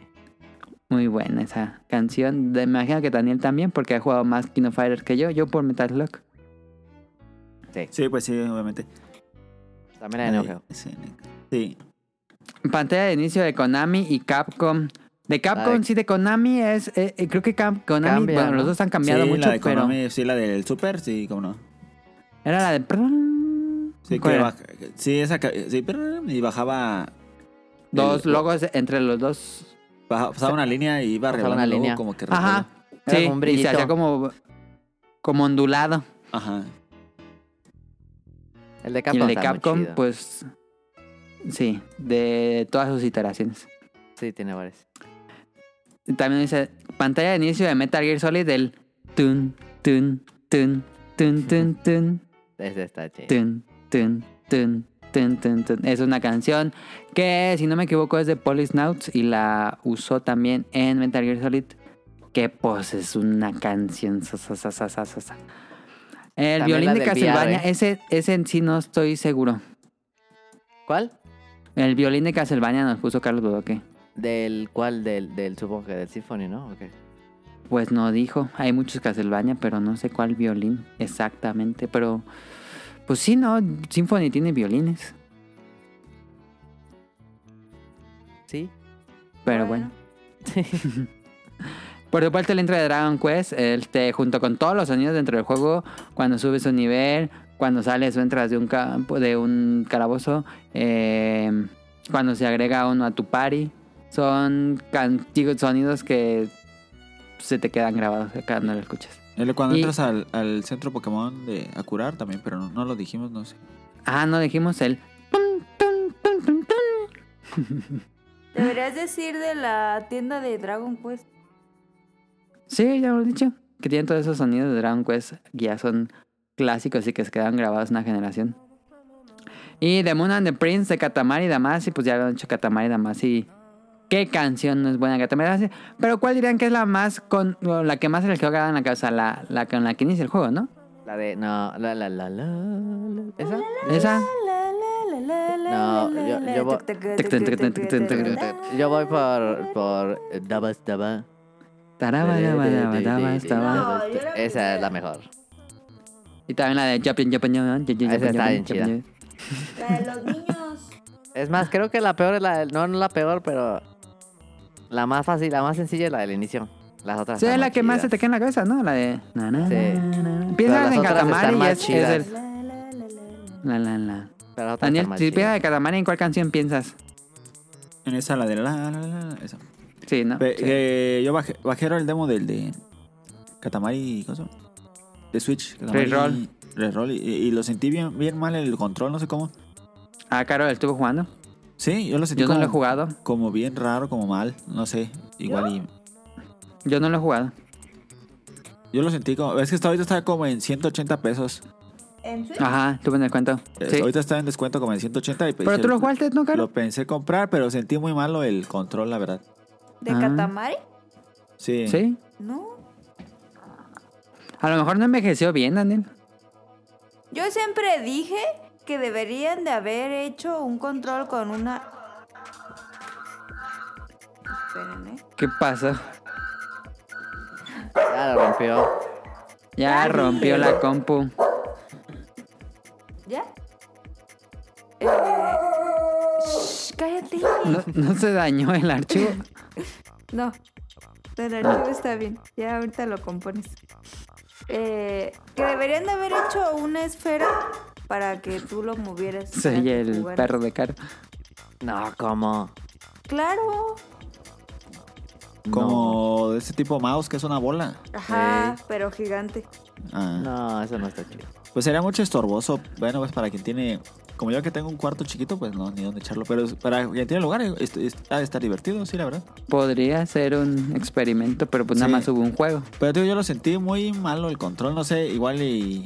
Muy buena esa canción. De- Me imagino que Daniel también, porque ha jugado más Kino Fighters que yo. Yo por Metal Slug.
Sí, pues sí, obviamente.
También la
Ah,
de Neo Geo.
Sí. sí.
Pantalla de inicio de Konami y Capcom. De Capcom,
La de-
sí, de Konami es. eh, eh, creo que Cam- Konami.
Cambia,
bueno,
¿no?
los dos han cambiado
Sí,
mucho,
la de
pero.
Konami, sí, la del Super, sí, cómo no.
Era la de.
Sí,
¿Cuál
que
era?
baja- sí, esa que- sí, pero- y bajaba,
Dos
el-
logos entre los dos.
baja- pasaba una línea y iba
Pasaba
arreglando
una
luego
línea.
como que
Ajá.
recuerdo.
Era
Sí,
como un
y se
brillito.
hacía como. Como ondulado.
Ajá.
El de
y
Capcom.
el de
está muy
Capcom,
chido.
pues. Sí, de todas sus iteraciones.
Sí, tiene varios.
También dice pantalla de inicio de Metal Gear Solid del tun tun tun tun tun tun
Ese está chido.
tun tun tun tun tun tun. Es una canción que si no me equivoco es de Polysnauts y la usó también en Metal Gear Solid. Que pues es una canción. sa, sa, sa, sa, sa, sa, sa. El
También
violín
la
de
del
Castlevania,
VR.
ese, ese en sí no estoy seguro.
¿Cuál?
El violín de Castlevania nos puso Carlos Bodoque.
Del cual, del, del supongo que del Symphony, ¿no? ¿O qué?
Pues no dijo. Hay muchos Castlevania, pero no sé cuál violín exactamente. Pero, pues sí, no. Symphony tiene violines.
Sí.
Pero bueno.
Bueno.
Por su parte, el intro de Dragon Quest, este, junto con todos los sonidos dentro del juego, cuando subes un nivel, cuando sales o entras de un campo, de un calabozo, eh, cuando se agrega uno a tu party, son cantigo- sonidos que se te quedan grabados cuando lo escuchas.
El- Cuando
Y-
entras al, al centro Pokémon de, a curar también, pero no, no lo dijimos, no sé.
Ah, no dijimos el. tun, tun, tun, tun, tun.
Deberías decir de la tienda de Dragon Quest.
Sí, ya lo he dicho. Que tienen todos esos sonidos de Dragon Quest que ya son clásicos y que se quedan grabados una generación. Y The Moon and the Prince de Katamari Damacy, pues ya habían hecho Katamari Damacy. ¿Qué canción no es buena Katamari Damacy? Pero ¿cuál dirían que es la más con o la que más se les quedó grabada en la cabeza? La, la con la que inicia el juego, ¿no?
La de. No, la, la, la, la. la- ¿Esa?
Esa.
La, la, la, la, la,
No,
la,
yo-
la,
yo voy-
tuc, tuc, tuc,
tuc, tuc,
tuc,
tuc,
tuc,
tuc,
tuc,
tuc,
tuc.
Yo voy por. por. eh, Dabas, daba.
Taraba, daba, daba, daba, estaba.
No, yo la
Esa es
quisiera.
la mejor.
Y también la de Japin, Japin, Japin, Japin,
Ah, Esa
Japin,
está
Japin,
bien chida.
Japin.
La de los niños.
Es más, creo que la peor es la del... No, no la peor, pero... La más fácil, la más sencilla es la del inicio. Las otras
Sí, es
están
la
más
que más se
chidas.
te queda en la cabeza, ¿no? La de. na, na,
Sí.
na, na, na.
Pero
Piensas
las
en
otras están
Katamari y
más
es, es el.
chidas.
La, la, la, la.
La, la, la.
Pero las otras
Daniel,
están más
si piensas
chidas.
de Katamari, ¿en cuál canción piensas?
En esa la de la, la, la, la, esa.
Sí, ¿no?
Pe-
Sí.
eh, yo bajé, bajé ahora el demo del de Katamari, ¿cómo se llama? De Switch. Katamari-
Reroll.
Reroll, y, y lo sentí bien, bien mal el control, no sé cómo.
Ah, Carol, ¿estuvo jugando?
Sí, yo lo sentí
Yo no
como,
lo he jugado.
como bien raro, como mal, no sé. Igual y...
Yo no lo he jugado.
Yo lo sentí como... Es que hasta ahorita está como en 180 pesos.
¿En Switch?
Ajá, estuve en el cuento.
Eh,
Sí.
Ahorita está en descuento como en 180 y
Pero
dije,
tú lo jugaste, ¿no, Carol?
Lo pensé comprar, pero sentí muy malo el control, la verdad.
¿De
Ah.
Katamari?
Sí.
Sí.
No.
A lo mejor no envejeció bien, Daniel.
Yo siempre dije que deberían de haber hecho un control con una... Esperen, ¿eh?
¿Qué pasó?
Ya lo rompió.
Ya rompió la compu.
¿Ya? Eh, shh, cállate.
No, no se dañó el archivo.
No. El archivo está bien. Ya ahorita lo compones. Eh, que deberían de haber hecho una esfera para que tú lo movieras. para
Soy
que
el
jugaras.
perro de Carol.
No, ¿cómo?
Claro.
Como de ese tipo mouse que es una bola.
Ajá,
Ey.
pero gigante.
Ah.
No, eso no está chido.
Pues sería mucho estorboso. Bueno, pues para quien tiene. Como yo que tengo un cuarto chiquito, pues no, ni dónde echarlo. Pero es- para quien tiene lugar, es- es- ha de estar divertido, sí, la verdad.
Podría ser un experimento, pero pues nada
Sí.
más hubo un juego.
Pero tío, yo lo sentí muy malo el control, no sé, igual y.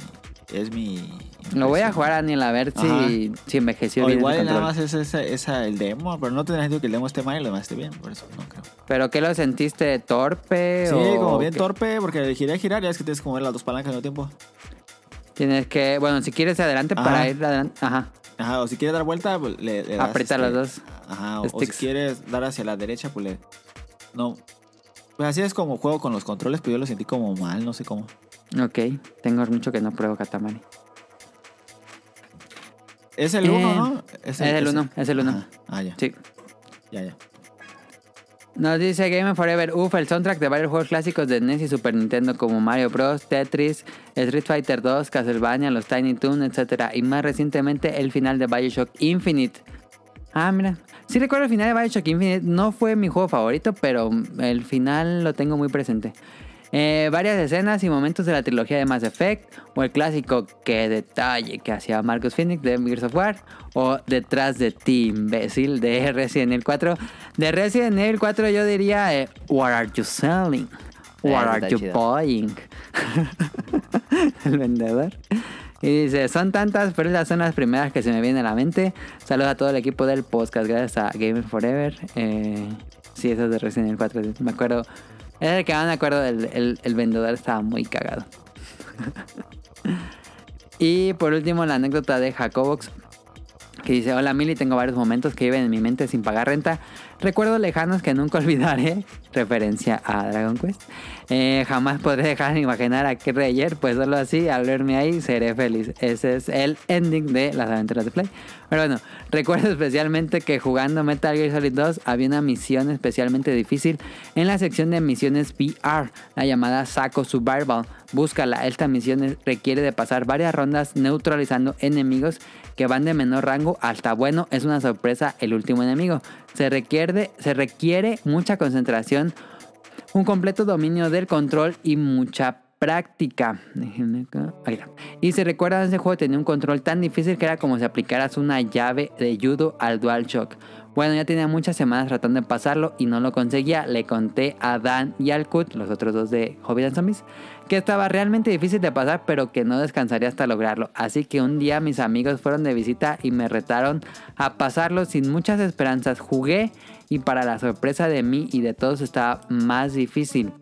Es mi.
Lo voy a jugar, Daniel, a ver si, si envejeció
O
bien el
igual nada
control.
más es esa, esa- el demo, pero no tendría sentido que el demo esté mal y lo demás esté bien, por eso no creo.
¿Pero qué lo sentiste? ¿Torpe?
Sí,
o
como bien
qué?
torpe, porque giré girar y es que tienes que mover las dos palancas al mismo tiempo.
Tienes que, bueno, si quieres adelante
Ajá.
para ir adelante, ajá.
Ajá, o si quieres dar vuelta, pues, le, le das,
Aprieta
este,
los dos
Ajá, o, o si
sticks.
quieres dar hacia la derecha, pues le. No. Pues así es como juego con los controles, pero yo lo sentí como mal, no sé cómo.
Ok, tengo mucho que no pruebo Katamari.
Es el
Eh,
1, ¿no?
es el uno, es el uno.
Ajá, Ah, ya.
Sí.
Ya, ya.
Nos dice Game Forever, uf, el soundtrack de varios juegos clásicos de NES y Super Nintendo como Mario Bros, Tetris, Street Fighter 2, Castlevania, los Tiny Toon, etc. Y más recientemente el final de Bioshock Infinite. Ah, mira. Sí recuerdo el final de Bioshock Infinite. No fue mi juego favorito, pero el final lo tengo muy presente. Eh, varias escenas y momentos de la trilogía de Mass Effect, o el clásico qué detalle que hacía Marcus Phoenix de Gears of War, o Detrás de ti, imbécil, de Resident Evil 4. De Resident Evil 4 yo diría, eh, What are you selling?
Eh,
What
está
are you
chido.
buying? el vendedor. Y dice, son tantas, pero estas son las primeras que se me vienen a la mente. Saludos a todo el equipo del podcast, gracias a Gamer Forever. Eh, sí, eso es de Resident Evil 4, me acuerdo. Es el que más me acuerdo, el, el- el vendedor estaba muy cagado. y por último, la anécdota de Jacobox. que dice, hola Mili, tengo varios momentos que viven en mi mente sin pagar renta. Recuerdos lejanos que nunca olvidaré. Referencia a Dragon Quest. Eh, jamás podré dejar de imaginar a Kerry ayer, pues solo así, al verme ahí, seré feliz. Ese es el ending de las aventuras de Play. Pero bueno, recuerdo especialmente que jugando Metal Gear Solid 2 había una misión especialmente difícil en la sección de misiones PR, la llamada Saco Survival. Búscala, esta misión es- requiere de pasar varias rondas neutralizando enemigos que van de menor rango hasta bueno. Es una sorpresa el último enemigo. Se requiere, se requiere mucha concentración, un completo dominio del control y mucha práctica. Déjenme acá. Ahí está. Y se recuerda ese juego tenía un control tan difícil que era como si aplicaras una llave de judo al DualShock. Bueno, ya tenía muchas semanas tratando de pasarlo y no lo conseguía. Le conté a Dan y al Kut, los otros dos de Hobbit and Zombies, que estaba realmente difícil de pasar, pero que no descansaría hasta lograrlo. Así que un día mis amigos fueron de visita y me retaron a pasarlo sin muchas esperanzas. Jugué y para la sorpresa de mí y de todos estaba más difícil.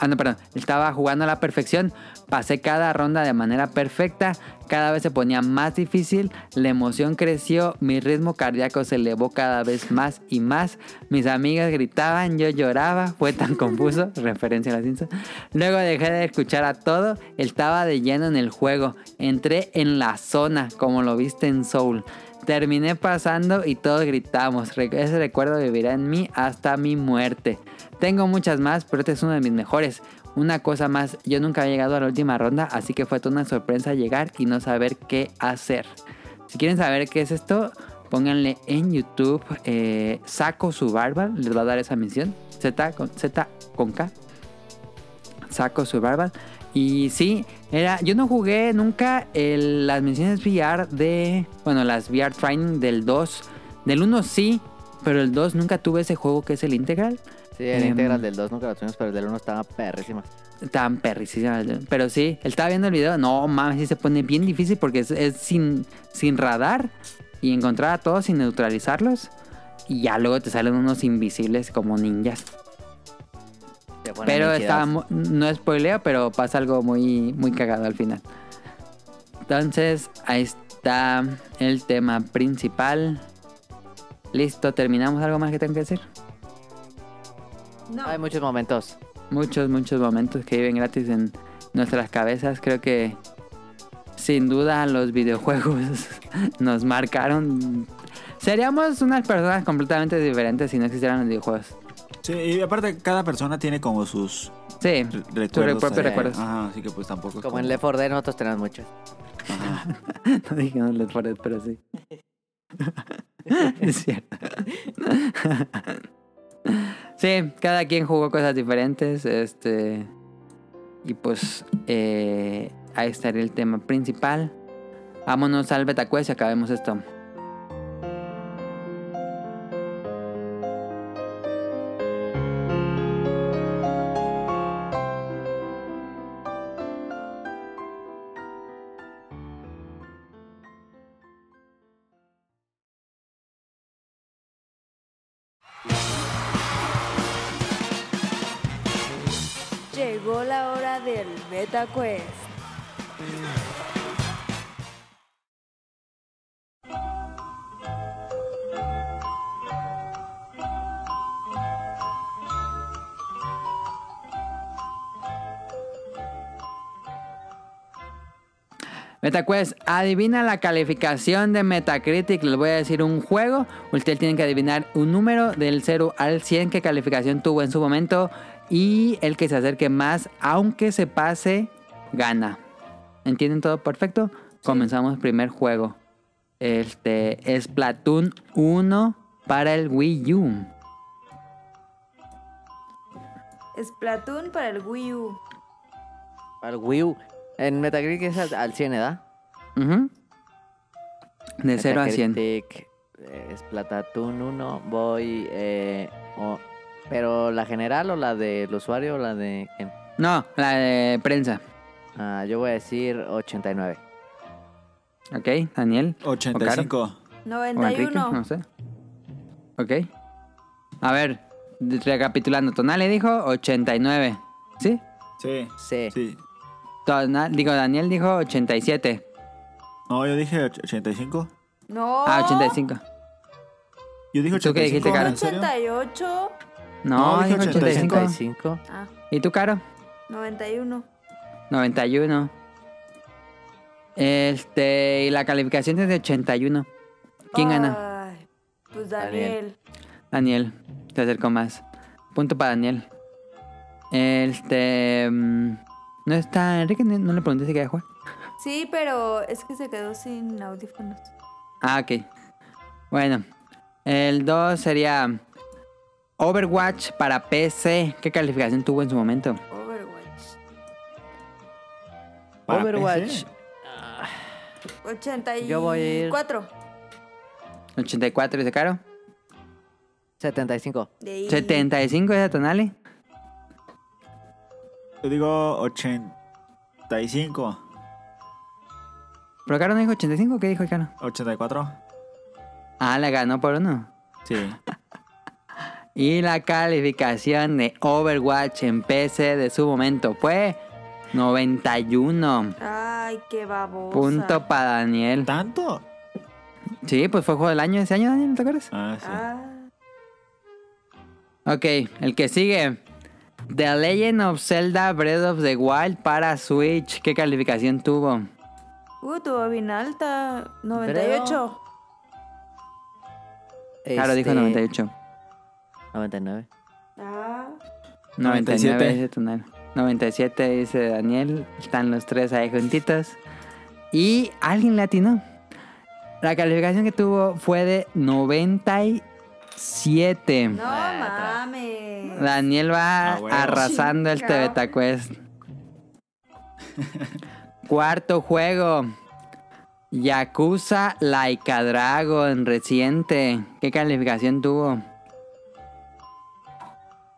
Ah, no, perdón. Estaba jugando a la perfección. Pasé cada ronda de manera perfecta. Cada vez se ponía más difícil. La emoción creció. Mi ritmo cardíaco se elevó cada vez más y más. Mis amigas gritaban. Yo lloraba. Fue tan confuso. Referencia a la cinza. Luego dejé de escuchar a todo. Estaba de lleno en el juego. Entré en la zona, como lo viste en Soul. Terminé pasando y todos gritamos. Re- Ese recuerdo vivirá en mí hasta mi muerte. Tengo muchas más, pero este es uno de mis mejores. Una cosa más, yo nunca había llegado a la última ronda, así que fue toda una sorpresa llegar y no saber qué hacer. Si quieren saber qué es esto, pónganle en YouTube eh, Saco su barba, les va a dar esa misión. Z con, Z con K. Saco su barba. Y sí, era, yo no jugué nunca el- las misiones VR de. Bueno, las VR Training del 2. Del 1 sí, pero el 2 nunca tuve ese juego que es el Integral.
Sí, el
Em.
integral del 2 nunca lo tuvimos, pero el del 1 estaba perrísima.
Tan perrísima. Pero sí, él estaba viendo el video. No mames, sí se pone bien difícil porque es, es sin, sin radar y encontrar a todos y neutralizarlos. Y ya luego te salen unos invisibles como ninjas.
Se ponen
pero
bien
estaba,
chidas.
mu- no spoileo, pero pasa algo muy, muy cagado al final. Entonces, ahí está el tema principal. Listo, terminamos. ¿Algo más que tengo que decir?
Hay muchos momentos.
muchos, muchos momentos que viven gratis en nuestras cabezas. Creo que sin duda los videojuegos nos marcaron. Seríamos unas personas completamente diferentes si no existieran los videojuegos.
Sí, y aparte cada persona tiene como sus
Sí,
re-
tu
recuerdos.
recuerdo,
ahí.
recuerdos.
Ajá, así que pues tampoco. es
Como en Left 4 Dead nosotros tenemos muchos.
Ajá.
No dije no les Forest, pero sí. es cierto. sí, cada quien jugó cosas diferentes. Este. Y pues. eh, ahí estaría el tema principal. Vámonos al Betacuest y acabemos esto.
Llegó la hora del Beta Quest.
MetaQuest, adivina la calificación de Metacritic. Les voy a decir un juego. Ustedes tienen que adivinar un número del 0 al 100, qué calificación tuvo en su momento. Y el que se acerque más, aunque se pase, gana. ¿Entienden todo perfecto? Comenzamos primer juego. Este es Platoon 1 para el Wii U.
Splatoon para el Wii U.
Para el Wii U. En Metacritic es al, al 100, ¿verdad?
Ujú. De 0 a 100.
Metacritic, eh, Es Platatún 1. Voy. eh, o- pero la general o la del usuario o la de. quién?
No, la de prensa.
Ah, yo voy a decir 89.
¿Ok, Daniel?
85.
¿O Enrique?
91.
No sé. Ok. A ver, recapitulando. Tonale dijo 89. ¿Sí?
Sí,
C.
sí.
Tona- digo, Daniel dijo 87.
No, yo dije och- 85.
No.
Oh.
Ah, 85.
Yo dije
¿Tú qué
85.
dijiste, Caro?
¿en serio?
88,
No,
No,
dijo
dije
85.
85.
¿Y tú, Caro?
91.
91. Este, y la calificación es de 81. ¿Quién gana?
Ay, Pues
Daniel.
Daniel.
Daniel. Te acerco más. Punto para Daniel. Este. mm, No está. Enrique no no le pregunté si quería jugar.
Sí, pero es que se quedó sin audífonos.
Ah, ok. Bueno. El 2 sería. Overwatch para PC. ¿Qué calificación tuvo en su momento?
Overwatch.
Para
Overwatch.
PC.
84.
Yo voy a ir-
84 dice Caro.
75.
De ahí.
75 dice Tonali.
Yo digo 85.
¿Pero Caro no dijo 85 o qué dijo Caro?
84.
Ah, la ganó por uno.
Sí.
Y la calificación de Overwatch en PC de su momento fue 91.
Ay, qué babosa.
Punto para Daniel.
¿Tanto?
Sí, pues fue juego del año ese año, Daniel, ¿te acuerdas?
Ah, sí.
Ah,
Ok, el que sigue. The Legend of Zelda Breath of the Wild para Switch. ¿Qué calificación tuvo?
uh, tuvo bien alta. 98.
Claro, dijo
Este,
98.
99.
Ah,
99
97.
dice Tonal. 97 dice Daniel. Están los tres ahí juntitos. Y alguien latino. La calificación que tuvo fue de 97.
no
Ah,
mames.
Daniel va
Ah, bueno.
arrasando el
Chingao.
Tebeta Quest. Cuarto juego. Yakuza Laika Dragon reciente. ¿Qué calificación tuvo?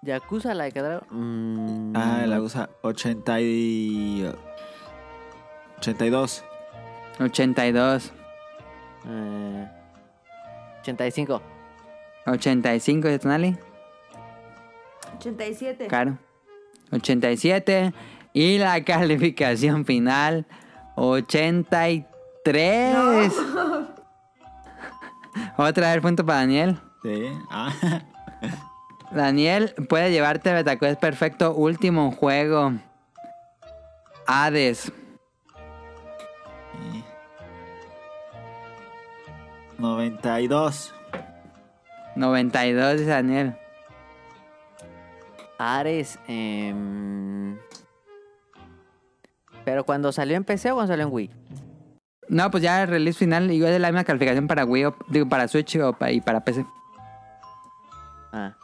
Yakuza la de Cadra- Mm,
Ah, la usa 80 y... 82.
82.
eh, 85.
85 de Tonali.
87.
Claro. 87. Y la calificación final, 83. Otra vez punto para Daniel.
Sí. Ah,
Daniel, puede llevarte el Betacuest perfecto. Último juego. Hades.
92.
92, dice Daniel.
Ares. em, Pero cuando salió en PC o cuando salió en Wii.
No, pues ya el release final igual es la misma calificación para Wii, o- digo, para Switch o pa- y para PC.
Ah.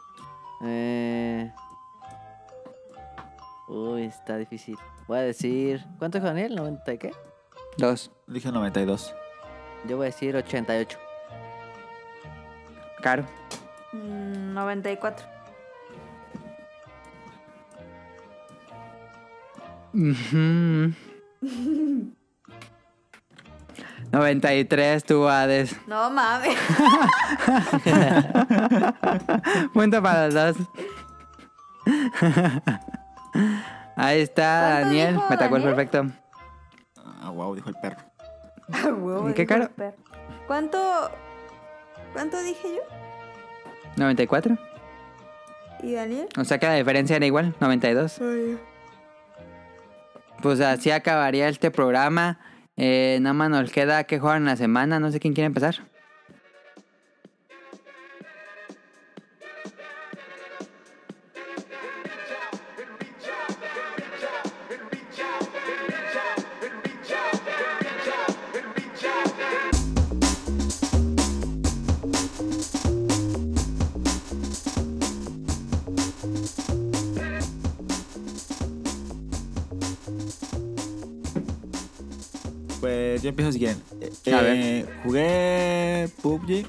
Eh... Uy, está difícil. Voy a decir. ¿Cuánto dijo Daniel? ¿90 y qué?
Dos.
Dije 92.
Yo voy a decir 88.
Caro.
Mm, 94.
Ujú. 93 tuvo Hades.
No mames.
Punto para los dos. Ahí está
¿Cuánto
Daniel.
dijo
Me atacó el
Daniel?
perfecto.
Ah, wow, dijo el perro.
Ah, huevo,
¿Y qué
dijo
caro?
el perro. ¿Cuánto? ¿Cuánto dije yo?
94.
¿Y Daniel?
O sea que la diferencia era igual, 92. Pues así acabaría este programa. Eh, nada más nos queda que jugar en la semana. No sé quién quiere empezar.
Pues yo empiezo si quieren. Eh,
A ver.
eh, Jugué PUBG.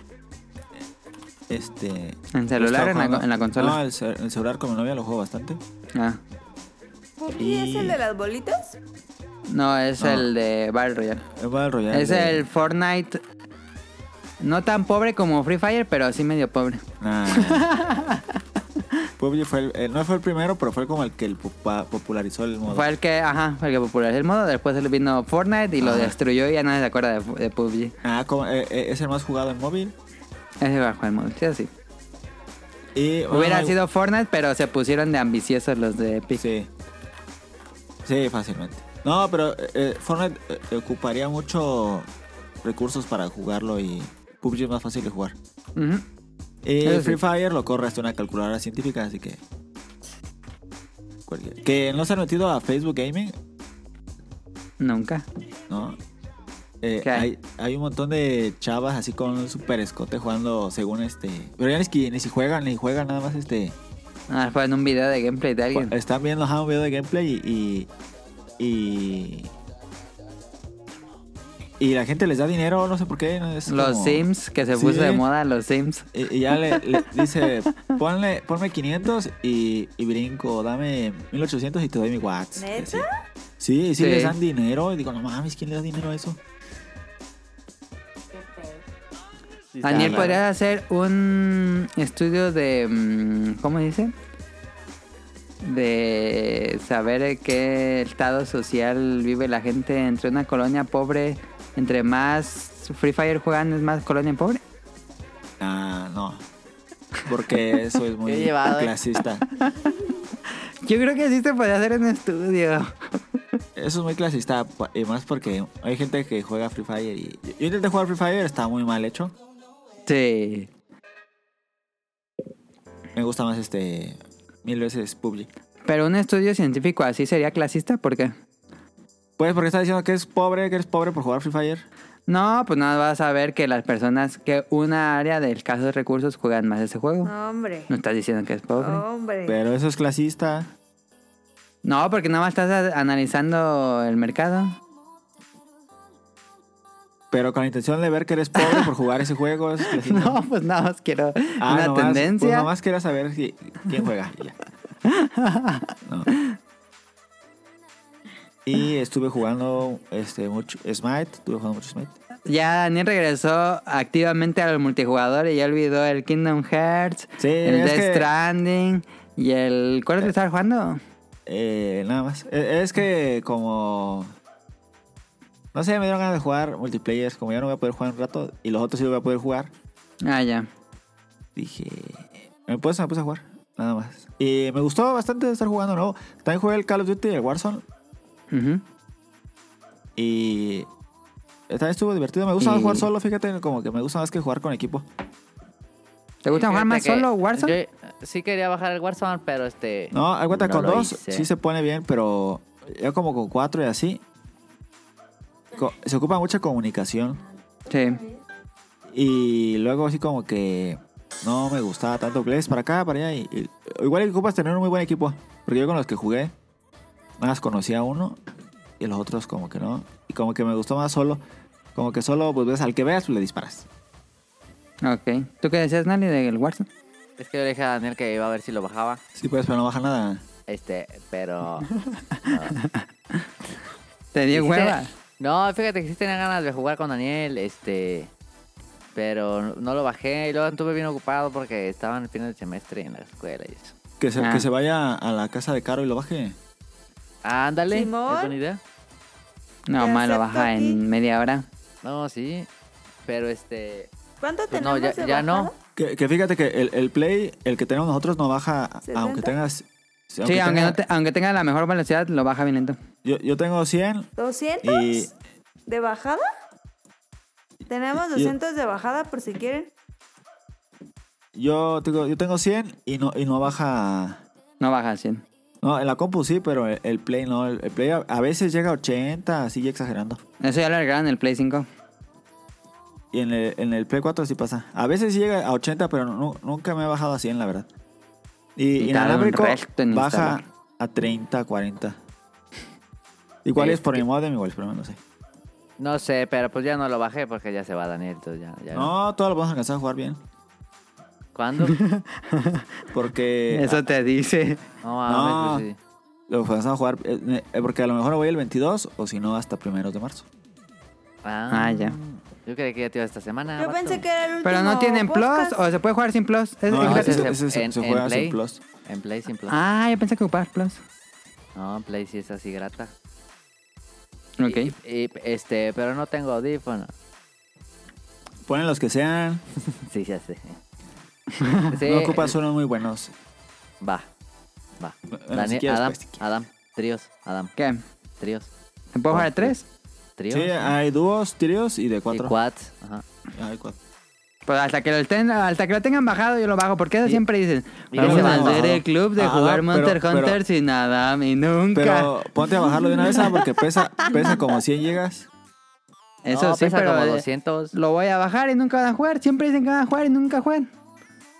Este.
¿En celular o en la,
estaba
en la
jugando- No,
consola?
el, ce- el celular con mi novia lo juego bastante.
Ah.
¿Y es el de las bolitas?
No, es
No.
el de Battle Royale.
El Battle Royale
Es
de-
el Fortnite. No tan pobre como Free Fire, pero sí medio pobre.
Nah. PUBG Ah. fue el- eh, no fue el primero, pero fue como el que el popa- popularizó el modo.
Fue el que, ajá, fue el que popularizó el modo. Después vino Fortnite y lo destruyó y ya nadie se acuerda de, de PUBG.
Ah, como, eh, eh, es el más jugado en móvil.
Ese bajó el modo, sí, así.
Y, bueno,
Hubiera
hay-
sido Fortnite, pero se pusieron de ambiciosos los de Epic.
Sí. Sí, fácilmente. No, pero eh, eh, Fortnite eh, ocuparía mucho recursos para jugarlo y PUBG es más fácil de jugar.
Ujú.
Y
Eso sí.
Free Fire lo corre hasta una calculadora científica, así que. cualquier- Que no se han metido a Facebook Gaming,
Nunca.
¿no? Eh,
¿Qué hay?
hay, hay un montón de chavas así con un super escote jugando según este. Pero ya ni, siquiera- ni si juegan, ni juegan nada más este.
Ah, fue en un video de gameplay de alguien.
Están viendo ajá, un video de gameplay y, y. y- y la gente les da dinero, no sé por qué. no, es
los
como-
Sims, que se
Sí.
puso de moda los Sims.
Y, y ya le, le dice: ponle, ponme 500 y, y brinco, dame 1800 y te doy mi watts. y así. Sí, y
Sí.
sí, les dan dinero. Y digo: no mames, ¿quién le da dinero a eso?
Daniel,
está,
¿podrías hacer un estudio de... mm, ¿Cómo dice? De saber en qué estado social vive la gente entre una colonia pobre, entre más Free Fire juegan, es más colonia pobre.
Ah, no. Porque eso es muy
Qué llevado, eh.
clasista.
Yo creo que sí te podría hacer un estudio.
Eso es muy clasista, pa- y más porque hay gente que juega Free Fire y... Yo intenté jugar Free Fire, está muy mal hecho.
Sí.
Me gusta más este... Mil veces PUBG.
Pero un estudio científico así sería clasista, ¿por qué?
Pues porque está diciendo que es pobre, que eres pobre por jugar Free Fire.
No, pues nada, vas a ver que las personas que una área de escasos recursos juegan más ese juego. No,
No, hombre.
estás diciendo que es pobre.
Hombre.
Pero eso es clasista.
No, porque nada más estás a- analizando el mercado.
Pero con la intención de ver que eres pobre por jugar ese juego. Eso es clasista.
No, pues nada más quiero
Ah,
una
nomás- Pues
tendencia.
nomás quería saber si- quién juega. y ya. No. Y estuve jugando este mucho Smite, estuve jugando mucho Smite.
Ya Daniel regresó activamente al multijugador y ya olvidó el Kingdom Hearts,
Sí,
el
es
Death
que-
Stranding y el... ¿Cuál es que estabas jugando?
Eh, nada más. Eh, Es que como... No sé, me dieron ganas de jugar multiplayer. Como ya no voy a poder jugar un rato y los otros sí voy a poder jugar,
Ah, ya.
dije... Me puse, me puse a jugar, nada más. Y me gustó bastante estar jugando nuevo. También jugué el Call of Duty, el Warzone.
Ujú.
Y... Esta vez estuvo divertido. Me gusta más
Y-
jugar solo, fíjate. Como que me gusta más que jugar con equipo.
¿Te gusta jugar más
Fíjate que
solo Warzone?
Yo eh, sí quería bajar el Warzone, pero este.
No, aguanta
No
con
lo
dos.
hice.
Sí se pone bien, pero ya como con cuatro y así. co- se ocupa mucha comunicación.
Sí.
Y luego así como que no me gustaba tanto. Le es para acá, para allá. Y, y- igual ocupas tener un muy buen equipo. Porque yo con los que jugué, nada más conocía a uno y los otros como que no. Y como que me gustó más solo. Como que solo pues ves al que veas, pues le disparas.
Ok. ¿Tú qué decías, Nani, del Warzone?
Es que yo le dije a Daniel que iba a ver si lo bajaba.
Sí, pues, pero no baja nada.
Este, pero.
Te dio
Sí
hueva.
tenía- No, fíjate que sí tenía ganas de jugar con Daniel, este. Pero no lo bajé y luego anduve bien ocupado porque estaba en el final del semestre en la escuela y eso.
Que se,
Ah.
que se vaya a la casa de Caro y lo baje.
Ándale, es
Simón.
buena idea.
No,
Te
más lo
acepto
baja
aquí.
en media hora.
No, sí. Pero este.
¿Cuánto
Pues no,
tenemos
ya,
de
ya no.
bajada?
Que, que fíjate que el, el play, el que tenemos nosotros no baja,
70.
aunque tengas... Sí,
sí, aunque,
tenga-
no te- aunque tenga la mejor velocidad, lo baja bien lento.
yo, yo tengo 100
¿200
y...
de bajada? Tenemos
Yo-
200 de bajada por si quieren.
Yo tengo, yo tengo 100 y no, y no baja...
No baja a 100.
No, en la compu sí, pero el, el play no. El, el play a, a veces llega a 80, sigue exagerando.
Eso ya lo agregaron en el Play 5.
Y en el, en el play 4 sí pasa. A veces sí llega a 80, pero nu- nunca me ha bajado a 100, la verdad. Y,
Y tarda un
inalámbrico
resto en
baja
instalar.
a 30, 40. Igual es por mi modem, igual es por mí, no sé.
No sé, pero pues ya no lo bajé porque ya se va Daniel. Entonces ya, ya-
No, todo lo vamos a alcanzar a jugar bien.
¿Cuándo?
Porque...
Eso te dice.
No, mames,
No.
pues sí.
Lo vamos a jugar, eh, eh, porque a lo mejor voy el 22 o si no hasta primeros de marzo.
Ah,
Ah, ya.
Yo creía que ya te iba esta semana.
Yo
vato.
pensé que era el último.
Pero no tienen plus
podcast.
o se puede jugar sin plus. Es
No,
No,
Ajá,
gratis.
ese
ese- ese se-
en,
se
en
juega sin
Play,
Plus.
En Play sin Plus.
Ah, yo pensé que ocupar plus.
No, en Play sí es así grata.
Ok.
Y- y, este, pero no tengo audífono.
Ponen los que sean.
Sí, ya sé.
no ocupas unos muy buenos.
Va. Va.
Bueno, si
Daniel,
quieres,
Adam,
pues, si quieres.
Adam, tríos, Adam,
¿Qué?
tríos,
¿Se puede jugar a tres?
tríos.
Sí, hay dúos, tríos y de cuatro.
Y quads. Ajá.
Hay cuatro.
Pues hasta que, lo estén- hasta que lo tengan bajado, yo lo bajo. Porque eso
Y-
siempre dicen:
y
Vamos
lo
a
bajo.
hacer el club de
Ajá,
jugar
pero-
Monster
pero-
Hunter sin Adam y nunca.
Pero ponte a bajarlo de una vez, ah, porque pesa, pesa como 100 gigas.
eso
no,
sí,
pesa
pero
como
eh,
200.
lo voy a bajar y nunca van a jugar. Siempre dicen que van a jugar y nunca juegan.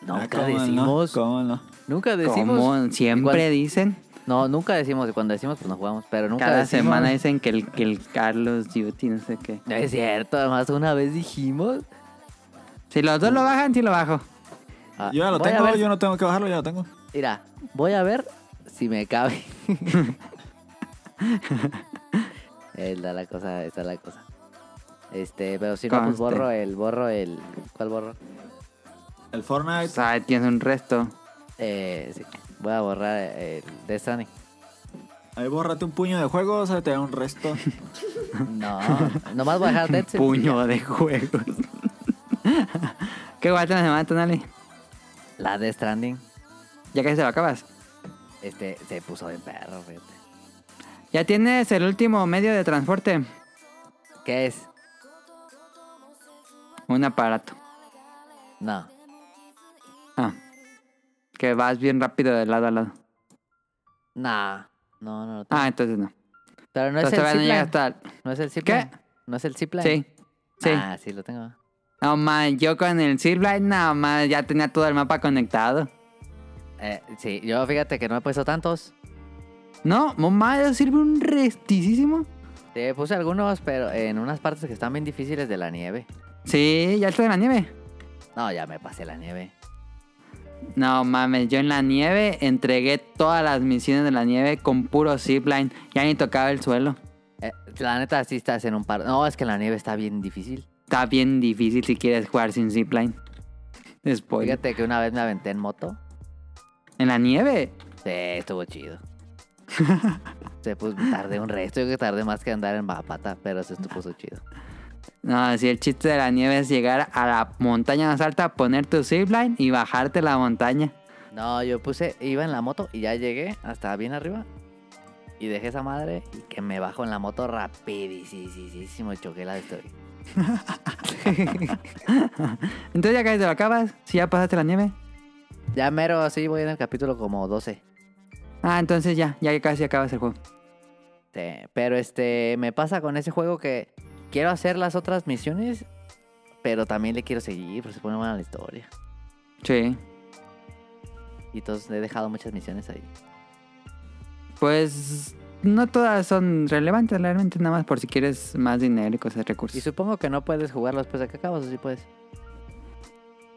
Ah,
Nunca
¿cómo no?
decimos.
¿Cómo no?
Nunca decimos.
Como siempre
Igual-
dicen.
No, nunca decimos. Y cuando decimos, pues no jugamos. Pero nunca
Cada
decimos-
semana dicen que el, que el Carlos Duty, no sé qué.
No es cierto. Además, una vez dijimos.
Si los dos lo bajan, sí lo bajo.
Ah,
Yo ya lo
voy a
tengo,
ver-
yo no tengo que bajarlo, ya lo tengo.
Mira, voy a ver si me cabe. Está la cosa, está la cosa. Este, pero si no, pues
Conste.
borro el, borro el. ¿Cuál borro?
El Fortnite.
O sea, tienes un resto.
Eh, sí. Voy a borrar el Destiny.
Ahí bórrate un puño de juegos, ahí te da un resto.
No, nomás voy a dejar Dead Cells.
Puño de juegos. ¿Qué guay la semana, Tonali?
La de Stranding,
Ya casi se lo acabas.
este, se puso de perro, fíjate.
Ya tienes el último medio de transporte.
¿Qué es?
Un aparato.
No.
Ah. Que vas bien rápido de lado a lado.
Nah. No, no, no.
Ah, entonces no.
Pero no es,
entonces
el
todavía no
zipline.
llegas tal.
no es el
¿Qué?
zipline. No es el zipline.
Sí. Sí.
Ah, sí, lo tengo.
No man, yo con el Zipline nada más ya tenía todo el mapa conectado.
Eh, sí, yo fíjate que no he puesto tantos.
No, mamá, eso sirve un restísimo.
Sí, puse algunos, pero en unas partes que están bien difíciles de la nieve.
Sí, ya está en la nieve.
No, ya me pasé la nieve.
No mames, yo en la nieve entregué todas las misiones de la nieve con puro zipline. Ya ni tocaba el suelo.
Eh, la neta, sí estás en un par. No, es que la nieve está bien difícil.
Está bien difícil si quieres jugar sin zipline. Spoiler.
Fíjate que una vez me aventé en moto.
En la nieve.
Sí, estuvo chido. Se puso, tardé un resto, yo creo que tardé más que andar en Bajapata, pero se puso chido.
No, si el chiste de la nieve es llegar a la montaña más alta, poner tu zipline y bajarte la montaña.
No, yo puse, iba en la moto y ya llegué hasta bien arriba. Y dejé esa madre y que me bajo en la moto rapidísimo y choqué la destruí.
Entonces ya casi te lo acabas. Si ya pasaste la nieve.
Ya mero, sí, voy en el capítulo como 12.
Ah, entonces ya, ya casi acabas el juego.
Este, pero este, me pasa con ese juego que quiero hacer las otras misiones, pero también le quiero seguir, porque se pone buena la historia.
Sí.
Y entonces he dejado muchas misiones ahí.
Pues no todas son relevantes, realmente nada más por si quieres más dinero y cosas, recursos.
Y supongo que no puedes jugarlos después de que acabas, pues. o sí puedes.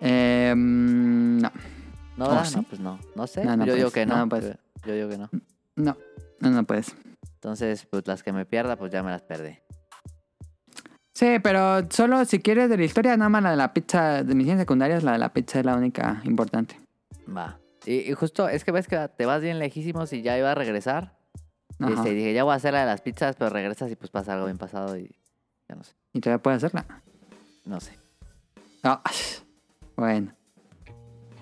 Eh, mm, no,
No,
¿Oh,
¿verdad?
sí?
no, pues no. No sé.
No, no
yo digo
puedes,
que
no, pues. Mm. no
no.
puedes.
yo- Yo digo que no.
no, no, no puedes.
Entonces, pues las que me pierda, pues ya me las perdí.
Sí, pero solo si quieres de la historia, nada más la de la pizza, de misiones secundarias, la de la pizza es la única importante.
Va. Y, y justo, es que ves que te vas bien lejísimos y ya iba a regresar. Y
Ajá.
este, dije, ya voy a hacer la de las pizzas, pero regresas y pues pasa algo bien pasado y ya no sé.
Y todavía puedes hacerla.
No sé.
Ah, bueno,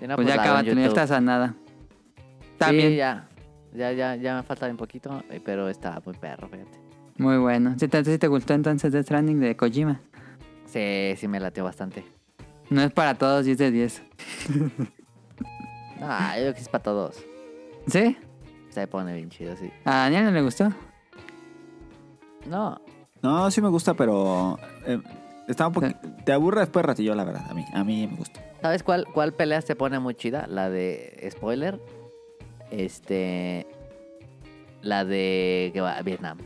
Si no,
pues ya
Ah, la
acaba,
veo en
no
YouTube.
estás a nada.
También.
También,
ya. Ya, ya, ya me falta un poquito, eh, pero está muy perro, fíjate.
muy bueno. Si te, si te gustó entonces Death Stranding de Kojima.
Sí, sí me latió bastante.
No es para todos 10 de 10.
Ah, yo creo que es para todos.
¿Sí?
Se pone bien chido, sí.
¿A Daniel Ah, no le gustó?
No,
No, sí me gusta, pero eh, está un poquito. Te aburre después ratillo, la verdad. A mí, a mí me gusta.
¿Sabes cuál, cuál pelea se pone muy chida? La de spoiler. Este. La de que va a Vietnam.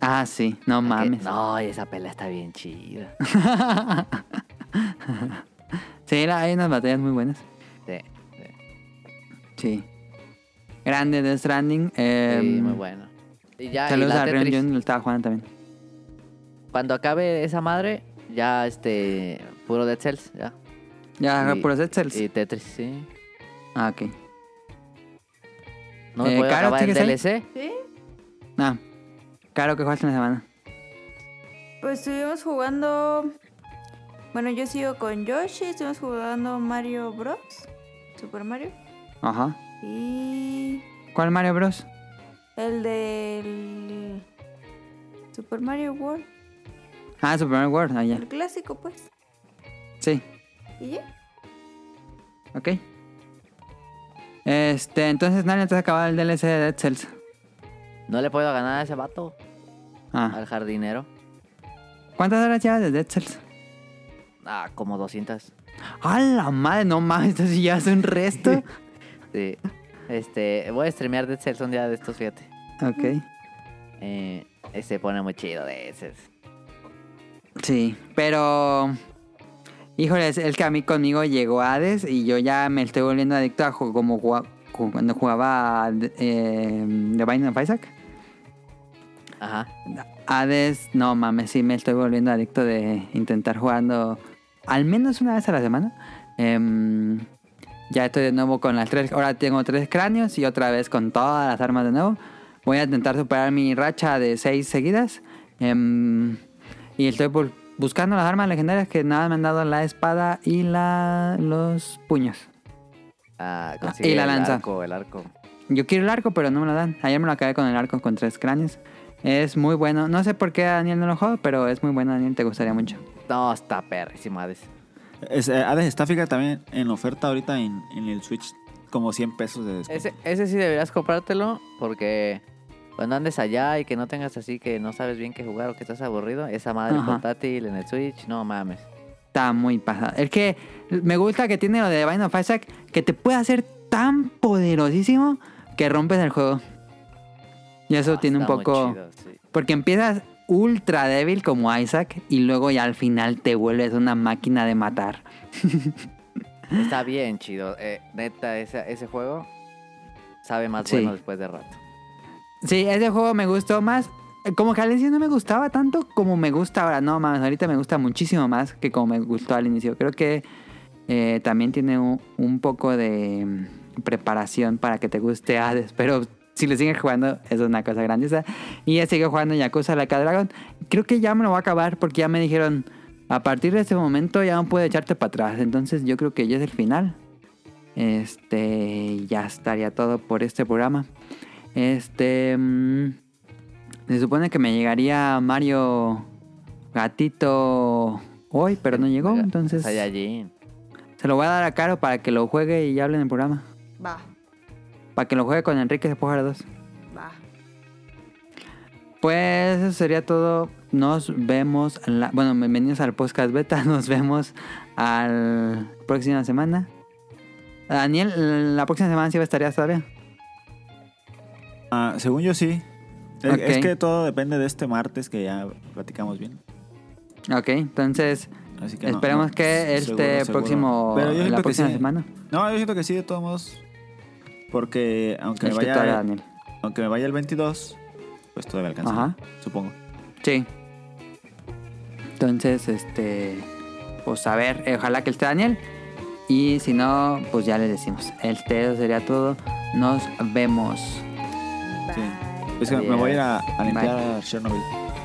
Ah, sí, no
La que-
mames.
No, esa pelea está bien chida.
Sí, la- hay unas batallas muy buenas.
Sí,
Sí. Grande Death Stranding. Eh,
sí, muy bueno. Y ya, y
Saludos
la
a Rion
Tetris.
Jun, lo estaba jugando también.
Cuando acabe esa madre, ya este, puro Dead Cells, ya.
Ya,
Y-
puros Excels.
Y Tetris, sí.
Ah, ok.
No me
Eh,
puedo
Caro,
acabar el
¿sigues ahí?
DLC.
Nada. Ah, Claro que jugaste una semana.
Pues estuvimos jugando. Bueno, yo sigo con Yoshi, estuvimos jugando Mario Bros. Super Mario.
Ajá.
Y.
¿Cuál Mario Bros?
El del. Super Mario World.
Ah, Super Mario World. Ah, ya.
El clásico, pues.
Sí.
¿Y ya?
Ok. Este, entonces, Nani, te has acabado el DLC de Dead Cells.
No le puedo ganar a ese vato,
Ah.
al jardinero.
¿Cuántas horas llevas de Dead Cells?
Ah, como 200.
¡A la madre! No mames, entonces ya es un resto.
Sí. Este, voy a streamear Dead Cells un día de estos, fíjate.
ok.
Eh, se pone muy chido de ese.
Sí, pero... Híjoles, es que a mí conmigo llegó Hades y yo ya me estoy volviendo adicto a ju- como jugua- cu- cuando jugaba eh, The Binding of Isaac.
Ajá. Ah,
Hades, no mames, sí me estoy volviendo adicto de intentar jugando al menos una vez a la semana. Em, ya estoy de nuevo con las tres, ahora tengo tres cráneos y otra vez con todas las armas de nuevo. Voy a intentar superar mi racha de seis seguidas. Em, y estoy bu- buscando las armas legendarias que nada me han dado la espada y la, los puños.
Ah, consigue
y la lanza.
El arco, el arco.
Yo quiero el arco, pero no me lo dan. Ayer me lo acabé con el arco con tres cráneos. Es muy bueno. No sé por qué a Daniel no lo juego, pero es muy bueno, Daniel. Te gustaría mucho.
No, está perrísimo, Hades.
Es, eh, Hades está fija también en oferta ahorita en, en el Switch. Como 100 pesos de descuento.
Ese, ese sí deberías comprártelo porque cuando andes allá y que no tengas así que no sabes bien qué jugar o que estás aburrido, esa madre
Ajá.
portátil en el Switch, no mames.
Está muy pasado. Es que me gusta que tiene lo de Divine of Isaac, que te puede hacer tan poderosísimo que rompes el juego. Y eso
Ah,
tiene un
está muy
poco.
chido, sí.
Porque empiezas ultra débil como Isaac y luego ya al final te vuelves una máquina de matar.
Está bien chido. Eh, neta, ese, ese juego sabe más
Sí.
bueno después de rato.
Sí, ese juego me gustó más. Como que al inicio no me gustaba tanto como me gusta ahora. No, mames, ahorita me gusta muchísimo más que como me gustó al inicio. Creo que eh, también tiene un, un poco de mm, preparación para que te guste Hades. Pero si le sigues jugando, eso es una cosa grandiosa. Y ya sigo jugando Yakuza Like a Dragon. Creo que ya me lo voy a acabar porque ya me dijeron... A partir de este momento ya no puedo echarte para atrás. Entonces yo creo que ya es el final. Este... Ya estaría todo por este programa. Este. mm, se supone que me llegaría Mario Gatito hoy, pero no llegó.
Oiga,
Entonces.
Saiyajin.
Se lo voy a dar a Caro para que lo juegue y hable en el programa.
Va,
Para que lo juegue con Enrique Espojar 2.
va.
Pues eso sería todo. Nos vemos. la- Bueno, bienvenidos al podcast beta. Nos vemos al próxima semana. Daniel, la próxima semana sí va a estar ya todavía.
Ah, según yo sí. Es,
Ok.
es que todo depende de este martes que ya platicamos bien.
Ok, entonces
Así que no,
esperemos
no,
que
seguro,
este
seguro.
próximo.
Pero yo siento
la
que
próxima
sí.
semana.
No, yo siento que sí, de todos modos. Porque aunque,
Es
me
que todavía,
vaya,
Daniel.
aunque me vaya el 22, pues todavía alcanza.
Ajá.
Supongo.
Sí. Entonces, este. Pues a ver, eh, ojalá que esté Daniel. Y si no, pues ya le decimos. Este eso sería todo. Nos vemos.
Sí. Es que me voy a ir a, a
Bye.
limpiar Chernobyl.